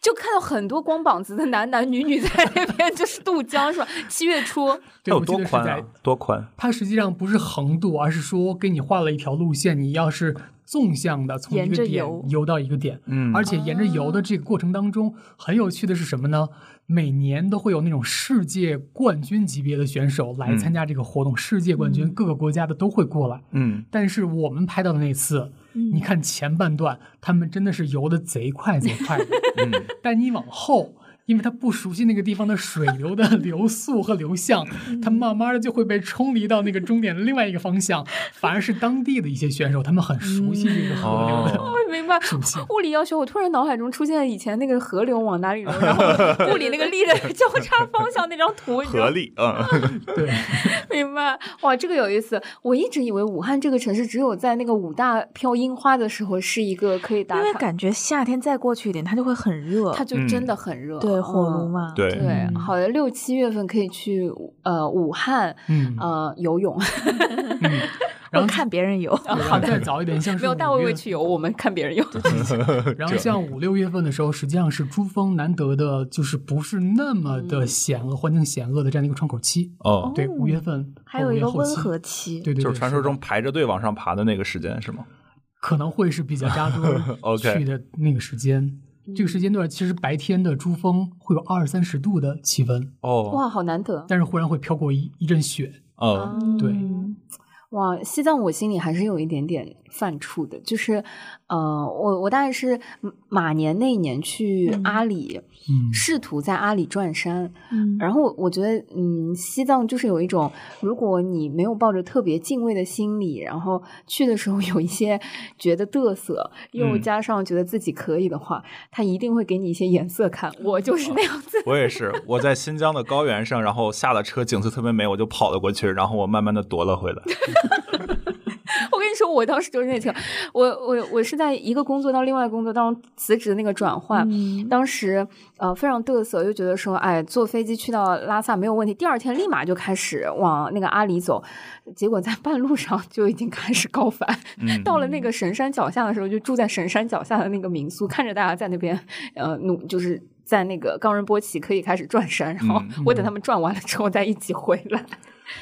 [SPEAKER 5] 就看到很多光膀子的男男女女在那边，就是 <laughs> 渡江是吧？七月初，
[SPEAKER 1] 它
[SPEAKER 4] 对，
[SPEAKER 1] 有
[SPEAKER 4] 我记
[SPEAKER 1] 多
[SPEAKER 4] 得是
[SPEAKER 1] 宽
[SPEAKER 4] 在
[SPEAKER 1] 啊？多宽？
[SPEAKER 4] 它实际上不是横渡，而是说给你画了一条路线，你要是纵向的从一
[SPEAKER 3] 沿
[SPEAKER 4] 个
[SPEAKER 3] 着
[SPEAKER 4] 点
[SPEAKER 3] 游
[SPEAKER 4] 游到一个点，
[SPEAKER 1] 嗯
[SPEAKER 4] 而且沿着游的这个过程当中，很有趣的是什么呢？每年都会有那种世界冠军级别的选手来
[SPEAKER 1] 嗯
[SPEAKER 4] 参加这个活动，世界冠
[SPEAKER 5] 嗯
[SPEAKER 4] 军各个国家的都会过来。
[SPEAKER 1] 嗯，
[SPEAKER 4] 但是我们拍到的那次，
[SPEAKER 5] 嗯
[SPEAKER 4] 你看前半段他们真的是游的
[SPEAKER 5] <laughs>
[SPEAKER 4] 贼快贼快的 <laughs>
[SPEAKER 1] 嗯
[SPEAKER 4] 但你往后，因为他不熟悉那个地方的水流
[SPEAKER 5] <laughs>
[SPEAKER 4] 的流速和流向，
[SPEAKER 5] 嗯
[SPEAKER 4] 他慢慢的就会被冲离到那个终点的另外一个
[SPEAKER 5] <laughs>
[SPEAKER 4] 方向，反而是当地的一些选手，他们很熟悉
[SPEAKER 5] 嗯
[SPEAKER 4] 这个河流的
[SPEAKER 1] 哦
[SPEAKER 5] 我明白。
[SPEAKER 4] 属性。
[SPEAKER 5] 物理要求，我突然脑海中出现了以前那个河流往哪里流，然后物理那个
[SPEAKER 4] <laughs>
[SPEAKER 5] 力的交叉方向那张图，你知道
[SPEAKER 1] 合
[SPEAKER 5] 吗
[SPEAKER 1] 力，嗯，
[SPEAKER 4] 对，
[SPEAKER 5] 明白？哇，这个有意思。我一直以为武汉这个城市只有在那个武大飘樱花的时候是一个可以打
[SPEAKER 3] 因为
[SPEAKER 5] 卡，
[SPEAKER 3] 感觉夏天再过去一点，它就会很热，
[SPEAKER 5] 它就真的很热。
[SPEAKER 3] 对火炉
[SPEAKER 5] 嗯
[SPEAKER 3] 嘛，，
[SPEAKER 1] 对，
[SPEAKER 5] 对，
[SPEAKER 4] 嗯
[SPEAKER 5] 好的，六七月份可以去呃武汉
[SPEAKER 4] 嗯
[SPEAKER 5] 呃游泳，
[SPEAKER 4] 嗯，
[SPEAKER 3] 我
[SPEAKER 4] 然后哦
[SPEAKER 3] 看别人有，
[SPEAKER 4] 对然后再早一点，像
[SPEAKER 5] <laughs>
[SPEAKER 4] 是
[SPEAKER 5] 没有大卫
[SPEAKER 4] 五
[SPEAKER 5] 会
[SPEAKER 4] 月
[SPEAKER 5] 去游，我们看别人游。
[SPEAKER 4] 然后像五六月份的时候，实际上是珠峰难得的，就是不是那么的险恶、环境险恶的这样的一个窗口期。
[SPEAKER 1] 哦，
[SPEAKER 4] 对，
[SPEAKER 3] 嗯哦
[SPEAKER 4] 五月份
[SPEAKER 3] 还有
[SPEAKER 4] 或五
[SPEAKER 3] 一
[SPEAKER 4] 月
[SPEAKER 3] 个
[SPEAKER 4] 后
[SPEAKER 3] 温
[SPEAKER 4] 期
[SPEAKER 3] 和期，
[SPEAKER 4] 对对对，
[SPEAKER 1] 就是传
[SPEAKER 4] 是
[SPEAKER 1] 说
[SPEAKER 4] 的
[SPEAKER 1] 中排着队往上爬的那个时间是吗？
[SPEAKER 4] 可能会是比较扎
[SPEAKER 1] <laughs>
[SPEAKER 4] 堆儿
[SPEAKER 1] OK
[SPEAKER 4] 去的那个时间。这个时间段其实白天的珠峰会有二三十度的气温，
[SPEAKER 1] 哦，
[SPEAKER 5] 哇，好难得。
[SPEAKER 4] 但是忽然会飘过一一阵雪。
[SPEAKER 1] 嗯，
[SPEAKER 3] 哦
[SPEAKER 4] 对
[SPEAKER 5] 嗯哇，西藏我心里还是有一点点犯怵的，就是，呃，我我大概是马年那一年去
[SPEAKER 3] 嗯
[SPEAKER 5] 阿里，
[SPEAKER 4] 嗯，
[SPEAKER 5] 试图在阿里转山，
[SPEAKER 3] 嗯
[SPEAKER 5] 然后我觉得，嗯，西藏就是有一种，如果你没有抱着特别敬畏的心理，然后去的时候有一些觉得嘚瑟，又
[SPEAKER 1] 嗯
[SPEAKER 5] 加上觉得自己可以的话，他一定会给你一些颜色看。我就是那样子，
[SPEAKER 1] 我也是，我在新疆的高原上，然后下了车，景色特别美，我就跑了过去，然后我慢慢的夺了回 <laughs> 来。
[SPEAKER 5] <laughs> 我跟你说，我当时就是那情况，我我我是在一个工作到另外一个工作当中辞职的那个转换，
[SPEAKER 3] 嗯
[SPEAKER 5] 当时呃非常嘚瑟，就觉得说，哎，坐飞机去到拉萨没有问题，第二天立马就开始往那个阿里走，结果在半路上就已经开始高反，
[SPEAKER 1] 嗯
[SPEAKER 5] 到了那个神山脚下的时候，就住在神山脚下的那个民宿，看着大家在那边呃努就是。在那个冈仁波齐可以开始转山，然后
[SPEAKER 1] 嗯
[SPEAKER 5] 我等他们转完了之后再一起回来。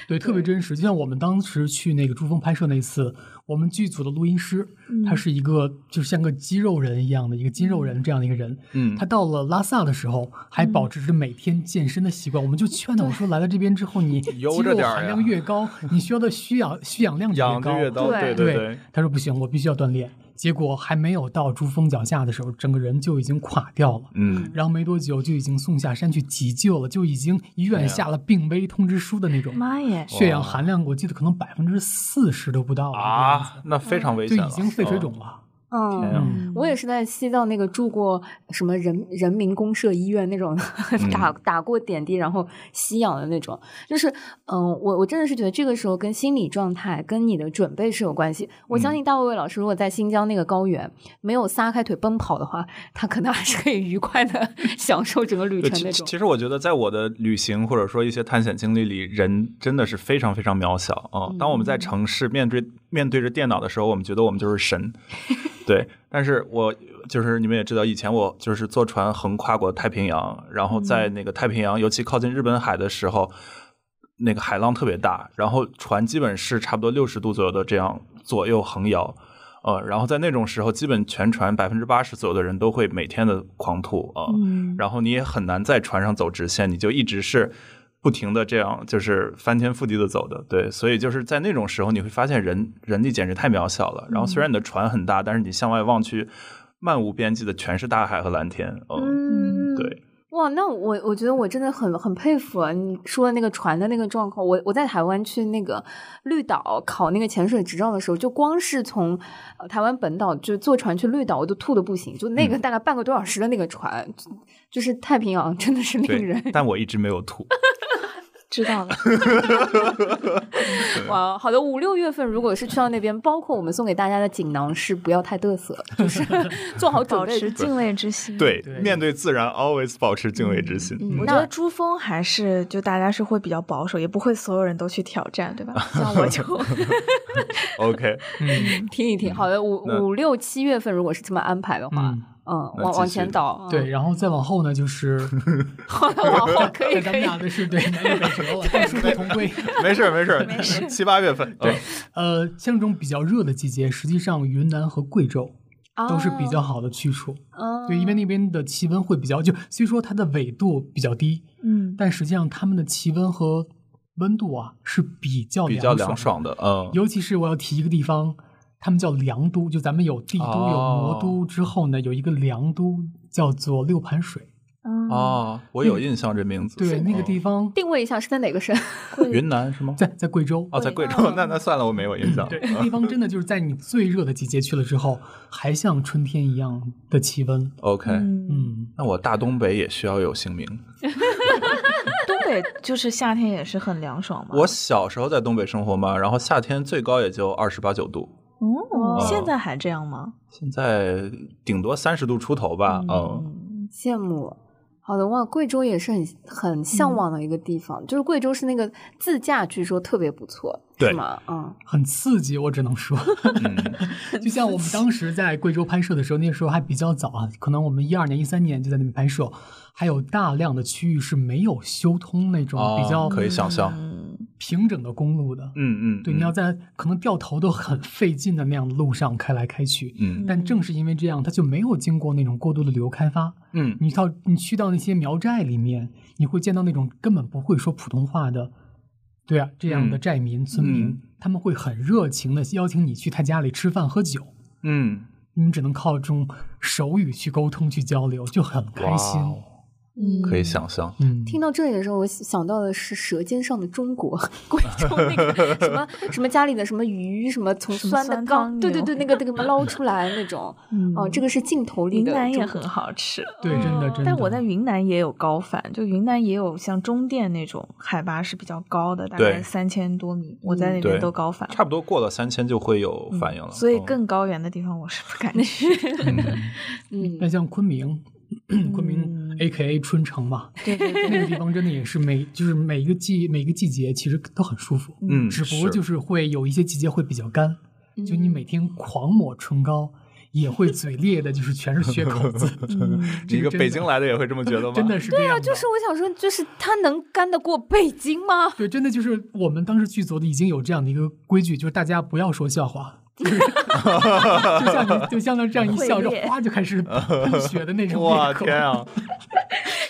[SPEAKER 4] 对，特别真实。就像我们当时去那个珠峰拍摄那一次，我们剧组的录音师，
[SPEAKER 3] 嗯
[SPEAKER 4] 他是一个就像个肌肉人一样的一个筋肉人这样的一个人。
[SPEAKER 1] 嗯
[SPEAKER 4] 他到了拉萨的时候，还保持着每天健身的习惯。我们就劝他，我说来了这边之后，你
[SPEAKER 1] <laughs>
[SPEAKER 4] 肌
[SPEAKER 1] 悠着
[SPEAKER 4] 肉
[SPEAKER 1] 点儿
[SPEAKER 4] 含
[SPEAKER 1] 呀
[SPEAKER 4] 量越高，你需要的需氧需氧量就
[SPEAKER 1] 养的越
[SPEAKER 4] 高。
[SPEAKER 1] 高，
[SPEAKER 3] 对
[SPEAKER 1] 对
[SPEAKER 4] 对，他说不行，我必须要锻炼。结果还没有到珠峰脚下的时候，整个人就已经垮掉了。
[SPEAKER 1] 嗯，
[SPEAKER 4] 然后没多久就已经送下山去急救了，就已经医
[SPEAKER 1] 哎呀
[SPEAKER 4] 院下了病危通知书的那种。
[SPEAKER 3] 妈耶！
[SPEAKER 4] 血氧含量我记得可能百分之四十都不到
[SPEAKER 1] 啊，，那非常危
[SPEAKER 4] 就
[SPEAKER 1] 险
[SPEAKER 4] 已
[SPEAKER 1] 了，嗯
[SPEAKER 4] 经肺水肿了。
[SPEAKER 5] 嗯，
[SPEAKER 1] 天啊
[SPEAKER 4] 嗯
[SPEAKER 5] 我也是在西藏那个住过什么人人民公社医院那种
[SPEAKER 1] 嗯
[SPEAKER 5] <laughs> 打、打过点滴，然后吸氧的那种，就是嗯，我我真的是觉得这个时候跟心理状态跟你的准备是有关系。我
[SPEAKER 1] 嗯
[SPEAKER 5] 相信大卫魏老师如果在新疆那个高原、没有撒开腿奔跑的话，他可能还是可以愉快的 <laughs> 享受整个旅
[SPEAKER 1] 对，
[SPEAKER 5] 程
[SPEAKER 1] 其
[SPEAKER 5] 那
[SPEAKER 1] 其
[SPEAKER 5] 种。
[SPEAKER 1] 其实我觉得，在我的旅行或者说一些探险经历里，人真的是非常非常渺小啊、当我们在
[SPEAKER 5] 嗯
[SPEAKER 1] 城市面对面对着电脑的时候，我们觉得我们就是
[SPEAKER 5] <laughs>
[SPEAKER 1] 神，对。但是我就是你们也知道，以前我就是坐船横跨过太平洋，然后在
[SPEAKER 5] 嗯
[SPEAKER 1] 那个太平洋，尤其靠近日本海的时候，那个海浪特别大，然后船基本是差不多六十度左右的这样左右横摇。呃，然后在那种时候，基本全船百分之八十左右的人都会每天的狂吐啊、
[SPEAKER 3] 嗯
[SPEAKER 1] 然后你也很难在船上走直线，你就一直是不停的这样，就是翻天覆地的走的。对，所以就是在那种时候，你会发现人人力简直太渺小了。然后虽然你的船很大，但是你向外望去，漫无边际的全是大海和蓝天。嗯，
[SPEAKER 3] 嗯，
[SPEAKER 1] 对，
[SPEAKER 5] 哇，那我我觉得我真的很很佩服啊！你说的那个船的那个状况，我我在台湾去那个绿岛考那个潜水执照的时候，就光是从呃台湾本岛就坐船去绿岛，我都吐的不行。就那
[SPEAKER 1] 嗯
[SPEAKER 5] 个大概半个多小时的那个船，就就是太平洋真的是令人
[SPEAKER 1] 对，但我一直没有 <laughs> 吐。
[SPEAKER 3] 知道了。
[SPEAKER 5] 哇！好的，五六月份如果是去到那边，包括我们送给大家的锦囊是不要太嘚瑟，就是 <laughs> 做好准
[SPEAKER 3] 保
[SPEAKER 5] 备
[SPEAKER 3] 持敬畏之心。，
[SPEAKER 1] 对
[SPEAKER 4] 对
[SPEAKER 1] 面对自然，always 保持敬畏之心。嗯
[SPEAKER 3] 我觉得珠峰还是就大家是会比较保守，也不会所有人都去挑
[SPEAKER 1] <laughs>
[SPEAKER 3] 战，对吧？像我就
[SPEAKER 1] OK，
[SPEAKER 5] 听一听。好的，五
[SPEAKER 1] 那
[SPEAKER 5] 五六七月份如果是这么安排的话，
[SPEAKER 4] 嗯，
[SPEAKER 5] 嗯，
[SPEAKER 1] 那
[SPEAKER 5] 往
[SPEAKER 1] 继
[SPEAKER 5] 往
[SPEAKER 1] 续
[SPEAKER 5] 前倒，嗯
[SPEAKER 4] 对，然后再往后呢，就是
[SPEAKER 1] <laughs>
[SPEAKER 5] 好了，往后可以可
[SPEAKER 4] 在咱们
[SPEAKER 5] 以。
[SPEAKER 4] 俩的是 <laughs> 对南辕北辙了，但殊途同归。
[SPEAKER 1] 没事儿 <laughs> 没事儿，七八月份 <laughs> 对，
[SPEAKER 4] 呃，像这种比较热的季节，实际上云南和贵州
[SPEAKER 5] 哦
[SPEAKER 4] 都是比较好的去处。
[SPEAKER 5] 啊
[SPEAKER 4] 对，因为那边的气温会比较，就虽说它的纬度比较低，
[SPEAKER 3] 嗯，
[SPEAKER 4] 但实际上它们的气温和温度啊是比较
[SPEAKER 1] 嗯比较凉
[SPEAKER 4] 凉
[SPEAKER 1] 爽的，嗯，
[SPEAKER 4] 尤其是我要提一个地方，他们叫凉都，就咱们有帝都、有
[SPEAKER 1] 哦
[SPEAKER 4] 魔都之后呢，有一个凉都叫做六盘水。
[SPEAKER 3] 哦，
[SPEAKER 1] 哦，我有印象这名字，
[SPEAKER 4] 嗯对，那个地
[SPEAKER 1] 方
[SPEAKER 4] 方
[SPEAKER 5] 定位一下是在哪个省？ <laughs>
[SPEAKER 1] 云南是吗？
[SPEAKER 4] 在在贵州。
[SPEAKER 1] 哦，在贵州，那那算了，我没有
[SPEAKER 4] <laughs>
[SPEAKER 1] 印象。
[SPEAKER 4] 对，那地方真的就是在你最热的季节去了之后，还像春天一样的气温。
[SPEAKER 1] OK，
[SPEAKER 3] 嗯，
[SPEAKER 4] 嗯，
[SPEAKER 1] 那我大东北也需要有姓名。
[SPEAKER 3] 东北就是夏天也是很凉爽嘛。
[SPEAKER 1] 我小时候在东北生活嘛，然后夏天最高也就二十八九度，
[SPEAKER 3] 哦，现在还这样吗？
[SPEAKER 1] 现在顶多三十度出头吧。嗯，
[SPEAKER 5] 羡慕。好的哇，贵州也是很很向往的一个地方，就是贵州是那个自驾，据说特别不错，
[SPEAKER 1] 对
[SPEAKER 5] 是吗？嗯，
[SPEAKER 4] 很刺激，我只能说，就像我们当时在贵州拍摄的时候，那时候还比较早啊，可能我们一二年、一三年就在那边拍摄，还有大量的区域是没有修通那种比
[SPEAKER 1] 哦
[SPEAKER 4] 较
[SPEAKER 1] 可以想象。
[SPEAKER 3] 嗯
[SPEAKER 4] 平整的公路 <laughs> 的。
[SPEAKER 1] 嗯嗯，
[SPEAKER 4] 对，你要在可能掉头都很费劲的那样的路上开来开去。
[SPEAKER 1] 嗯
[SPEAKER 4] 但正是因为这样，它就没有经过那种过度的旅游开发。
[SPEAKER 1] 嗯
[SPEAKER 4] 你到你去到那些苗寨里面，你会见到那种根本不会说普通话的，对啊，这样的
[SPEAKER 1] 嗯
[SPEAKER 4] 寨民、村民，
[SPEAKER 1] 嗯
[SPEAKER 4] 他们会很热情的邀请你去他家里吃饭喝酒。
[SPEAKER 1] 嗯，
[SPEAKER 4] 你们只能靠这种手语去沟通、去交流，就很开心
[SPEAKER 1] 哇。哦
[SPEAKER 5] 嗯
[SPEAKER 1] 可以想象。
[SPEAKER 4] 嗯，
[SPEAKER 5] 听到这里的时候，我想到的是《舌尖上的中国》， <laughs> 贵州那个什
[SPEAKER 4] <laughs>
[SPEAKER 5] 么什么家里的什么鱼，什么从
[SPEAKER 3] 什么
[SPEAKER 5] 酸的
[SPEAKER 3] 酸
[SPEAKER 5] 缸，
[SPEAKER 3] 汤
[SPEAKER 5] 对对
[SPEAKER 3] 牛
[SPEAKER 5] 对，那个那个什么捞出来那种，
[SPEAKER 3] 嗯
[SPEAKER 5] 哦，这个是镜头里
[SPEAKER 3] 云
[SPEAKER 5] 的
[SPEAKER 3] 南也
[SPEAKER 5] 中
[SPEAKER 3] 很
[SPEAKER 5] 国
[SPEAKER 3] 好吃，
[SPEAKER 4] 对，真的真的。
[SPEAKER 3] 但我在云南也有高反，就云南也有像中甸那种海拔是比较高的，大概
[SPEAKER 1] 对嗯
[SPEAKER 3] 三千多米，我在那
[SPEAKER 1] 对
[SPEAKER 3] 边都高反了，
[SPEAKER 1] 差不多过了三千就会有反应了，
[SPEAKER 3] 所以
[SPEAKER 1] 嗯
[SPEAKER 3] 更高原的地方我是不敢
[SPEAKER 1] <laughs>
[SPEAKER 3] 去。
[SPEAKER 4] <laughs>
[SPEAKER 5] 嗯，
[SPEAKER 4] 但像昆明， <clears throat> 昆明 A K A 春城嘛，
[SPEAKER 3] 嗯对对对，
[SPEAKER 4] 那个地方真的也是每就是每一个季每个季节其实都很舒服，
[SPEAKER 1] 嗯，
[SPEAKER 4] 只不过
[SPEAKER 1] 是
[SPEAKER 4] 就是会有一些季节会比较干，就你每天狂抹唇膏，也会嘴裂的，就是全是血
[SPEAKER 1] <laughs>
[SPEAKER 4] 口子，
[SPEAKER 1] 你一个
[SPEAKER 4] 真的
[SPEAKER 1] 北京来的也会这么觉得吗？
[SPEAKER 4] <laughs> 真的是这样的。
[SPEAKER 5] 啊就是我想说，就是它能干得过北京吗？
[SPEAKER 4] 对，真的就是我们当时剧组里已经有这样的一个规矩，就是大家不要说笑话， <laughs> 就像你就像那这样一笑，
[SPEAKER 3] 会
[SPEAKER 4] 这
[SPEAKER 3] 裂
[SPEAKER 4] 哗就开始喷血的那种
[SPEAKER 1] 哇
[SPEAKER 4] 裂口。
[SPEAKER 1] 天啊！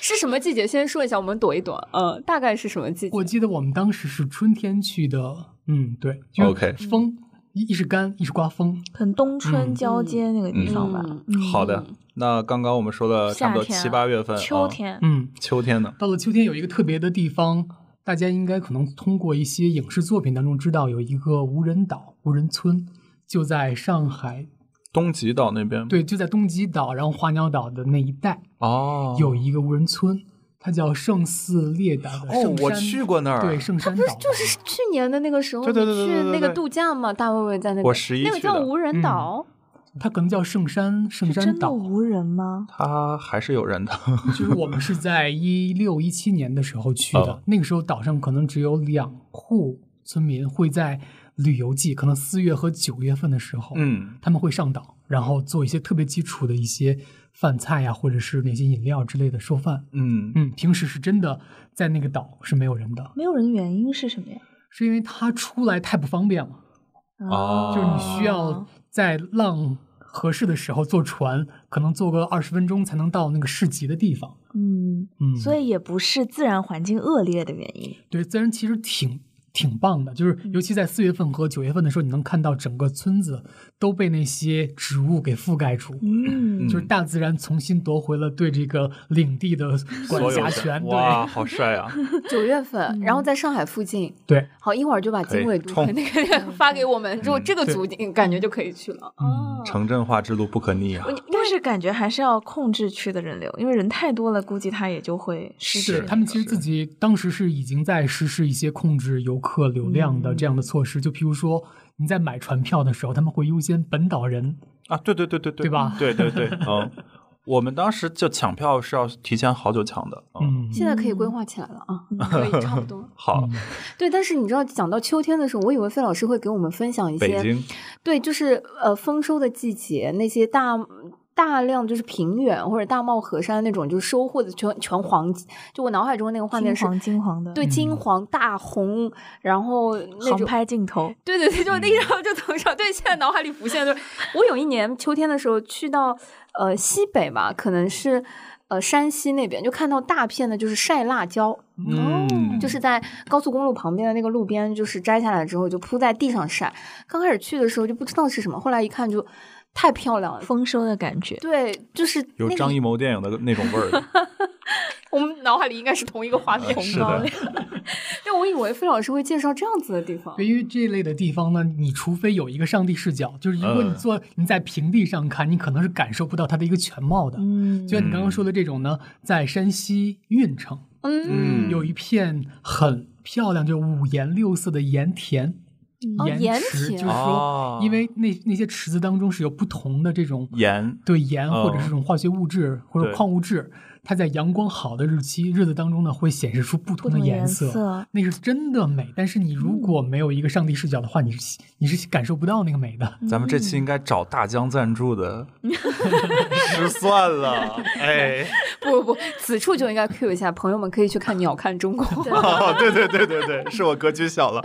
[SPEAKER 5] 是什么季节？先说一下，我们躲一躲。呃，大概是什么季节
[SPEAKER 4] 我？记得我们当时是春天去的，嗯，对就
[SPEAKER 1] <laughs>
[SPEAKER 4] 是
[SPEAKER 1] OK
[SPEAKER 4] 风一一是干，一是刮风，
[SPEAKER 3] 可能冬春
[SPEAKER 1] 嗯
[SPEAKER 3] 交接那个地方吧，
[SPEAKER 5] 嗯
[SPEAKER 3] 嗯
[SPEAKER 1] 好的，那刚刚我们说了差不多
[SPEAKER 3] 夏天啊
[SPEAKER 1] 七八月份，
[SPEAKER 3] 秋
[SPEAKER 1] 啊
[SPEAKER 3] 天，
[SPEAKER 4] 嗯，
[SPEAKER 1] 秋天呢？
[SPEAKER 4] 到了秋天，有一个特别的地方，大家应该可能通过一些影视作品当中知道，有一个无人岛、无人村，就在上海，
[SPEAKER 1] 东极岛那边
[SPEAKER 4] 对，就在东极岛，然后花鸟岛的那一带，
[SPEAKER 1] 哦，
[SPEAKER 4] 有一个无人村，它叫圣寺列岛的
[SPEAKER 1] 哦
[SPEAKER 4] 圣，山。
[SPEAKER 1] 我去过那儿，
[SPEAKER 4] 对，圣山岛
[SPEAKER 5] 就是去年的那个时候，
[SPEAKER 1] 对对对对
[SPEAKER 5] 你
[SPEAKER 1] 对
[SPEAKER 5] 去
[SPEAKER 1] 对
[SPEAKER 5] 那个
[SPEAKER 1] 对
[SPEAKER 5] 度假嘛，大卫卫在那边，
[SPEAKER 1] 我11
[SPEAKER 5] 那个
[SPEAKER 1] 去的嗯
[SPEAKER 5] 叫无人岛，
[SPEAKER 4] 它可能叫圣山圣山
[SPEAKER 3] 真的
[SPEAKER 4] 岛，
[SPEAKER 3] 无人吗？
[SPEAKER 1] 它还是有人的。
[SPEAKER 4] 就是我们是在一六一七年的时候去的
[SPEAKER 1] 哦，
[SPEAKER 4] 那个时候岛上可能只有两户村民会在旅游季，可能四月和九月份的时候，
[SPEAKER 1] <laughs> 嗯，
[SPEAKER 4] 他们会上岛，然后做一些特别基础的一些饭菜呀、或者是那些饮料之类的售饭。
[SPEAKER 1] 嗯，
[SPEAKER 4] 嗯，平时是真的在那个岛是没有人的，
[SPEAKER 3] 没有人的原因是什么呀？
[SPEAKER 4] 是因为它出来太不方便了，
[SPEAKER 3] 啊
[SPEAKER 1] 哦
[SPEAKER 4] 就是你需要在浪合适的时候坐船，可能坐个二十分钟才能到那个市集的地方。
[SPEAKER 3] 嗯，
[SPEAKER 4] 嗯，
[SPEAKER 3] 所以也不是自然环境恶劣的原因。
[SPEAKER 4] 对自然其实挺挺棒的，就是尤其在四月份和九月份的时候，你能看到整个村子都被那些植物给覆盖住。
[SPEAKER 3] 嗯
[SPEAKER 4] 就是大自然重新夺回了对这个领地的
[SPEAKER 1] 所
[SPEAKER 4] 管
[SPEAKER 1] 有
[SPEAKER 4] 辖
[SPEAKER 1] 的
[SPEAKER 4] 权。
[SPEAKER 1] 哇，
[SPEAKER 4] 对
[SPEAKER 1] 好帅 <laughs> 啊！
[SPEAKER 5] 九月份，然后在上海附近。
[SPEAKER 4] 对，
[SPEAKER 5] 好，一会儿就把经纬度
[SPEAKER 1] 可以
[SPEAKER 5] 和 <laughs> 那个发给我们，之后
[SPEAKER 1] 嗯
[SPEAKER 5] 这个组感觉就可以去了。
[SPEAKER 4] 嗯，
[SPEAKER 1] 城镇化之路不可逆啊！
[SPEAKER 3] 但是感觉还是要控制区的人流，因为人太多了，估计他也就会失
[SPEAKER 1] 是
[SPEAKER 3] 去。
[SPEAKER 4] 他们其实自己当时是已经在实施一些控制游客流量的这样的措施，就譬如说你在买船票的时候，他们会优先本岛人，
[SPEAKER 1] 啊，对对对对对，
[SPEAKER 4] 对吧
[SPEAKER 1] 对对 <laughs> 对，嗯，我们当时就抢票是要提前好久抢的。嗯，
[SPEAKER 4] 嗯，
[SPEAKER 5] 现在可以规划起来了啊，可以差不 <laughs> 多。
[SPEAKER 1] 好，
[SPEAKER 5] 对，但是你知道，讲到秋天的时候，我以为费老师会给我们分享一
[SPEAKER 1] 北
[SPEAKER 5] 些，
[SPEAKER 1] 京
[SPEAKER 5] 对，就是呃丰收的季节，那些大大量就是平原或者大帽河山那种，就是收获的全全黄，就我脑海中那个画面
[SPEAKER 3] 金
[SPEAKER 5] 是，
[SPEAKER 3] 黄金黄的，
[SPEAKER 5] 对，金黄大红，然后那
[SPEAKER 3] 航
[SPEAKER 5] 种。
[SPEAKER 3] 拍嗯镜头，
[SPEAKER 5] 对对对，就那然后就从上，对，现在脑海里浮现就是，我有一年秋天的时候去到呃西北吧，可能是呃山西那边，就看到大片的就是晒辣椒，
[SPEAKER 3] 哦
[SPEAKER 1] 嗯
[SPEAKER 5] 哦就是在高速公路旁边的那个路边，就是摘下来之后就铺在地上晒。刚开始去的时候就不知道是什么，后来一看就太漂亮了。
[SPEAKER 3] 丰收的感觉。
[SPEAKER 5] 对，就是
[SPEAKER 1] 有
[SPEAKER 5] 那
[SPEAKER 1] 张
[SPEAKER 5] 个，
[SPEAKER 1] 艺谋电影的那种味儿。
[SPEAKER 5] 我们脑海里应该是同一个画面。
[SPEAKER 1] 啊是的，
[SPEAKER 5] <laughs> 对，我以为费老师会介绍这样子的地方。
[SPEAKER 4] 对，因为这类的地方呢，你除非有一个上帝视角，就是如果你
[SPEAKER 1] 嗯
[SPEAKER 4] 坐、你在平地上看，你可能是感受不到它的一个全貌的。
[SPEAKER 3] 嗯
[SPEAKER 4] 就像你刚刚说的这种呢，在山西运城
[SPEAKER 5] <laughs> 嗯，
[SPEAKER 1] 嗯，
[SPEAKER 4] 有一片很漂亮，就五颜六色的盐田，
[SPEAKER 5] 哦盐
[SPEAKER 4] 池，
[SPEAKER 5] 田
[SPEAKER 4] 就是说
[SPEAKER 1] 哦，
[SPEAKER 4] 因为那那些池子当中是有不同的这种
[SPEAKER 1] 盐
[SPEAKER 4] 对盐或者
[SPEAKER 1] 哦
[SPEAKER 4] 是这种化学物质或者
[SPEAKER 1] 对
[SPEAKER 4] 矿物质，它在阳光好的日期日子当中呢，会显示出不
[SPEAKER 3] 不
[SPEAKER 4] 同的
[SPEAKER 3] 同
[SPEAKER 4] 颜
[SPEAKER 3] 颜
[SPEAKER 4] 色。那是真的美，但是你如果没有一个上帝视角的话，你是你是感受不到那个美的。
[SPEAKER 1] 咱们这
[SPEAKER 5] 嗯
[SPEAKER 1] 期应该找大疆赞助
[SPEAKER 5] <laughs>
[SPEAKER 1] 的，失算了，哎，
[SPEAKER 5] 不不不，此处就应该 cue 一下，朋友们可以去看《鸟看中国》。
[SPEAKER 1] 哦， <laughs> 对对对对对，是我格局小了。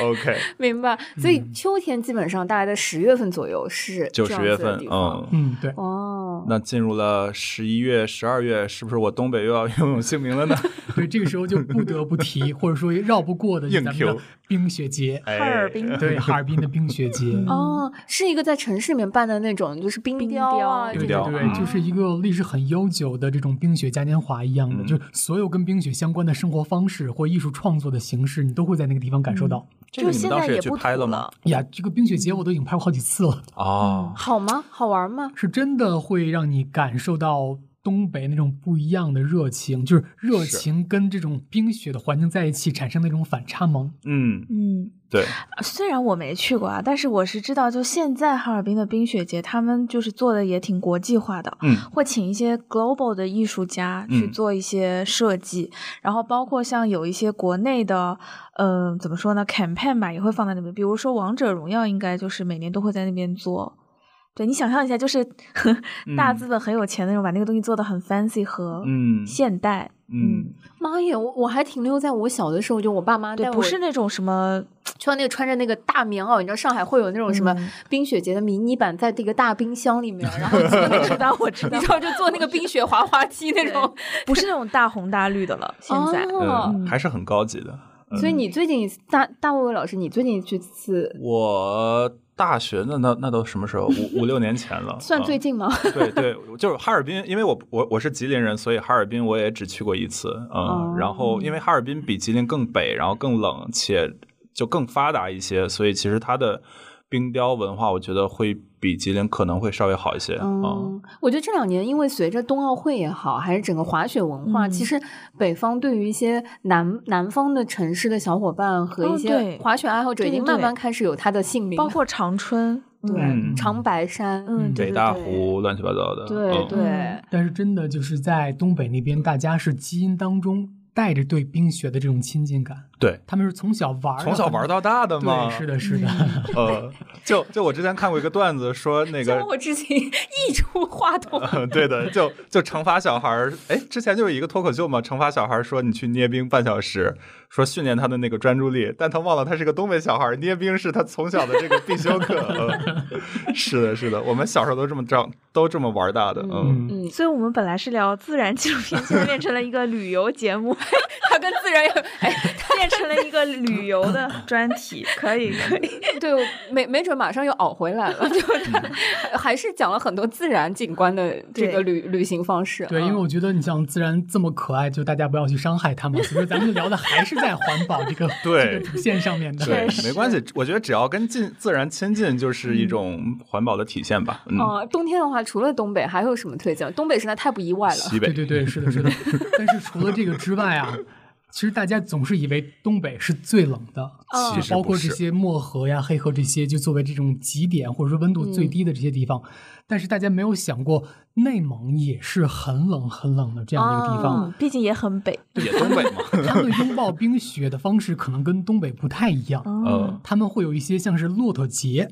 [SPEAKER 1] OK，
[SPEAKER 5] <laughs> 明白。
[SPEAKER 1] 嗯
[SPEAKER 5] 所以秋天基本上大概在十月份左右是
[SPEAKER 1] 九十
[SPEAKER 5] 这样
[SPEAKER 1] 月
[SPEAKER 5] 子的
[SPEAKER 1] 份
[SPEAKER 5] 地，方。
[SPEAKER 1] 嗯。
[SPEAKER 4] 嗯，对，
[SPEAKER 5] 哦，
[SPEAKER 1] 那进入了十一月、十二月，是不是我东北又要 <laughs> 拥有姓名了呢？
[SPEAKER 4] 所以这个时候就不得不提，或者说绕不过的就是
[SPEAKER 1] 硬
[SPEAKER 4] 咱们的
[SPEAKER 1] Q
[SPEAKER 4] 冰雪节，
[SPEAKER 1] 哎
[SPEAKER 3] <laughs> 哈尔滨
[SPEAKER 4] <laughs> 对，哈尔滨的冰雪节，
[SPEAKER 1] <laughs>
[SPEAKER 5] 哦，是一个在城市里面办的那种，就是冰
[SPEAKER 3] 冰
[SPEAKER 5] 雕啊，
[SPEAKER 3] 雕
[SPEAKER 4] 对
[SPEAKER 5] 这
[SPEAKER 4] 对
[SPEAKER 1] 雕
[SPEAKER 5] 种
[SPEAKER 4] 对，就是一个历史很悠久的这种冰雪嘉年华一样的，
[SPEAKER 1] 嗯嗯
[SPEAKER 4] 就是所有跟冰雪相关的生活方式或艺术创作的形式，你都会在那个地方感受到。哎
[SPEAKER 1] 这个你们
[SPEAKER 3] 就现
[SPEAKER 1] 当
[SPEAKER 3] 在
[SPEAKER 1] 时也
[SPEAKER 3] 也
[SPEAKER 1] 去
[SPEAKER 3] 不
[SPEAKER 1] 拍
[SPEAKER 3] 土
[SPEAKER 1] 了吗？
[SPEAKER 4] 呀，这个冰雪节我都已经拍过好几次了， <laughs>
[SPEAKER 1] 哦，
[SPEAKER 5] 好吗？好玩吗？
[SPEAKER 4] 是真的会让你感受到东北那种不一样的热情，就是热
[SPEAKER 1] 是
[SPEAKER 4] 情跟这种冰雪的环境在一起产生那种反差萌。
[SPEAKER 1] 嗯，
[SPEAKER 3] 嗯，
[SPEAKER 1] 对，
[SPEAKER 3] 虽然我没去过啊，但是我是知道，就现在哈尔滨的冰雪节，他们就是做的也挺国际化的，
[SPEAKER 1] 嗯
[SPEAKER 3] 会请一些 global 的艺术家去
[SPEAKER 1] 嗯
[SPEAKER 3] 做一些设计，然后包括像有一些国内的，呃，怎么说呢，campaign 吧，也会放在那边。比如说《王者荣耀》，应该就是每年都会在那边做。对你想象一下，就是 <laughs> 大资本很有钱的那种，把那个东西做的很 fancy 和
[SPEAKER 1] 嗯
[SPEAKER 3] 现代，
[SPEAKER 1] 嗯
[SPEAKER 5] 妈呀，我我还停留在我小的时候，就我爸妈带
[SPEAKER 3] 对，
[SPEAKER 5] 啊我
[SPEAKER 3] 不是那种什
[SPEAKER 1] <laughs>
[SPEAKER 3] 么，
[SPEAKER 5] 穿那个穿着那个大棉袄，你知道上海会有那种什
[SPEAKER 3] 嗯
[SPEAKER 5] 么冰雪节的迷你版，在这个大冰
[SPEAKER 3] <laughs>
[SPEAKER 5] 箱里面，然后
[SPEAKER 3] 我知道，我知道
[SPEAKER 5] 你知，道就
[SPEAKER 3] <laughs>
[SPEAKER 5] 坐那个冰雪滑滑梯那种。
[SPEAKER 3] 不是那种大红大绿的了。现在，
[SPEAKER 5] 哦
[SPEAKER 1] 嗯，还是很高级的。
[SPEAKER 3] 嗯
[SPEAKER 5] 所以你最近一次大大卫老师，你最近一次
[SPEAKER 1] 我大学那那那都什么时候？五五六年前
[SPEAKER 3] <laughs>
[SPEAKER 1] 了，
[SPEAKER 5] 算
[SPEAKER 1] 嗯
[SPEAKER 5] 最近吗？
[SPEAKER 1] <laughs> 对对，就是哈尔滨，因为我我我是吉林人，所以哈尔滨我也只去过一次，嗯，
[SPEAKER 5] 哦
[SPEAKER 1] 然后因为哈尔滨比吉林更北，然后更冷，且就更发达一些，所以其实它的冰雕文化，我觉得会比吉林可能会稍微好一些，
[SPEAKER 3] 啊
[SPEAKER 1] 嗯，
[SPEAKER 5] 嗯，我觉得这两年因为随着冬奥会也好，还是整个滑雪文化，
[SPEAKER 3] 嗯
[SPEAKER 5] 其实北方对于一些南南方的城市的小伙伴和
[SPEAKER 3] 哦
[SPEAKER 5] 一些
[SPEAKER 3] 对
[SPEAKER 5] 滑雪爱好者，
[SPEAKER 3] 对
[SPEAKER 5] 已
[SPEAKER 3] 对
[SPEAKER 5] 经慢慢
[SPEAKER 3] 对
[SPEAKER 5] 开始有它的姓名了，
[SPEAKER 3] 包括长春，
[SPEAKER 5] 对、
[SPEAKER 1] 嗯
[SPEAKER 5] 长白山，
[SPEAKER 3] 嗯，对
[SPEAKER 1] 北
[SPEAKER 3] 对
[SPEAKER 1] 大
[SPEAKER 3] 对
[SPEAKER 1] 湖乱七八糟的，
[SPEAKER 5] 对
[SPEAKER 1] 嗯
[SPEAKER 5] 对。
[SPEAKER 3] 嗯
[SPEAKER 4] 但是真的就是在东北那边，大家是基因当中带着对冰雪的这种亲近感，
[SPEAKER 1] 对，
[SPEAKER 4] 他们是从小玩儿的，
[SPEAKER 1] 从小玩到大的嘛，
[SPEAKER 4] 对，是，的，是的，
[SPEAKER 1] 呃， <laughs> 就就我之前看过一个段子，说
[SPEAKER 5] <laughs>
[SPEAKER 1] 那个
[SPEAKER 5] 像我之前溢出
[SPEAKER 3] <laughs>
[SPEAKER 5] 话筒，
[SPEAKER 1] <laughs> 对的，就就惩罚小孩儿。哎，之前就是一个脱口秀嘛，惩罚小孩儿说你去捏冰半小时，说训练他的那个专注力，但他忘了他是个东北小孩儿，捏冰是他从小的这个必修课。 <laughs> 嗯是的，是的，我们小时候都这么长，都这么玩儿大的。嗯，
[SPEAKER 4] <laughs> 嗯，
[SPEAKER 3] 所以我们本来是聊自然纪录片，现在变成了一个旅游节目， <laughs>
[SPEAKER 5] 它跟自然有哎，
[SPEAKER 3] 变成了一个旅游的专题，可以可以。
[SPEAKER 5] 哎对，我没没准马上又熬回来了，就是 <laughs> 还是讲了很多自然景观的这个
[SPEAKER 3] 嗯对
[SPEAKER 5] 旅旅行方式啊。
[SPEAKER 4] 对，因
[SPEAKER 1] 嗯
[SPEAKER 4] 为我觉得你像自然这么可爱，就大家不要去伤害它们。所以说咱们聊的还是在环保
[SPEAKER 1] <laughs>
[SPEAKER 4] 这个
[SPEAKER 1] 对
[SPEAKER 4] 这个主线上面的。
[SPEAKER 1] 对，嗯没关系，我觉得只要跟近自然亲近，就是一种环保的体现吧。嗯，
[SPEAKER 5] 哦、冬天的话，除了东北，还有什么推荐？东北实在太不意外了。
[SPEAKER 1] 西
[SPEAKER 4] 对
[SPEAKER 1] 北，
[SPEAKER 4] 对对，是的，是的。但是除了这个之外啊，其实大家总是以为东北是最冷的，
[SPEAKER 5] 嗯
[SPEAKER 1] 其实
[SPEAKER 4] 包
[SPEAKER 1] 不
[SPEAKER 4] 括这
[SPEAKER 1] 是。
[SPEAKER 4] 些漠河呀、黑河这些，就作为这种极点或者说温度最低的这些地方。但是大家没有想过，内蒙也是很冷很冷的这样的一个地方。
[SPEAKER 3] 嗯，毕竟也很北，
[SPEAKER 1] 也东北嘛，
[SPEAKER 4] 他们拥抱冰雪的方式可能跟东北不太一样。
[SPEAKER 3] 哦
[SPEAKER 1] 嗯，
[SPEAKER 4] 他们会有一些像是骆驼节，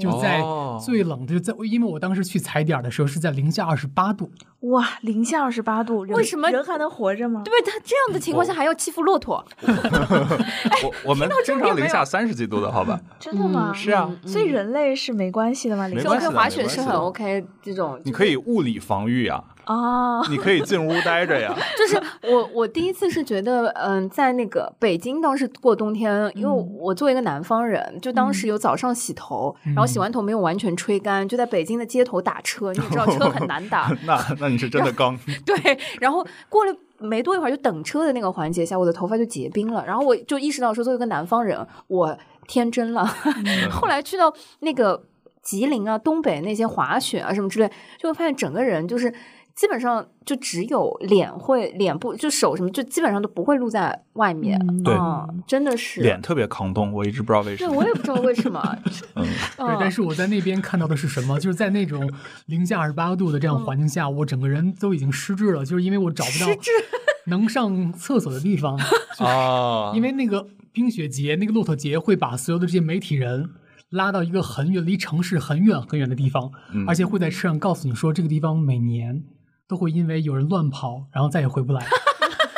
[SPEAKER 4] 就在
[SPEAKER 1] 哦
[SPEAKER 4] 最冷的，就在因为我当时去踩点儿的时候是在零下二十八度，
[SPEAKER 3] 哇，零下二十八度，人
[SPEAKER 5] 为什么
[SPEAKER 3] 人还能活着吗？
[SPEAKER 5] 对不对？他这样的情况
[SPEAKER 1] 哦
[SPEAKER 5] 下还要欺负骆驼，
[SPEAKER 1] 我我们经常零下三十几度的，好吧？
[SPEAKER 3] 真的吗？
[SPEAKER 1] 是啊，
[SPEAKER 3] 所以人类是没关系的吗？零
[SPEAKER 1] 没
[SPEAKER 3] 下
[SPEAKER 5] 就
[SPEAKER 1] 关系
[SPEAKER 5] 跟
[SPEAKER 1] 的
[SPEAKER 5] 滑雪是
[SPEAKER 1] 没关系
[SPEAKER 5] 很
[SPEAKER 1] 的
[SPEAKER 5] OK 这种。
[SPEAKER 1] 你可以物理防御呀，
[SPEAKER 3] 哦，
[SPEAKER 1] 你可以进屋待着呀。
[SPEAKER 5] 就是 <laughs> 我，我第一次是觉得，嗯，在那个北京当时过冬天，因为我作为一个南方人，就当时有早上洗头，然后洗完头没有完全吹干，就在北京的街头打车，你也知道车很难
[SPEAKER 1] <laughs>
[SPEAKER 5] 打，
[SPEAKER 1] 那那你是真的刚，
[SPEAKER 5] <laughs> 对，然后过了没多一会儿，就等车的那个环节下，我的头发就结冰了。然后我就意识到说，作为一个南方人，我天真了。
[SPEAKER 1] 嗯
[SPEAKER 5] <laughs> 后来去到那个吉林啊、东北那些滑雪啊什么之类，就会发现整个人就是基本上就只有脸会、脸部就手什么，就基本上都不会露在外面。
[SPEAKER 1] 嗯对
[SPEAKER 5] 啊真的是。
[SPEAKER 1] 脸特别抗冻，我一直不知道为什
[SPEAKER 5] 对，
[SPEAKER 1] 么
[SPEAKER 5] 我。也不知道为
[SPEAKER 1] <laughs>
[SPEAKER 5] 什么。
[SPEAKER 1] 嗯，
[SPEAKER 4] 对。但是我在那边看到的是什么？就是在那种零下二十八度的这样环境下，我整个人都已经失智了，就是因为我找不到 <laughs> 能上厕所的地方，
[SPEAKER 1] 啊
[SPEAKER 4] 因为那个冰雪节、那个骆驼节会把所有的这些媒体人。拉到一个很远、离城市很远很远的地方，而且会在车上告诉你说，这个地方每年都会因为有人乱跑，然后再也回不来。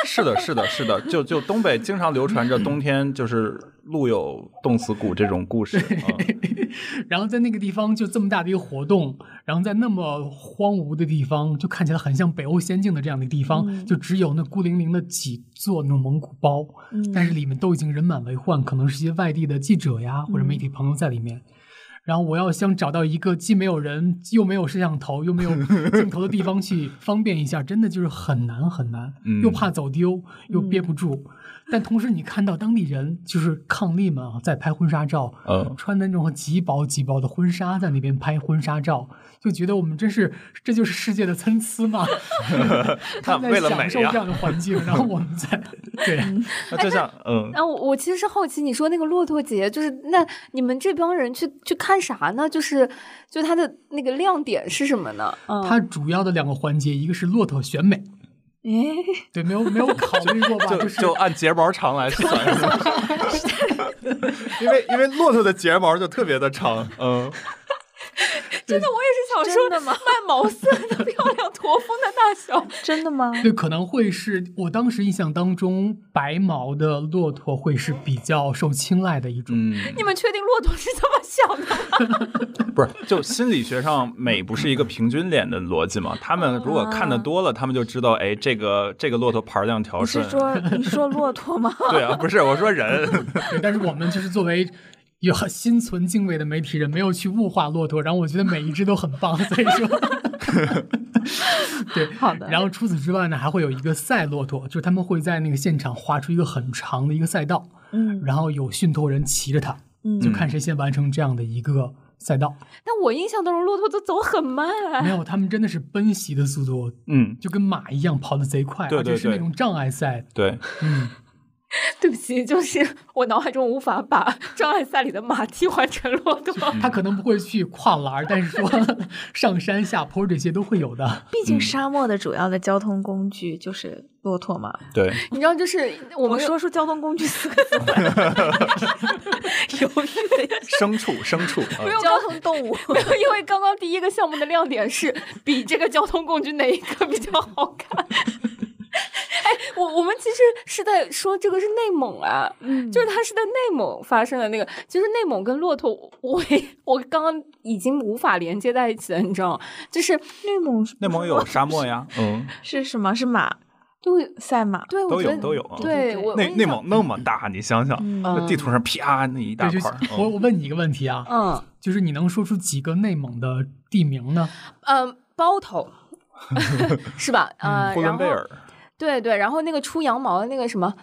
[SPEAKER 1] 是的，是的，是的，就就东北经常流传着冬天就是路有冻死骨这种故事。嗯
[SPEAKER 4] 然后在那个地方就这么大的一个活动，然后在那么荒芜的地方，就看起来很像北欧仙境的这样的地方，就只有那孤零零的几座那种蒙古包，但是里面都已经人满为患，可能是一些外地的记者呀或者媒体朋友在里面。然后我要想找到一个既没有人又没有摄像头又没有镜头的地方去方便一下，真的就是很难很难，
[SPEAKER 1] 嗯
[SPEAKER 4] 又怕走丢又憋不住。但同时，你看到当地人就是伉俪们啊，在拍婚纱照，
[SPEAKER 1] 嗯
[SPEAKER 4] 穿的那种极薄极薄的婚纱，在那边拍婚纱照，就觉得我们真是这就是世界的参
[SPEAKER 1] <laughs>
[SPEAKER 4] 差嘛。他们
[SPEAKER 1] 为
[SPEAKER 4] 在
[SPEAKER 1] 了美啊
[SPEAKER 4] 享受
[SPEAKER 1] 呀
[SPEAKER 4] 这样的环境，然后我们
[SPEAKER 1] <laughs>
[SPEAKER 4] 在对。
[SPEAKER 1] 那就像嗯，
[SPEAKER 5] 那我啊我其实是好奇，你说那个骆驼节，就是那你们这帮人去去看啥呢？就是就它的那个亮点是什么呢？嗯，
[SPEAKER 4] 它主要的两个环节，一个是骆驼选美，
[SPEAKER 3] 哎，
[SPEAKER 4] 对，没有
[SPEAKER 1] <laughs>
[SPEAKER 4] 没有考虑过吧？
[SPEAKER 1] 就
[SPEAKER 4] 就是
[SPEAKER 1] 就按睫毛长来算，是吧因为因为骆驼的睫毛就特别的长，嗯，
[SPEAKER 5] <laughs> 真的，我也是想说
[SPEAKER 3] 真的
[SPEAKER 5] <laughs>
[SPEAKER 3] 吗？
[SPEAKER 5] 卖毛色的漂亮驼峰的大小，
[SPEAKER 3] <laughs> 真的吗？
[SPEAKER 4] 对，可能会是我当时印象当中，白毛的骆驼会是比较受青睐的一种。
[SPEAKER 1] 嗯，
[SPEAKER 5] 你们确定骆驼是这么想的 <laughs> 吗？
[SPEAKER 1] 不是，就心理学上美不是一个平均脸的逻辑嘛？他们如果看的多了，他们就知道，哎，这个这个骆驼排量调
[SPEAKER 3] 你是
[SPEAKER 1] 顺。
[SPEAKER 3] 说你说骆驼吗？ <laughs>
[SPEAKER 1] <laughs> 对啊，不是我说人，
[SPEAKER 4] 对，但是我们就是作为有很心存敬畏的媒体人，没有去物化骆驼，然后我觉得每一只都很棒，所以说 <laughs> 对。
[SPEAKER 5] 好的
[SPEAKER 4] 然后除此之外呢，还会有一个赛骆驼，就是他们会在那个现场划出一个很长的一个赛道，
[SPEAKER 3] 嗯
[SPEAKER 4] 然后有驯头人骑着它，
[SPEAKER 3] 嗯
[SPEAKER 4] 就看谁先完成这样的一个赛道。
[SPEAKER 5] 但我印象当中，骆驼都走很慢。
[SPEAKER 4] 没有，他们真的是奔袭的速度，
[SPEAKER 1] 嗯，
[SPEAKER 4] 就跟马一样跑得贼快，
[SPEAKER 1] 对对
[SPEAKER 4] 而且是那
[SPEAKER 1] 对
[SPEAKER 4] 种障碍赛。
[SPEAKER 1] 对，
[SPEAKER 4] 嗯，
[SPEAKER 5] <laughs> 对不起，就是我脑海中无法把障碍赛里的马替换成骆 <laughs> 驼。
[SPEAKER 1] 嗯
[SPEAKER 4] 他可能不会去跨栏儿，但是说 <laughs> 上山下坡这些都会有的。
[SPEAKER 3] 毕竟沙漠的主要的交通工具就是骆驼嘛。
[SPEAKER 1] <laughs> 对，
[SPEAKER 5] 你知道，就是我
[SPEAKER 3] 我
[SPEAKER 5] 们
[SPEAKER 3] 说出交通工具四个字， <laughs> 犹豫了一下
[SPEAKER 1] 牲畜，牲畜，啊
[SPEAKER 5] 有
[SPEAKER 3] 交通动物。
[SPEAKER 5] 没有，因为刚刚第一个项目的亮点是比这个交通工具哪一个比较好看。哎，我我们其实是在说这个是内蒙啊，
[SPEAKER 3] 嗯
[SPEAKER 5] 就是它是在内蒙发生的那个，就是内蒙跟骆驼，我 <laughs> 也我刚刚已经无法连接在一起了，你知道吗？就是
[SPEAKER 3] 内蒙是
[SPEAKER 1] 内蒙有沙漠呀，嗯，
[SPEAKER 3] 是什么？是马
[SPEAKER 5] 对
[SPEAKER 3] 赛马？
[SPEAKER 5] 对，我
[SPEAKER 1] 都
[SPEAKER 5] 觉
[SPEAKER 1] 有
[SPEAKER 5] 得
[SPEAKER 1] 都有啊
[SPEAKER 5] 对我我
[SPEAKER 1] 内
[SPEAKER 5] 印
[SPEAKER 1] 内
[SPEAKER 5] 象
[SPEAKER 1] 蒙那么大，你想想，那地图上啪那一大
[SPEAKER 4] 对，就
[SPEAKER 1] 块
[SPEAKER 4] 是
[SPEAKER 1] 儿，
[SPEAKER 4] 我
[SPEAKER 1] 嗯
[SPEAKER 4] 我问你一个问题啊，
[SPEAKER 5] 嗯
[SPEAKER 4] 就是你能说出几个内蒙的地名呢？
[SPEAKER 5] 嗯包
[SPEAKER 1] <laughs>
[SPEAKER 5] 头是吧？呃，
[SPEAKER 1] 嗯呼
[SPEAKER 5] 然
[SPEAKER 1] 伦
[SPEAKER 5] 后
[SPEAKER 1] 贝尔、
[SPEAKER 5] 对对，然后那个出羊毛的那个什么。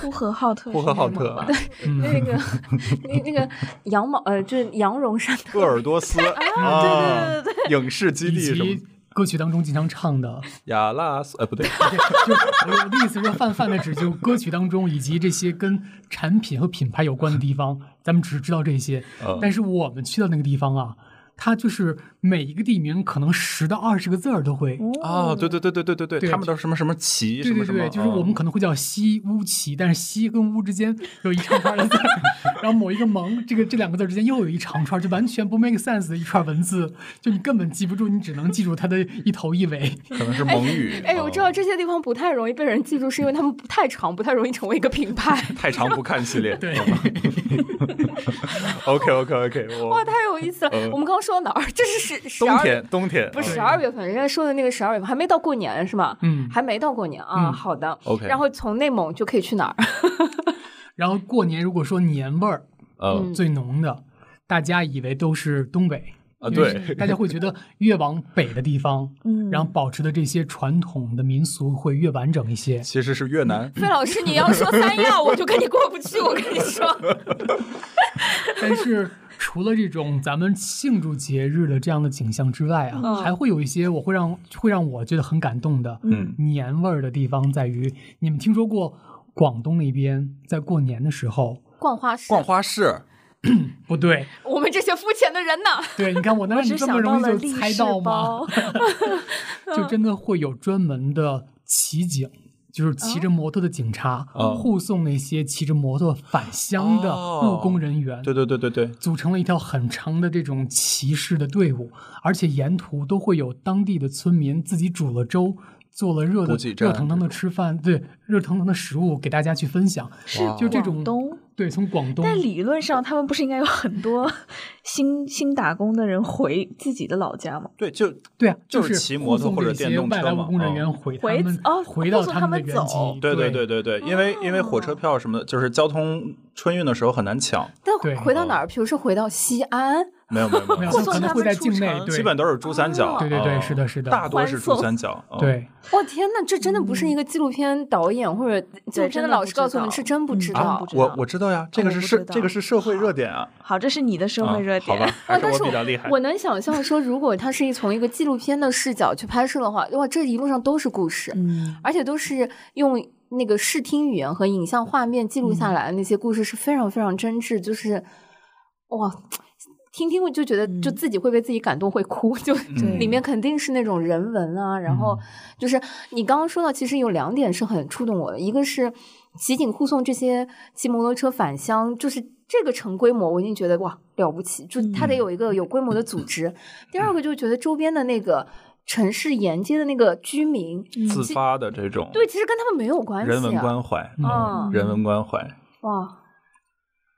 [SPEAKER 3] 呼和浩特是
[SPEAKER 1] 呼
[SPEAKER 3] 内
[SPEAKER 1] 和
[SPEAKER 3] 蒙吧，
[SPEAKER 1] 浩特、嗯
[SPEAKER 4] 嗯
[SPEAKER 5] 那个 <laughs> 那那个羊毛呃，就是羊绒衫特
[SPEAKER 1] 鄂尔多斯啊，对对对对，影视基
[SPEAKER 4] 以
[SPEAKER 1] 地什么
[SPEAKER 4] 及歌曲当中经常唱的，
[SPEAKER 1] 亚拉苏，哎不对，
[SPEAKER 4] 对就是我的意思是泛泛的指就歌曲当中以及这些跟产品和品牌有关的地方，咱们只知道这些
[SPEAKER 1] 嗯，
[SPEAKER 4] 但是我们去到那个地方啊。它就是每一个地名可能十到二十个字儿都会，
[SPEAKER 1] 啊，对对对对对对
[SPEAKER 4] 对
[SPEAKER 1] 对，他们都是什么什么旗
[SPEAKER 4] 对
[SPEAKER 1] 什么
[SPEAKER 4] 对
[SPEAKER 1] 什么，
[SPEAKER 4] 对，就是我们
[SPEAKER 1] 嗯
[SPEAKER 4] 可能会叫西乌旗，但是西跟乌之间有一长串的字儿， <laughs> 然后某一个蒙，这个这两个字之间又有一长串，就完全不 make sense 的一串文字，就你根本记不住，你只能记住它的一头
[SPEAKER 1] <laughs>
[SPEAKER 4] 一尾。
[SPEAKER 1] 嗯可能是蒙语，
[SPEAKER 5] 哎，我知道
[SPEAKER 1] 嗯
[SPEAKER 5] 这些地方不太容易被人记住，是因为他们不太长，不太容易成为一个品牌。
[SPEAKER 1] <laughs> 嗯太长不看系列，
[SPEAKER 4] <laughs> 对，
[SPEAKER 1] OK OK OK，我
[SPEAKER 5] 哇，太有意思了！
[SPEAKER 1] 嗯
[SPEAKER 5] 我们刚刚说到哪儿？这是十十
[SPEAKER 1] 冬
[SPEAKER 5] 二月，
[SPEAKER 1] 天冬天
[SPEAKER 5] 不是
[SPEAKER 1] 嗯
[SPEAKER 5] 十二月份，人家说的那个十二月份还没到过年是吗？
[SPEAKER 4] 嗯
[SPEAKER 5] 还没到过年啊。
[SPEAKER 4] 嗯
[SPEAKER 5] 好的
[SPEAKER 1] OK
[SPEAKER 5] 然后从内蒙就可以去哪儿？
[SPEAKER 4] 然后过年如果说年味儿
[SPEAKER 1] 嗯
[SPEAKER 4] 最浓的，大家以为都是东北。
[SPEAKER 1] 啊
[SPEAKER 4] 因
[SPEAKER 1] 对
[SPEAKER 4] 为嗯是大家会觉得越往北的地方，
[SPEAKER 3] 嗯
[SPEAKER 4] 然后保持的这些传统的民俗会越完整一些。
[SPEAKER 1] 其实是越南，
[SPEAKER 5] 费老师，你要说三亚，我就跟你过不去。我跟你说，
[SPEAKER 1] <laughs>
[SPEAKER 4] 但是除了这种咱们庆祝节日的这样的景象之外啊，
[SPEAKER 5] 嗯
[SPEAKER 4] 还会有一些我会让会让我觉得很感动的
[SPEAKER 1] 嗯
[SPEAKER 4] 年味儿的地方，在于你们听说过广东那边在过年的时候，
[SPEAKER 5] 逛花市，
[SPEAKER 1] 逛花市，
[SPEAKER 4] 不对，
[SPEAKER 5] 我们这些肤浅的人呢？
[SPEAKER 4] 对，你
[SPEAKER 3] <laughs>
[SPEAKER 4] 看我能
[SPEAKER 3] 我
[SPEAKER 4] 让你
[SPEAKER 3] 只
[SPEAKER 4] 这么
[SPEAKER 3] 想到
[SPEAKER 4] 容
[SPEAKER 3] 了
[SPEAKER 4] 易
[SPEAKER 3] 立
[SPEAKER 4] 就猜
[SPEAKER 3] 式
[SPEAKER 4] 到吗？
[SPEAKER 3] 包，嗯
[SPEAKER 4] 就真的会有专门的骑警。就是骑
[SPEAKER 3] 哦
[SPEAKER 4] 着摩托的警察、
[SPEAKER 1] 哦
[SPEAKER 4] 护送那些骑着摩托返乡的
[SPEAKER 3] 哦
[SPEAKER 4] 务工人员，
[SPEAKER 1] 对对对对对，
[SPEAKER 4] 组成了一条很长的这种骑士的队伍，而且沿途都会有当地的村民自己煮了粥，做了热的
[SPEAKER 1] 补给站
[SPEAKER 4] 热腾腾的吃饭，对，热腾腾的食物给大家去分享。
[SPEAKER 3] <laughs> 是
[SPEAKER 1] 哇
[SPEAKER 4] 就这种
[SPEAKER 3] 广东。
[SPEAKER 4] 对，从广东
[SPEAKER 3] 但理论上，他们不是应该有很多 <laughs> 新新打工的人回自己的老家吗？
[SPEAKER 1] 对就
[SPEAKER 4] 对啊，
[SPEAKER 1] 就是骑摩托
[SPEAKER 4] 护送
[SPEAKER 1] 或者
[SPEAKER 4] 这些
[SPEAKER 1] 电动车
[SPEAKER 4] 外来务
[SPEAKER 1] 嘛
[SPEAKER 4] 工人
[SPEAKER 1] 嗯
[SPEAKER 4] 员回他
[SPEAKER 3] 回
[SPEAKER 4] 们
[SPEAKER 3] 哦
[SPEAKER 4] 回
[SPEAKER 3] 护
[SPEAKER 4] 到
[SPEAKER 3] 送
[SPEAKER 4] 他
[SPEAKER 3] 他
[SPEAKER 4] 们的
[SPEAKER 3] 们走
[SPEAKER 4] 原籍，
[SPEAKER 1] 对对对对对，因为因为火车票什么的，就是交通春运的时候很难抢，
[SPEAKER 5] 但
[SPEAKER 4] 对
[SPEAKER 5] 回到哪
[SPEAKER 1] 哦
[SPEAKER 5] 儿？比如说回到西安，
[SPEAKER 1] 没有没有没
[SPEAKER 4] 没
[SPEAKER 1] 有
[SPEAKER 4] 有，他
[SPEAKER 3] 护
[SPEAKER 4] 们
[SPEAKER 3] 送
[SPEAKER 4] 可能
[SPEAKER 3] 他
[SPEAKER 4] 会
[SPEAKER 3] 们
[SPEAKER 4] 在
[SPEAKER 3] 出
[SPEAKER 4] 境内，
[SPEAKER 3] 城
[SPEAKER 4] <laughs> 对
[SPEAKER 1] 基本都是珠三角，
[SPEAKER 4] 对对对
[SPEAKER 1] 嗯
[SPEAKER 4] 是的是的
[SPEAKER 1] 大多是珠
[SPEAKER 3] 欢送
[SPEAKER 1] 三角，嗯，
[SPEAKER 4] 对。
[SPEAKER 5] 哇天呐，这真的不是一个纪录片导演或者纪录片
[SPEAKER 3] 真的
[SPEAKER 5] 老
[SPEAKER 3] 不
[SPEAKER 5] 师
[SPEAKER 3] 知
[SPEAKER 5] 告诉我们，
[SPEAKER 3] 道
[SPEAKER 5] 是真不
[SPEAKER 3] 嗯
[SPEAKER 5] 知
[SPEAKER 3] 真
[SPEAKER 5] 道
[SPEAKER 3] 不。知
[SPEAKER 1] 啊我
[SPEAKER 3] 道
[SPEAKER 1] 我知道呀，这个是
[SPEAKER 3] 我不
[SPEAKER 1] 社
[SPEAKER 3] 知道
[SPEAKER 1] 这个是社会热点啊，
[SPEAKER 3] 好，这是你的社会热
[SPEAKER 1] 啊好
[SPEAKER 3] 点。
[SPEAKER 1] 吧， <laughs> 还是
[SPEAKER 5] 但
[SPEAKER 1] 我
[SPEAKER 5] 是
[SPEAKER 1] 比较厉害
[SPEAKER 5] 我，能想象说，如果他是一从一个纪录片的视角去拍摄的话，哇，这一路上都是故事，
[SPEAKER 3] 嗯，
[SPEAKER 5] 而且都是用那个视听语言和影像画面记录下来的那些故事是非常非常真挚，就是哇，听听我就觉得就自己会被自己感动，会哭，就
[SPEAKER 3] 对
[SPEAKER 5] <laughs> 里面肯定是那种人文啊，然后就是你刚刚说到，其实有两点是很触动我的，一个是骑警护送这些骑摩托车返乡，就是。这个成规模，我已经觉得哇了不起，就它得有一个有规模的组织。第二个就是觉得周边的那个城市沿街的那个居民，
[SPEAKER 1] 自发的这种
[SPEAKER 5] 对，其实跟他们没有关系、啊，
[SPEAKER 1] 人文关怀，
[SPEAKER 5] 嗯，
[SPEAKER 1] 人文关怀，
[SPEAKER 5] 哇，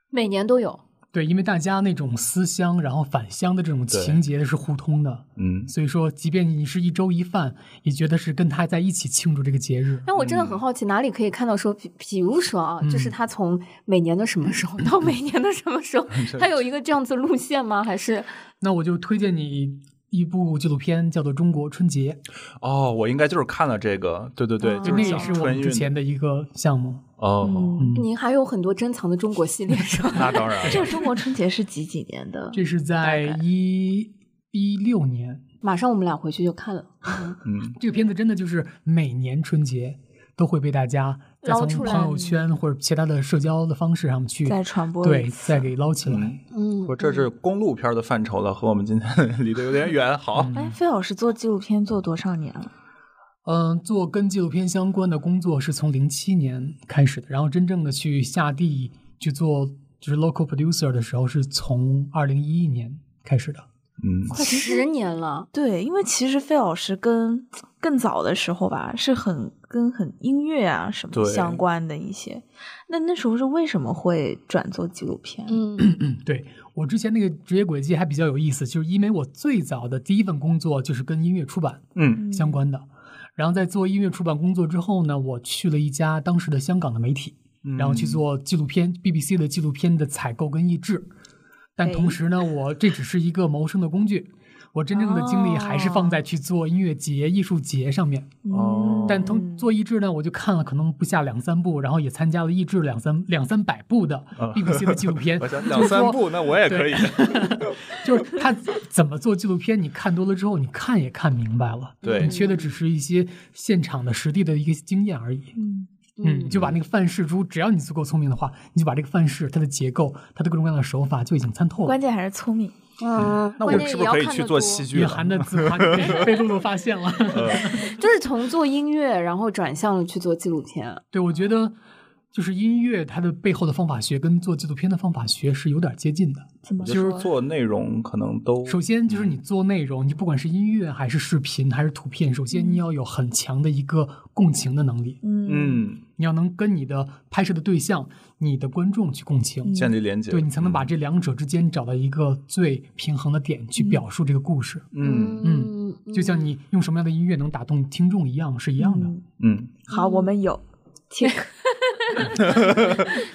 [SPEAKER 5] 每年都有。
[SPEAKER 4] 对，因为大家那种思乡然后返乡的这种情节是互通的， <laughs>
[SPEAKER 1] 嗯，
[SPEAKER 4] 所以说即便你是一粥一饭，也觉得是跟他在一起庆祝这个节日。
[SPEAKER 5] 但我真的
[SPEAKER 1] 嗯
[SPEAKER 5] 很好奇，哪里可以看到说，比比如说啊，就是他从每年的什么时候到每年的什么
[SPEAKER 1] <laughs>
[SPEAKER 5] 时候，他有一个这样子路线吗？还是
[SPEAKER 1] 嗯
[SPEAKER 4] 那我就推荐你。一部纪录片叫做《中国春节》，
[SPEAKER 1] 哦，我应该就是看了这个，对对对，
[SPEAKER 5] 哦
[SPEAKER 1] 就
[SPEAKER 4] 嗯
[SPEAKER 1] 是
[SPEAKER 4] 那也
[SPEAKER 1] 讲
[SPEAKER 4] 是我
[SPEAKER 1] 春
[SPEAKER 4] 们
[SPEAKER 1] 运
[SPEAKER 4] 之前的一个项目。
[SPEAKER 1] 哦，
[SPEAKER 3] 嗯，
[SPEAKER 5] 您还有很多珍藏的中国系列是吧？
[SPEAKER 1] 那当然，
[SPEAKER 4] <laughs>
[SPEAKER 3] 这个中国春节是几几年的？
[SPEAKER 4] 这是在一一六年，
[SPEAKER 5] 马上我们俩回去就看了，
[SPEAKER 1] 嗯，
[SPEAKER 4] 这个片子真的就是每年春节都会被大家再
[SPEAKER 5] 捞
[SPEAKER 4] 从
[SPEAKER 5] 出来
[SPEAKER 4] 朋友圈或者其他的社交的方式上去
[SPEAKER 3] 在传播
[SPEAKER 4] 对
[SPEAKER 3] 一次
[SPEAKER 4] 再给捞起来。
[SPEAKER 5] 嗯，
[SPEAKER 1] 我这是公路片的范畴了，和我们今天 <laughs> 离得有点远。好，
[SPEAKER 3] 哎，费老师做纪录片做多少年了？
[SPEAKER 4] 嗯，做跟纪录片相关的工作是从零七年开始的，然后真正的去下地去做就是 local producer 的时候是从二零一一年开始的。
[SPEAKER 1] 嗯，
[SPEAKER 5] 快十年了，
[SPEAKER 3] 对，因为其实费老师跟更早的时候吧，是很跟很音乐啊什么
[SPEAKER 1] 对
[SPEAKER 3] 相关的一些。那那时候是为什么会转做纪录片？
[SPEAKER 5] 嗯，
[SPEAKER 4] 对我之前那个职业轨迹还比较有意思，就是因为我最早的第一份工作就是跟音乐出版
[SPEAKER 1] 嗯
[SPEAKER 4] 相关的，然后在做音乐出版工作之后呢，我去了一家当时的香港的媒体，
[SPEAKER 1] 嗯，
[SPEAKER 4] 然后去做纪录片 BBC 的纪录片的采购跟译制，但同时呢，我这只是一个谋生的工具。我真正的精力还是放在去做音乐节、艺术节上面，
[SPEAKER 3] 嗯
[SPEAKER 1] 哦
[SPEAKER 4] 但通做译制呢，我就看了可能不下两三部，然后也参加了译制两三两三百部的
[SPEAKER 1] 啊。
[SPEAKER 4] BBC 的纪录片
[SPEAKER 1] <laughs> 我想
[SPEAKER 4] 就是
[SPEAKER 1] 两三
[SPEAKER 4] 说
[SPEAKER 1] 部，那我也可以。
[SPEAKER 4] <laughs> 就是他怎么做纪录片，你看多了之后，你看也看明白了。
[SPEAKER 1] 对
[SPEAKER 4] 你缺的只是一些现场的实地的一个经验而已。
[SPEAKER 3] 嗯，
[SPEAKER 4] 嗯，你就把那个范式猪，只要你足够聪明的话，你就把这个范式、它的结构、它的各种各样的手法就已经参透了
[SPEAKER 3] 关。键还是聪明。
[SPEAKER 5] 嗯，
[SPEAKER 1] 那我
[SPEAKER 5] 关
[SPEAKER 1] 们
[SPEAKER 5] 键
[SPEAKER 1] 是
[SPEAKER 5] 也
[SPEAKER 1] 不是
[SPEAKER 5] 要
[SPEAKER 1] 可以
[SPEAKER 5] 看
[SPEAKER 1] 去
[SPEAKER 5] 得
[SPEAKER 1] 做
[SPEAKER 5] 多
[SPEAKER 1] 戏剧
[SPEAKER 4] 雨
[SPEAKER 1] 了
[SPEAKER 4] 涵？的自夸被被露露发现了。
[SPEAKER 5] 就是从做音乐，然后转向了去做纪录片。
[SPEAKER 4] 对，我觉得就是音乐它的背后的方法学跟做纪录片的方法学是有点接近的。
[SPEAKER 3] 怎么
[SPEAKER 1] 就
[SPEAKER 3] 说？
[SPEAKER 1] 是做内容可能都
[SPEAKER 4] 首先就是你做内容，你不管是音乐还是视频还是图片，首先你要有很强的一个共情的能力。
[SPEAKER 3] 嗯
[SPEAKER 1] 嗯，
[SPEAKER 4] 你要能跟你的拍摄的对象、你的观众去共
[SPEAKER 3] 嗯
[SPEAKER 4] 情，
[SPEAKER 1] 建立连接，
[SPEAKER 4] 对你才能把这两者之间找到一个最平衡的点去表述这个故事。
[SPEAKER 1] 嗯
[SPEAKER 4] 就像你用什么样的音乐能打动听众一样，是一样的。
[SPEAKER 3] 嗯
[SPEAKER 1] 嗯。
[SPEAKER 3] 好，我们有 tick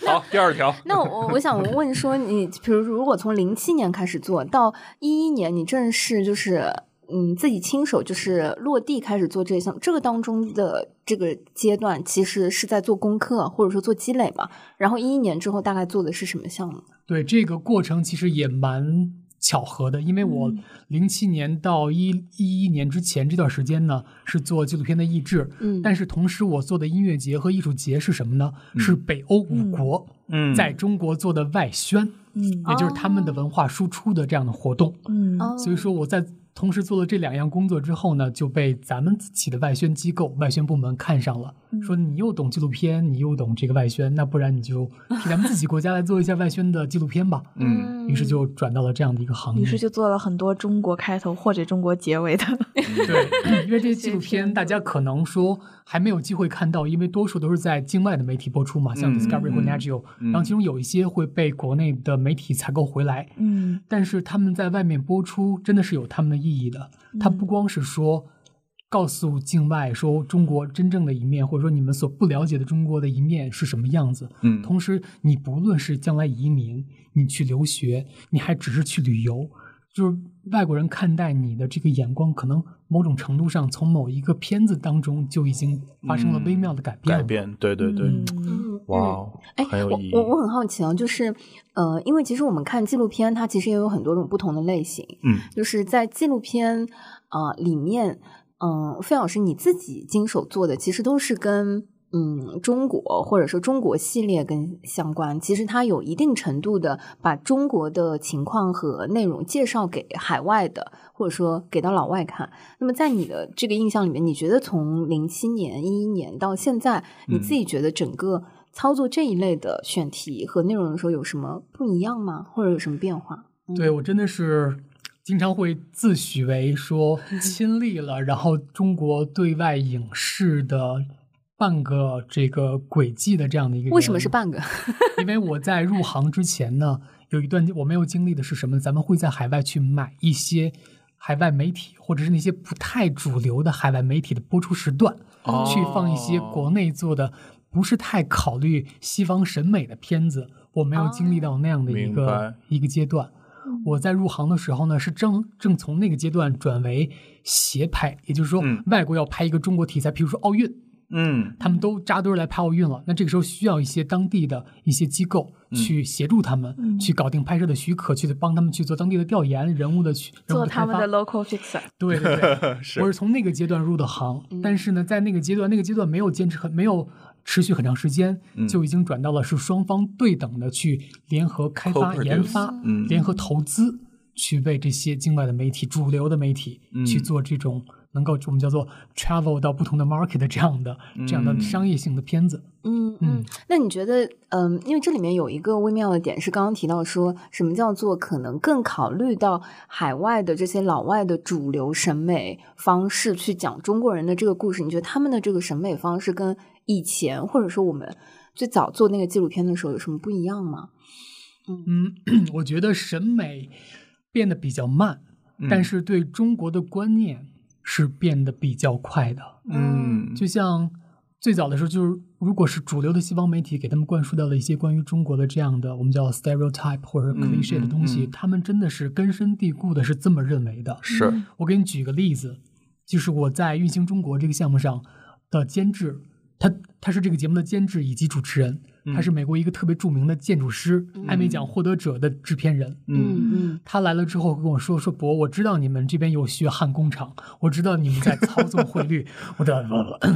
[SPEAKER 1] 好，第二条，
[SPEAKER 5] 那我我想问说你，比如如果从零七年开始做到一一年，你正式就是嗯自己亲手就是落地开始做这项，这个当中的这个阶段，其实是在做功课或者说做积累嘛。然后一一年之后大概做的是什么项目？
[SPEAKER 4] 对这个过程其实也蛮巧合的，因为我零七年到一一一年之前这段时间呢，是做纪录片的译制。
[SPEAKER 5] 嗯
[SPEAKER 4] 但是同时，我做的音乐节和艺术节是什么呢？是北欧五国
[SPEAKER 1] 嗯，
[SPEAKER 4] 在中国做的外宣，
[SPEAKER 3] 嗯
[SPEAKER 4] 也就是他们的文化输出的这样的活动。
[SPEAKER 3] 嗯
[SPEAKER 5] 哦
[SPEAKER 4] 所以说我在同时做了这两样工作之后呢，就被咱们自己的外宣机构、外宣部门看上了，说你又懂纪录片，你又懂这个外宣，那不然你就替咱们自己国家来做一下外宣的纪录片吧。
[SPEAKER 1] 嗯，
[SPEAKER 4] 于是就转到了这样的一个行业。
[SPEAKER 3] 于是就做了很多中国开头或者中国结尾的，
[SPEAKER 4] 对，因 <coughs> 为这些纪录片大家可能说还没有机会看到，因为多数都是在境外的媒体播出嘛，像
[SPEAKER 1] 嗯
[SPEAKER 4] Discovery 或
[SPEAKER 1] 嗯
[SPEAKER 4] Nat Geo，、
[SPEAKER 1] 嗯
[SPEAKER 4] 然后其中有一些会被国内的媒体采购回来，
[SPEAKER 3] 嗯
[SPEAKER 4] 但是他们在外面播出真的是有他们的意义的。它
[SPEAKER 1] 嗯
[SPEAKER 4] 不光是说告诉境外说中国真正的一面，或者说你们所不了解的中国的一面是什么样子。
[SPEAKER 1] 嗯
[SPEAKER 4] 同时，你不论是将来移民，你去留学，你还只是去旅游，就是外国人看待你的这个眼光，可能某种程度上从某一个片子当中就已经发生了微妙的改
[SPEAKER 1] 嗯
[SPEAKER 4] 变。
[SPEAKER 1] 改。变，对对对，
[SPEAKER 3] 嗯
[SPEAKER 5] 嗯
[SPEAKER 1] 哇
[SPEAKER 5] 嗯
[SPEAKER 1] 哦，
[SPEAKER 5] 哎，
[SPEAKER 1] 很有
[SPEAKER 5] 我
[SPEAKER 1] 意义，
[SPEAKER 5] 我我很好奇啊，就是呃，因为其实我们看纪录片，它其实也有很多种不同的类型。
[SPEAKER 1] 嗯，
[SPEAKER 5] 就是在纪录片呃里面，嗯、费老师你自己经手做的，其实都是跟嗯中国或者说中国系列跟相关。其实它有一定程度的把中国的情况和内容介绍给海外的，或者说给到老外看。那么在你的这个印象里面，你觉得从零七年、一一年到现在，你
[SPEAKER 1] 嗯
[SPEAKER 5] 自己觉得整个操作这一类的选题和内容的时候有什么不一样吗？或者有什么变化？
[SPEAKER 4] 对我真的是经常会自诩为
[SPEAKER 5] <laughs>
[SPEAKER 4] 说亲历了，然后中国对外影视的半个这个轨迹的这样的一个。
[SPEAKER 5] 为什么是？半个？ <laughs>
[SPEAKER 4] 因为我在入行之前呢，有一段我没有经历的是什么？咱们会在海外去买一些海外媒体，或者是那些不太主流的海外媒体的播出时段，
[SPEAKER 1] 哦
[SPEAKER 4] 去放一些国内做的不是太考虑西方审美的片子。我没有经历到那样的一
[SPEAKER 1] 哦明
[SPEAKER 4] 个
[SPEAKER 1] 白
[SPEAKER 4] 一个阶段。
[SPEAKER 3] 嗯
[SPEAKER 4] 我在入行的时候呢，是正正从那个阶段转为斜拍，也就是说
[SPEAKER 1] 嗯，
[SPEAKER 4] 外国要拍一个中国题材，比如说奥运，
[SPEAKER 1] 嗯
[SPEAKER 4] 他们都扎堆儿来拍奥运了。那这个时候需要一些当地的一些机构
[SPEAKER 1] 嗯
[SPEAKER 4] 去协助他们，
[SPEAKER 3] 嗯
[SPEAKER 4] 去搞定拍摄的许可，去帮他们去做当地的调研、人物的去人物
[SPEAKER 3] 做
[SPEAKER 4] 的
[SPEAKER 3] 他
[SPEAKER 4] 开
[SPEAKER 3] 们
[SPEAKER 4] 发
[SPEAKER 3] 的。local fixer，
[SPEAKER 4] 对对对，
[SPEAKER 1] <laughs> 是
[SPEAKER 4] 我是从那个阶段入的行，但是呢，在那个阶段，那个阶段没有坚持很没有持续很长时间，
[SPEAKER 1] 嗯
[SPEAKER 4] 就已经转到了是双方对等的去联合开发、
[SPEAKER 1] Co-produce，
[SPEAKER 4] 研发、
[SPEAKER 1] 嗯
[SPEAKER 4] 联合投资，去为这些境外的媒体、主流的媒体、
[SPEAKER 1] 嗯
[SPEAKER 4] 去做这种能够我们叫做 travel 到不同的 market 的这样的、这样的
[SPEAKER 1] 嗯
[SPEAKER 4] 商业性的片子。
[SPEAKER 5] 嗯
[SPEAKER 4] 嗯
[SPEAKER 5] 嗯，那你觉得，嗯，因为这里面有一个微妙的点是刚刚提到说什么叫做可能更考虑到海外的这些老外的主流审美方式去讲中国人的这个故事，你觉得他们的这个审美方式跟以前或者说我们最早做那个纪录片的时候有什么不一样吗？
[SPEAKER 4] 嗯， <clears throat> 我觉得审美变得比较慢，
[SPEAKER 1] 嗯
[SPEAKER 4] 但是对中国的观念是变得比较快的。
[SPEAKER 1] 嗯
[SPEAKER 4] 就像最早的时候，就是如果是主流的西方媒体给他们灌输到了一些关于中国的这样的我们叫 stereotype 或者
[SPEAKER 1] 嗯
[SPEAKER 4] cliche 的东西，
[SPEAKER 1] 嗯嗯
[SPEAKER 4] 他们真的是根深蒂固的是这么认为的。
[SPEAKER 1] 是
[SPEAKER 3] 嗯
[SPEAKER 4] 我给你举个例子，就是我在《运行中国》这个项目上的监制，他他是这个节目的监制以及主持人，
[SPEAKER 1] 嗯
[SPEAKER 4] 他是美国一个特别著名的建筑师，艾美奖获得者的制片人。
[SPEAKER 1] 嗯
[SPEAKER 5] 嗯
[SPEAKER 4] 他来了之后跟我说：“说博，我知道你们这边有血汗工厂，我知道你们在操纵汇率， <laughs> 我的 <clears throat>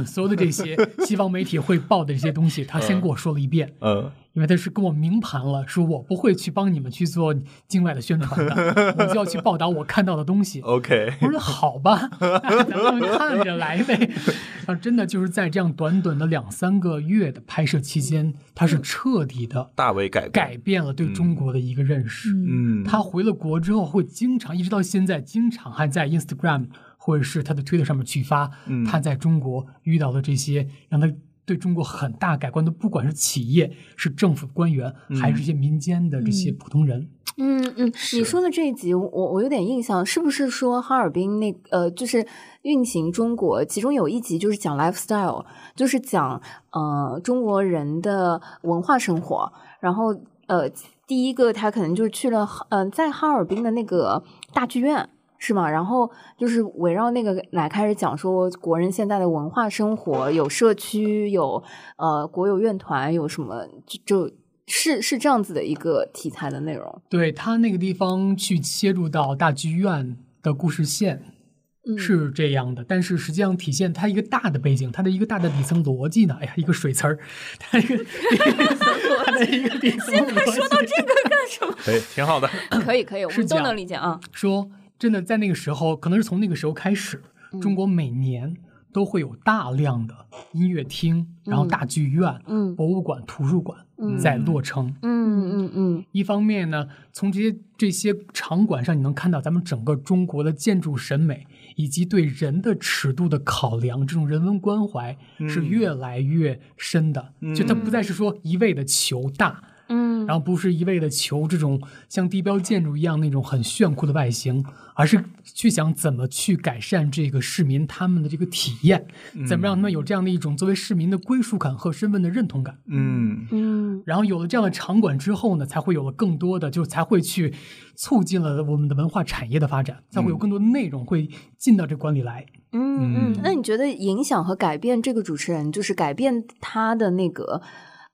[SPEAKER 4] 所有的这些西方媒体会报的这些东西，他先跟我说了一遍，
[SPEAKER 1] 呃
[SPEAKER 4] 因为他是跟我明盘了，说我不会去帮你们去做境外的宣传的，我就要去报道我看到的东西。”
[SPEAKER 1] ，OK，
[SPEAKER 4] 我说好吧，那咱们看着来呗。 <laughs> 啊，真的就是在这样短短的两三个月的拍摄期间，他是彻底的
[SPEAKER 1] 大为改
[SPEAKER 4] 改变了对中国的一个认识。
[SPEAKER 1] 嗯，
[SPEAKER 4] 他回了国之后，会经常一直到现在，经常还在 Instagram 或者是他的 Twitter 上面去发、
[SPEAKER 1] 嗯
[SPEAKER 4] 他在中国遇到的这些让他对中国很大改观的，不管是企业、是政府官员，还
[SPEAKER 1] 嗯
[SPEAKER 4] 是一些民间的这些普通人。
[SPEAKER 5] 嗯嗯，你说的这一集，我我有点印象，是不是说哈尔滨那呃，就是运行中国，其中有一集就是讲 lifestyle，就是讲呃中国人的文化生活，然后呃第一个他可能就是去了嗯、呃、在哈尔滨的那个大剧院。是吗？然后就是围绕那个来开始讲说国人现在的文化生活，有社区，有呃国有院团，有什么就就是是这样子的一个题材的内容。
[SPEAKER 4] 对他那个地方去切入到大剧院的故事线，
[SPEAKER 5] 嗯
[SPEAKER 4] 是这样的，但是实际上体现它一个大的背景，它的一个大的底层逻辑呢，哎呀，一个水词儿，它一 <laughs> 个 <laughs> 它的一个底层逻辑。说到这个，
[SPEAKER 1] 哎，挺好的，
[SPEAKER 5] <coughs> 可以可以，我
[SPEAKER 4] 是
[SPEAKER 5] 们都
[SPEAKER 4] 这样
[SPEAKER 5] 能理解啊。
[SPEAKER 4] 说真的，在那个时候，可能是从那个时候开始，中国每年都会有大量的音乐厅，然后大剧院、
[SPEAKER 5] 嗯
[SPEAKER 4] 博物馆、图书馆
[SPEAKER 5] 嗯
[SPEAKER 4] 在落成。
[SPEAKER 5] 嗯嗯嗯
[SPEAKER 4] 一方面呢，从这些这些场馆上，你能看到咱们整个中国的建筑审美以及对人的尺度的考量，这种人文关怀是越来越深的。就它不再是说一味的求大，
[SPEAKER 5] 嗯
[SPEAKER 4] 然后不是一味的求这种像地标建筑一样那种很炫酷的外形，而是去想怎么去改善这个市民他们的这个体验， <laughs>
[SPEAKER 1] 嗯
[SPEAKER 4] 怎么让他们有这样的一种作为市民的归属感和身份的认同感。
[SPEAKER 1] 嗯
[SPEAKER 5] 嗯
[SPEAKER 4] 然后有了这样的场馆之后呢，才会有了更多的，就是才会去促进了我们的文化产业的发展，才会有更多的内容会进到这馆里来。
[SPEAKER 5] 嗯嗯。那你觉得影响和改变这个主持人，就是改变他的那个，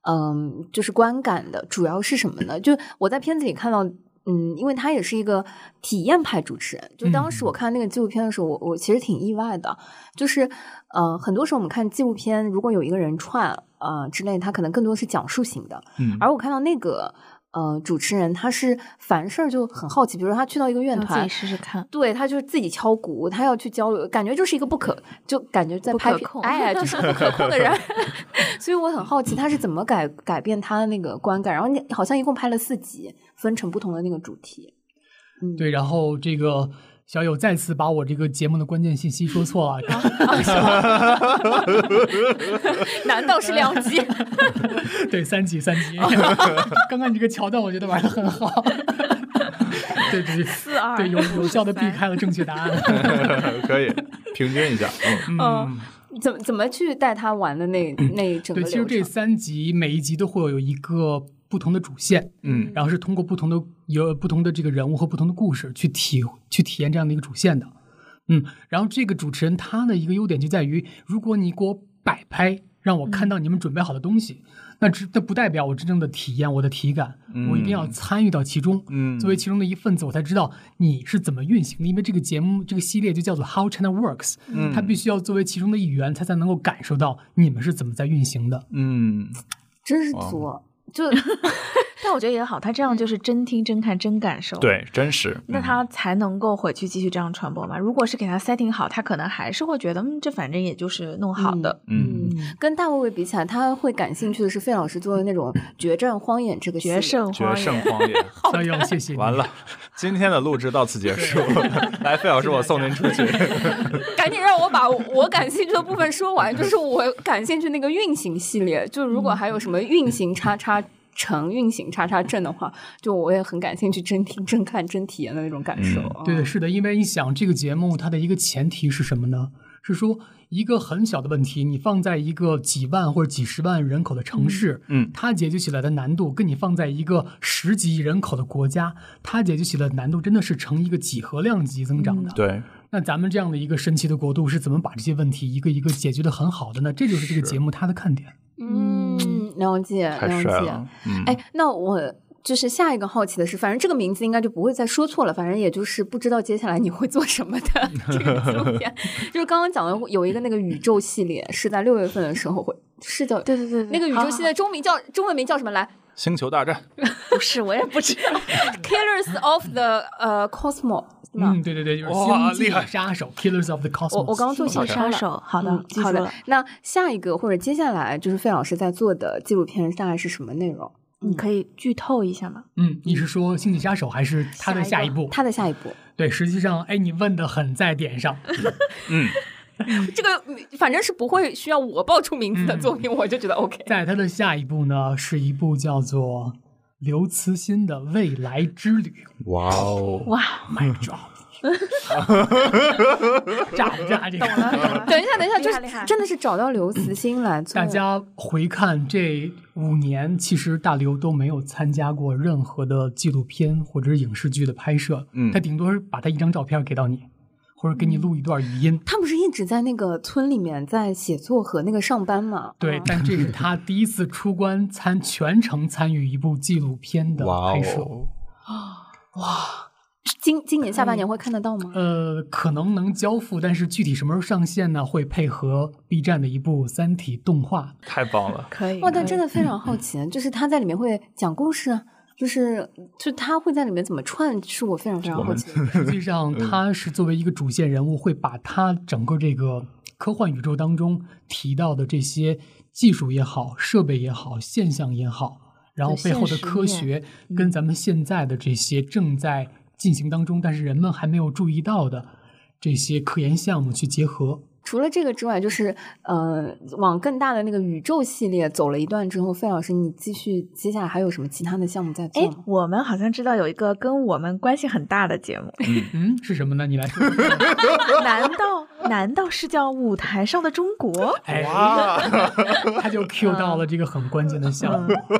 [SPEAKER 5] 嗯，就是观感的主要是什么呢？就我在片子里看到。嗯，因为他也是一个体验派主持人。就当时我看那个纪录片的时候，我我其实挺意外的，就是呃，很多时候我们看纪录片，如果有一个人串啊、呃之类，他可能更多是讲述型的。
[SPEAKER 1] 嗯，
[SPEAKER 5] 而我看到那个呃主持人，他是凡事儿就很好奇，比如说他去到一个院
[SPEAKER 3] 我自
[SPEAKER 5] 团
[SPEAKER 3] 己，试试看。
[SPEAKER 5] 对他就是自己敲鼓，他要去交流，感觉就是一个不可，就感觉在
[SPEAKER 3] 不
[SPEAKER 5] 拍
[SPEAKER 3] 可
[SPEAKER 5] 片
[SPEAKER 3] 控
[SPEAKER 5] 哎，就是个不可控的
[SPEAKER 3] <laughs>
[SPEAKER 5] 人。所以我很好奇他是怎么改改变他的那个观感，然后你好像一共拍了四集，分成不同的那个主题。嗯，
[SPEAKER 4] 对，然后这个小友再次把我这个节目的关键信息说错了，
[SPEAKER 5] 难道是两集？ <laughs>
[SPEAKER 4] 对，三级三
[SPEAKER 3] 哦
[SPEAKER 4] 级。 <laughs> 刚刚你这个桥段，我觉得玩的很好。 <laughs> 对对
[SPEAKER 3] 四二
[SPEAKER 4] 对，有有效的避。
[SPEAKER 3] 53
[SPEAKER 4] 开了正确答案。
[SPEAKER 1] 嗯 <laughs> 可以平均一下，嗯，
[SPEAKER 4] 哦
[SPEAKER 5] 嗯，怎么怎么去带他玩的那那整个流
[SPEAKER 4] 对，其实
[SPEAKER 5] 程？
[SPEAKER 4] 这三集每一集都会有一个不同的主线，
[SPEAKER 1] 嗯，
[SPEAKER 4] 然后是通过不同的有不同的这个人物和不同的故事去体去体验这样的一个主线的。嗯，然后这个主持人他的一个优点就在于，如果你给我摆拍，让我
[SPEAKER 3] 嗯
[SPEAKER 4] 看到你们准备好的东西，那只那不代表我真正的体验我的体感，我一定要参与到其中。
[SPEAKER 1] 嗯
[SPEAKER 4] 作为其中的一份子，我才知道你是怎么运行的，因为这个节目这个系列就叫做 How China Works，、
[SPEAKER 1] 嗯
[SPEAKER 4] 它必须要作为其中的一员，他才能够感受到你们是怎么在运行的。
[SPEAKER 1] 嗯，
[SPEAKER 5] 真是
[SPEAKER 4] 哦
[SPEAKER 5] 作，就
[SPEAKER 3] 但我觉得也好，他这
[SPEAKER 5] 嗯
[SPEAKER 3] 样就是真听、真看、真感受。。
[SPEAKER 1] 对，真实。嗯
[SPEAKER 3] 那他才能够回去继续这样传播嘛？如果是给他 setting 好，他可能还是会觉得，嗯，这反正也就是弄好的。
[SPEAKER 1] 嗯，
[SPEAKER 5] 跟大卫卫比起来，他会感兴趣的是费老师做的那种《决战荒野》这个系
[SPEAKER 3] 决
[SPEAKER 5] 列
[SPEAKER 3] 胜
[SPEAKER 1] 决
[SPEAKER 3] 荒
[SPEAKER 1] 胜
[SPEAKER 3] 野，
[SPEAKER 1] 荒
[SPEAKER 4] <laughs>
[SPEAKER 1] 野，
[SPEAKER 4] 小友，哎谢谢你。
[SPEAKER 1] 完了，今天的录制到此结束。 <laughs> 来，费老师，我送您出去。
[SPEAKER 5] 赶紧让我把我感兴趣的部分说完，就是我感兴趣那个运行系列，就如果
[SPEAKER 1] 嗯
[SPEAKER 5] 还有什么运行叉叉城、运行叉叉镇的话，就我也很感兴趣，真听、真看、真体验的那种感受。
[SPEAKER 1] 嗯
[SPEAKER 5] 嗯
[SPEAKER 4] 对的，是的，因为你想这个节目它的一个前提是什么呢？是说一个很小的问题，你放在一个几万或者几十万人口的城市，
[SPEAKER 1] 嗯嗯
[SPEAKER 4] 它解决起来的难度，跟你放在一个十几亿人口的国家，它解决起来的难度真的是成一个几何量级增长的。
[SPEAKER 1] 对，
[SPEAKER 4] 那咱们这样的一个神奇的国度是怎么把这些问题一个一个解决的很好的呢？这就是这个
[SPEAKER 1] 是
[SPEAKER 4] 节目它的看点。
[SPEAKER 5] 嗯，了解，
[SPEAKER 4] 哎
[SPEAKER 1] 太
[SPEAKER 5] 了
[SPEAKER 1] 帅
[SPEAKER 5] 解。
[SPEAKER 1] 了。嗯，
[SPEAKER 5] 哎，那我。就是下一个好奇的是，反正这个名字应该就不会再说错了，反正也就是不知道接下来你会做什么
[SPEAKER 3] <laughs>
[SPEAKER 5] 的这个纪录片。就是刚刚讲的有一个那个宇宙系列，是在六月份的时候会是叫
[SPEAKER 3] 对对对对，
[SPEAKER 5] 那个宇
[SPEAKER 3] 好
[SPEAKER 5] 宙
[SPEAKER 3] 好
[SPEAKER 5] 系列中名叫中文名叫什么来？
[SPEAKER 1] 星球大战，
[SPEAKER 3] 好不是，我也不知 <laughs> 道。
[SPEAKER 5] 嗯 Killers of the 呃 Cosmo，是吗
[SPEAKER 4] 嗯，对对对，就是
[SPEAKER 1] 哇
[SPEAKER 4] 《星
[SPEAKER 1] 厉害
[SPEAKER 4] 际杀手》（Killers of the Cosmos）。
[SPEAKER 5] 我我刚刚做小
[SPEAKER 3] 小
[SPEAKER 5] 抄
[SPEAKER 3] 杀
[SPEAKER 5] 了。
[SPEAKER 3] 手，好的，
[SPEAKER 5] 嗯
[SPEAKER 3] 记住
[SPEAKER 5] 好的
[SPEAKER 3] 了。。
[SPEAKER 5] 那下一个或者接下来就是费老师在做的纪录片大概是什么内容？
[SPEAKER 3] 你可以剧透一下
[SPEAKER 5] <laughs>
[SPEAKER 3] 吗？
[SPEAKER 4] 嗯，你是说《星际杀手》还是它的
[SPEAKER 3] 下
[SPEAKER 4] 下
[SPEAKER 3] 一
[SPEAKER 4] 一
[SPEAKER 3] 个
[SPEAKER 4] 步？
[SPEAKER 5] 他的下一步，
[SPEAKER 4] 对，实际上，哎，你问的很在点上。
[SPEAKER 1] 嗯，
[SPEAKER 5] 这个嗯反正是不会需要我报出名
[SPEAKER 3] 嗯
[SPEAKER 5] 字的作品，我就觉得 OK。
[SPEAKER 4] 在它的下一部呢，是一部叫做《刘慈欣的未来之旅
[SPEAKER 1] 哇哦，
[SPEAKER 3] 哇，》
[SPEAKER 4] ，My Drop，炸不炸这个？
[SPEAKER 3] 懂了，懂了。
[SPEAKER 5] 等一下，等一下，就
[SPEAKER 3] 厉害厉
[SPEAKER 5] 是
[SPEAKER 3] 害
[SPEAKER 5] 真的是找到刘慈欣来做。
[SPEAKER 4] 大家回看这五年，其实大刘都没有参加过任何的纪录片或者是影视剧的拍摄，
[SPEAKER 1] 嗯
[SPEAKER 4] 他顶多是把他一张照片给到你，或者给你录一段语音。
[SPEAKER 5] 他不是一直在那个村里面在写作和那个上班吗？
[SPEAKER 4] 对，
[SPEAKER 3] 嗯
[SPEAKER 4] 但这是他第一次出关参全程参与一部纪录片的
[SPEAKER 1] 哇
[SPEAKER 4] 拍摄。
[SPEAKER 1] 哦，
[SPEAKER 5] 今今年下半年会看得到吗？
[SPEAKER 4] 呃，可能能交付，但是具体什么时候上线呢？会配合 B 站的一部《三体》动画。
[SPEAKER 1] 太棒了。
[SPEAKER 3] <laughs> 可以。
[SPEAKER 5] 哇，
[SPEAKER 3] 可
[SPEAKER 5] 但
[SPEAKER 3] 以嗯
[SPEAKER 5] 真的非常好奇，啊就是他在里面会讲故事啊，就是就他会在里面怎么串，是我非常非常好奇的一个。
[SPEAKER 4] 实际上，他是作为一个主线人物，会把他整个这个科幻宇宙当中提到的这些技术也好、设备也好、现象也好，然后
[SPEAKER 3] 就
[SPEAKER 4] 背后的
[SPEAKER 3] 现实
[SPEAKER 4] 科学跟咱们现在的这些正在进行当中，但是人们还没有注意到的这些科研项目去结合。
[SPEAKER 5] 除了这个之外，就是呃，往更大的那个宇宙系列走了一段之后，费老师，你继续接下来还有什么其他的项目在做
[SPEAKER 3] 哎
[SPEAKER 5] 吗？，
[SPEAKER 3] 我们好像知道有一个跟我们关系很大的
[SPEAKER 5] <laughs>
[SPEAKER 3] 节目，
[SPEAKER 4] 嗯，是什么呢？你来说说。
[SPEAKER 3] 难道难道是叫《舞台上的中国》？
[SPEAKER 1] <laughs>
[SPEAKER 4] 哎，
[SPEAKER 1] 哇，
[SPEAKER 4] 他就 Q 到了这个很关键的项目。
[SPEAKER 3] 嗯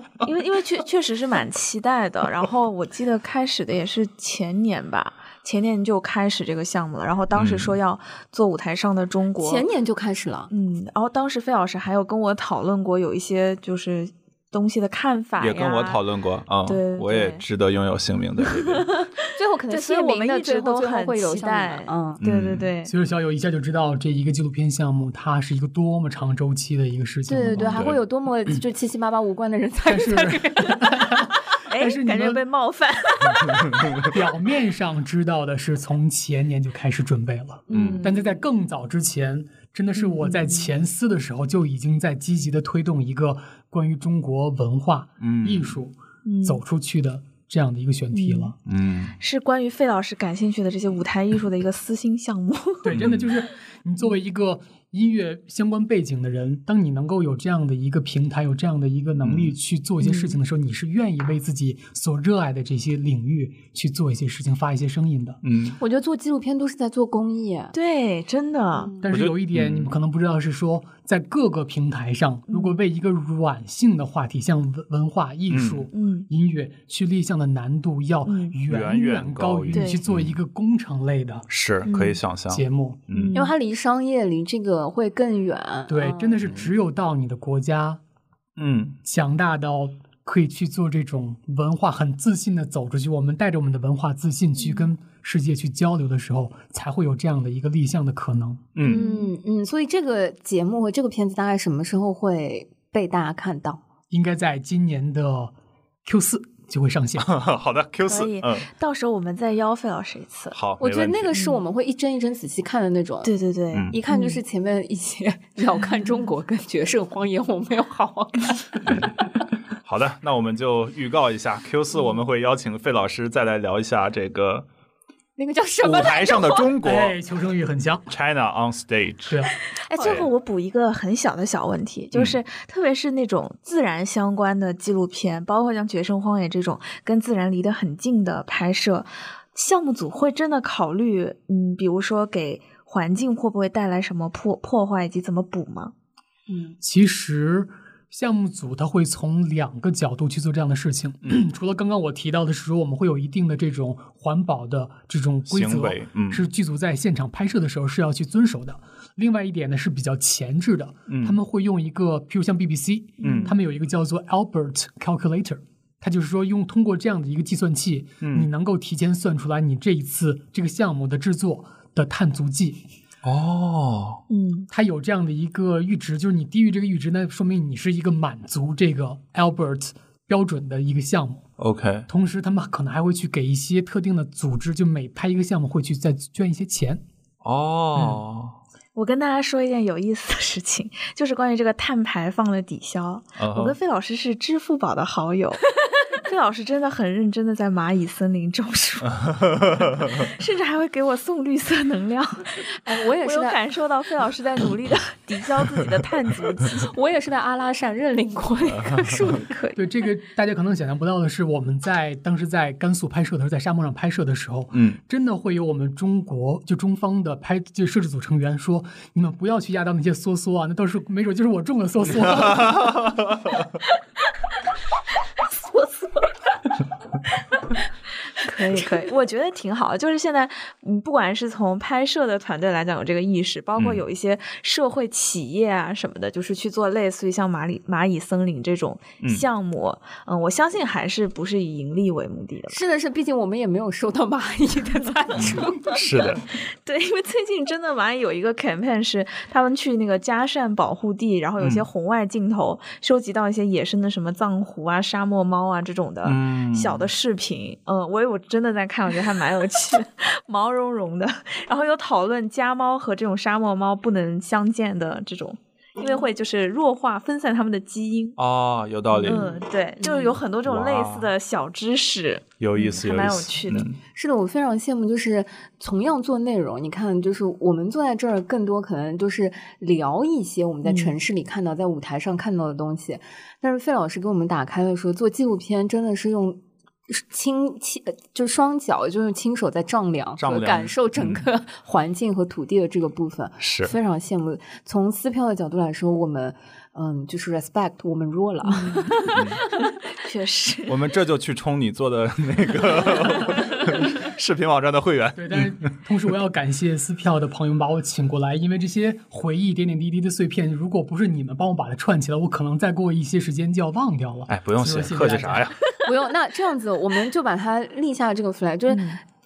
[SPEAKER 3] <laughs> 因为因为确确实是蛮期待的。然后我记得开始的也是前年吧，前年就开始这个项目了。然后当时
[SPEAKER 1] 嗯
[SPEAKER 3] 说要做舞台上的中国，
[SPEAKER 5] 前年就开始了，
[SPEAKER 3] 嗯，然后当时费老师还有跟我讨论过有一些就是东西的看法
[SPEAKER 1] 也跟我讨论
[SPEAKER 3] 论。
[SPEAKER 1] 过啊
[SPEAKER 3] 对对，
[SPEAKER 1] 我也值得拥有姓名的这个。
[SPEAKER 5] 最后可能
[SPEAKER 3] 对
[SPEAKER 5] 谢
[SPEAKER 3] 所以我
[SPEAKER 5] 明
[SPEAKER 3] 们
[SPEAKER 5] 的
[SPEAKER 3] 一直
[SPEAKER 5] 之后
[SPEAKER 3] 都
[SPEAKER 5] 最后
[SPEAKER 3] 很
[SPEAKER 5] 会有
[SPEAKER 3] 期
[SPEAKER 5] 上面
[SPEAKER 3] 待
[SPEAKER 5] 的嗯，
[SPEAKER 3] 对
[SPEAKER 1] 嗯
[SPEAKER 3] 对对，
[SPEAKER 4] 所以小友一下就知道这一个纪录片项目，它是一个多么长周期的一个事情。
[SPEAKER 5] 对对对，还
[SPEAKER 1] 对
[SPEAKER 5] 会有多么就七七八八无关的人才
[SPEAKER 4] 但是
[SPEAKER 5] 在里面。
[SPEAKER 3] 哎
[SPEAKER 4] 但是，你
[SPEAKER 3] 感觉
[SPEAKER 4] 们
[SPEAKER 3] 被冒犯。
[SPEAKER 4] <laughs> 表面上知道的是从前年就开始准备
[SPEAKER 1] <laughs>
[SPEAKER 4] 了，
[SPEAKER 1] 嗯
[SPEAKER 4] 但是在更早之前，真的是我在前司的时候就已经在积极的推动一个关于中国文化、
[SPEAKER 1] 嗯
[SPEAKER 4] 艺术
[SPEAKER 3] 嗯
[SPEAKER 4] 走出去的这样的一个选题了。
[SPEAKER 1] 嗯
[SPEAKER 3] 是关于费老师感兴趣的这些舞台艺术的一个私心项目。 <laughs>
[SPEAKER 4] 对，真的就是你作为一个音乐相关背景的人，当你能够有这样的一个平台，有这样的一个能力去做一些事情的时候，你是愿意为自己所热爱的这些领域去做一些事情，发一些声音的。
[SPEAKER 1] 嗯，
[SPEAKER 5] 我觉得做纪录片都是在做公益。
[SPEAKER 3] 啊
[SPEAKER 5] 嗯
[SPEAKER 3] 对，真的，
[SPEAKER 4] 但
[SPEAKER 1] 我
[SPEAKER 4] 是
[SPEAKER 1] 觉得嗯
[SPEAKER 4] 有一点你们可能不知道是说，在各个平台上，如
[SPEAKER 3] 嗯
[SPEAKER 4] 果为一个软性的话题，像文文化艺术、
[SPEAKER 3] 嗯
[SPEAKER 4] 音乐去立项的难度要
[SPEAKER 3] 嗯
[SPEAKER 4] 远
[SPEAKER 1] 远远高
[SPEAKER 4] 高
[SPEAKER 1] 于
[SPEAKER 4] 于
[SPEAKER 3] 对
[SPEAKER 4] 你去做一个工程类的
[SPEAKER 1] 是可以想象，
[SPEAKER 4] 节目。
[SPEAKER 1] 嗯
[SPEAKER 5] 因为它离商业离这个会更远。
[SPEAKER 4] 对，
[SPEAKER 5] 嗯
[SPEAKER 4] 真的是只有到你的国家
[SPEAKER 1] 嗯
[SPEAKER 4] 强大到可以去做这种文化，很自信的走出去。我们带着我们的文化自信
[SPEAKER 3] 嗯
[SPEAKER 4] 去跟世界去交流的时候，才会有这样的一个立项的可能。
[SPEAKER 1] 嗯，
[SPEAKER 5] 嗯嗯，所以这个节目和这个片子大概什么时候会被大家看到？
[SPEAKER 4] 应该在今年的 Q 四就会上线。
[SPEAKER 1] <laughs> <laughs> 好的，Q
[SPEAKER 3] 可
[SPEAKER 1] 四
[SPEAKER 3] 以，
[SPEAKER 1] 嗯，
[SPEAKER 3] 到时候我们再邀费老师一次。
[SPEAKER 1] 好，
[SPEAKER 5] 我觉得
[SPEAKER 1] 没问题
[SPEAKER 5] 那个是我们会一帧一帧仔细看的那种。
[SPEAKER 3] 对对对，
[SPEAKER 1] 嗯
[SPEAKER 5] 一看就是前面一些 <laughs> 老看中国跟决胜荒野，我没有好好看。
[SPEAKER 1] 好的，那我们就预告一下，Q 四我们会邀请费老师再来聊一下这个
[SPEAKER 5] 那个叫什
[SPEAKER 1] 舞
[SPEAKER 5] 么来
[SPEAKER 1] 台上的
[SPEAKER 5] <laughs>
[SPEAKER 1] 中国
[SPEAKER 4] 哎，求生欲很强。
[SPEAKER 1] China on Stage，
[SPEAKER 4] 对啊，
[SPEAKER 3] 哎，最后我补一个很小的小问题，就是、特别是那种自然相关的纪录片，包括像《决胜荒野》这种跟自然离得很近的拍摄，项目组会真的考虑，嗯，比如说给环境会不会带来什么破破坏以及怎么补吗？
[SPEAKER 5] 嗯
[SPEAKER 4] 其实项目组他会从两个角度去做这样的事情。
[SPEAKER 1] 嗯
[SPEAKER 4] <clears throat> 除了刚刚我提到的是说，我们会有一定的这种环保的这种规
[SPEAKER 1] 行
[SPEAKER 4] 则
[SPEAKER 1] 为，嗯
[SPEAKER 4] 是剧组在现场拍摄的时候是要去遵守的。另外一点呢是比较前置的，
[SPEAKER 1] 嗯
[SPEAKER 4] 他们会用一个，譬如像 BBC，
[SPEAKER 1] 嗯
[SPEAKER 4] 他们有一个叫做 Albert Calculator。它就是说，用通过这样的一个计算器，
[SPEAKER 1] 嗯
[SPEAKER 4] 你能够提前算出来你这一次这个项目的制作的碳足迹，
[SPEAKER 1] 哦，
[SPEAKER 3] 嗯
[SPEAKER 4] 它有这样的一个阈值，就是你低于这个阈值，那说明你是一个满足这个 Albert 标准的一个项目。
[SPEAKER 1] OK，
[SPEAKER 4] 同时，他们可能还会去给一些特定的组织，就每拍一个项目会去再捐一些钱。
[SPEAKER 1] 哦，
[SPEAKER 3] 我跟大家说一件有意思的事情，就是关于这个碳排放的抵消。
[SPEAKER 1] 嗯
[SPEAKER 3] 我跟费老师是支付宝的好友，费老师真的很认真的在蚂蚁森林种树，甚至还会给我送绿色能量。
[SPEAKER 5] 哎，我也
[SPEAKER 3] 我
[SPEAKER 5] 是
[SPEAKER 3] 有
[SPEAKER 5] 在，
[SPEAKER 3] 感受到费老师在努力 <laughs> 的抵消自己的碳足迹。
[SPEAKER 5] 我也是在阿拉善认领过一棵树的可以。
[SPEAKER 4] 对这个，大家可能想象不到的是，我们在当时在甘肃拍摄的时候，在沙漠上拍摄的时候，
[SPEAKER 1] 嗯
[SPEAKER 4] 真的会有我们中国就中方的拍就摄制组成员说：“你们不要去压到那些梭梭啊，那都是没准就是我种的梭梭。”
[SPEAKER 3] <laughs> 可以可以，我觉得挺好的。就是现在，嗯，不管是从拍摄的团队来讲有这个意识，包括
[SPEAKER 1] 嗯
[SPEAKER 3] 有一些社会企业啊什么的，就是去做类似于像蚂蚁蚂蚁森林这种
[SPEAKER 1] 嗯
[SPEAKER 3] 项目。嗯我相信还是不是以盈利为目的的。
[SPEAKER 5] 是的，是，毕竟我们也没有收到蚂蚁
[SPEAKER 1] <laughs>
[SPEAKER 5] 的赞助。
[SPEAKER 1] 是的，
[SPEAKER 3] <laughs> 对，因为最近真的蚂蚁有一个 campaign 是他们去那个嘉善保护地，然后有一些
[SPEAKER 1] 嗯
[SPEAKER 3] 红外镜头、收集到一些野生的什么藏狐啊、沙漠猫啊这种的
[SPEAKER 1] 嗯
[SPEAKER 3] 小的视频。嗯，我有真的在看，我觉得还蛮有趣， <laughs> 毛茸茸的。然后有讨论家猫和这种沙漠猫不能相见的这种，因为会就是弱化分散它们的基因。
[SPEAKER 1] 哦，有道理，
[SPEAKER 3] 嗯，对，就是有很多这种类似
[SPEAKER 1] 哇
[SPEAKER 3] 的小知识。
[SPEAKER 1] 有意思，
[SPEAKER 3] 还
[SPEAKER 1] 有
[SPEAKER 3] 蛮
[SPEAKER 1] 意
[SPEAKER 3] 有
[SPEAKER 1] 思，
[SPEAKER 3] 趣的
[SPEAKER 1] 嗯
[SPEAKER 5] 是的，我非常羡慕，就是同样做内容，你看，就是我们坐在这儿，更多可能就是聊一些我们在
[SPEAKER 3] 嗯
[SPEAKER 5] 城市里看到、在舞台上看到的东西。但是费老师给我们打开了说，做纪录片真的是用亲亲，呃就双脚，就是亲手在丈量
[SPEAKER 1] 丈
[SPEAKER 5] 和
[SPEAKER 1] 量嗯
[SPEAKER 5] 感受整个环境和土地的这个部分。
[SPEAKER 1] 是
[SPEAKER 5] 非常羡慕。从撕票的角度来说，我们嗯，就是 respect 我们弱
[SPEAKER 1] <laughs>
[SPEAKER 5] 了。
[SPEAKER 3] 确实，
[SPEAKER 1] 我们这就去充你做的那个视频网站的会员。
[SPEAKER 4] 对，
[SPEAKER 1] <laughs>
[SPEAKER 4] 但是同时我要感谢撕票的朋友们把我请过来，因为这些回忆点点滴滴的碎片，如果不是你们帮我把它串起来，我可能再过一些时间就要忘掉了。
[SPEAKER 1] 哎，不用
[SPEAKER 4] 所
[SPEAKER 1] 谢
[SPEAKER 4] 以，说谢
[SPEAKER 1] 客
[SPEAKER 5] <laughs>
[SPEAKER 1] 气
[SPEAKER 4] 大家
[SPEAKER 1] 啥呀？
[SPEAKER 5] 不用，那这样子我们就把它立下这个 flag，就是。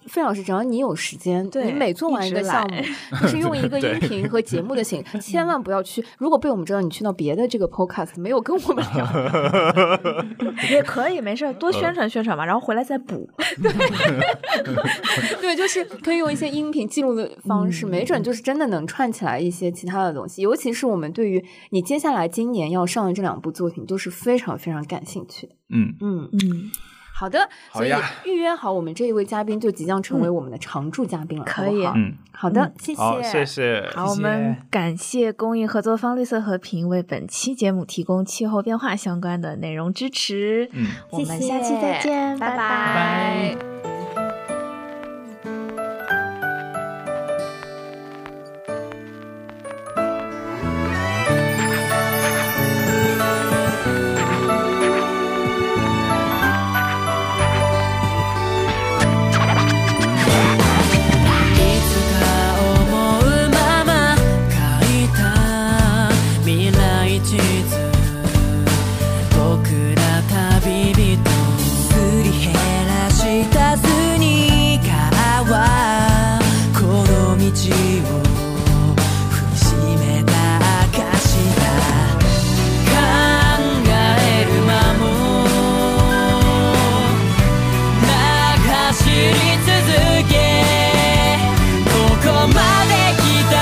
[SPEAKER 5] 费老师，只要你有时间，
[SPEAKER 3] 嗯对
[SPEAKER 5] 你每做完一
[SPEAKER 3] <laughs>
[SPEAKER 5] 个项目
[SPEAKER 3] 一直，
[SPEAKER 5] 你是用一个音
[SPEAKER 1] 对
[SPEAKER 5] 频和节目
[SPEAKER 3] <laughs>
[SPEAKER 5] 的形，千万不要去。如果被我们知道你去到别的这个 podcast 没有跟我们
[SPEAKER 1] <laughs>
[SPEAKER 5] 聊，
[SPEAKER 3] <laughs> 也可以，没事儿，
[SPEAKER 1] 呃
[SPEAKER 3] 多宣传宣传嘛，然后回来再补。
[SPEAKER 5] 对，就是可以用一些音频记录的方
[SPEAKER 3] 嗯
[SPEAKER 5] 式，没准就是真的能串起来一些其他的东西。尤其是我们对于你接下来今年要上的这两部作品都是非常非常感兴趣的。
[SPEAKER 1] 嗯，
[SPEAKER 5] 嗯，
[SPEAKER 3] 嗯，
[SPEAKER 5] 好的，
[SPEAKER 1] 好
[SPEAKER 5] 所以
[SPEAKER 1] 呀
[SPEAKER 5] 预约好我们这一位嘉宾，就即将成为我们的常驻嘉宾了，
[SPEAKER 3] 嗯可
[SPEAKER 5] 好不
[SPEAKER 3] 以
[SPEAKER 5] 好
[SPEAKER 1] 嗯，
[SPEAKER 5] 好的
[SPEAKER 3] 嗯，
[SPEAKER 5] 谢
[SPEAKER 1] 好，谢
[SPEAKER 5] 谢。
[SPEAKER 1] 谢，
[SPEAKER 3] 好，我
[SPEAKER 4] 谢谢
[SPEAKER 3] 们感谢公益合作方绿色和平为本期节目提供气候变化相关的内容支持。
[SPEAKER 1] 嗯。
[SPEAKER 3] 我们下期再
[SPEAKER 5] 谢谢
[SPEAKER 3] 见，
[SPEAKER 5] 拜
[SPEAKER 3] 拜
[SPEAKER 4] 拜
[SPEAKER 2] いつか思うまま書いた未来地図僕ら旅人すり減らしたスニーカーはこの道を踏みしめた証だ考える間も「走り続け」「ここまで来た」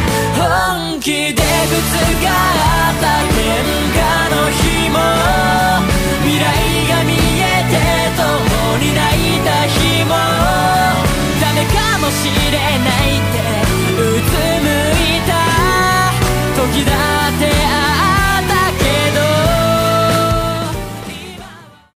[SPEAKER 2] 「本気でぶつかった喧嘩の日も」「未来が見えて共に泣いた日も」「誰かもしれ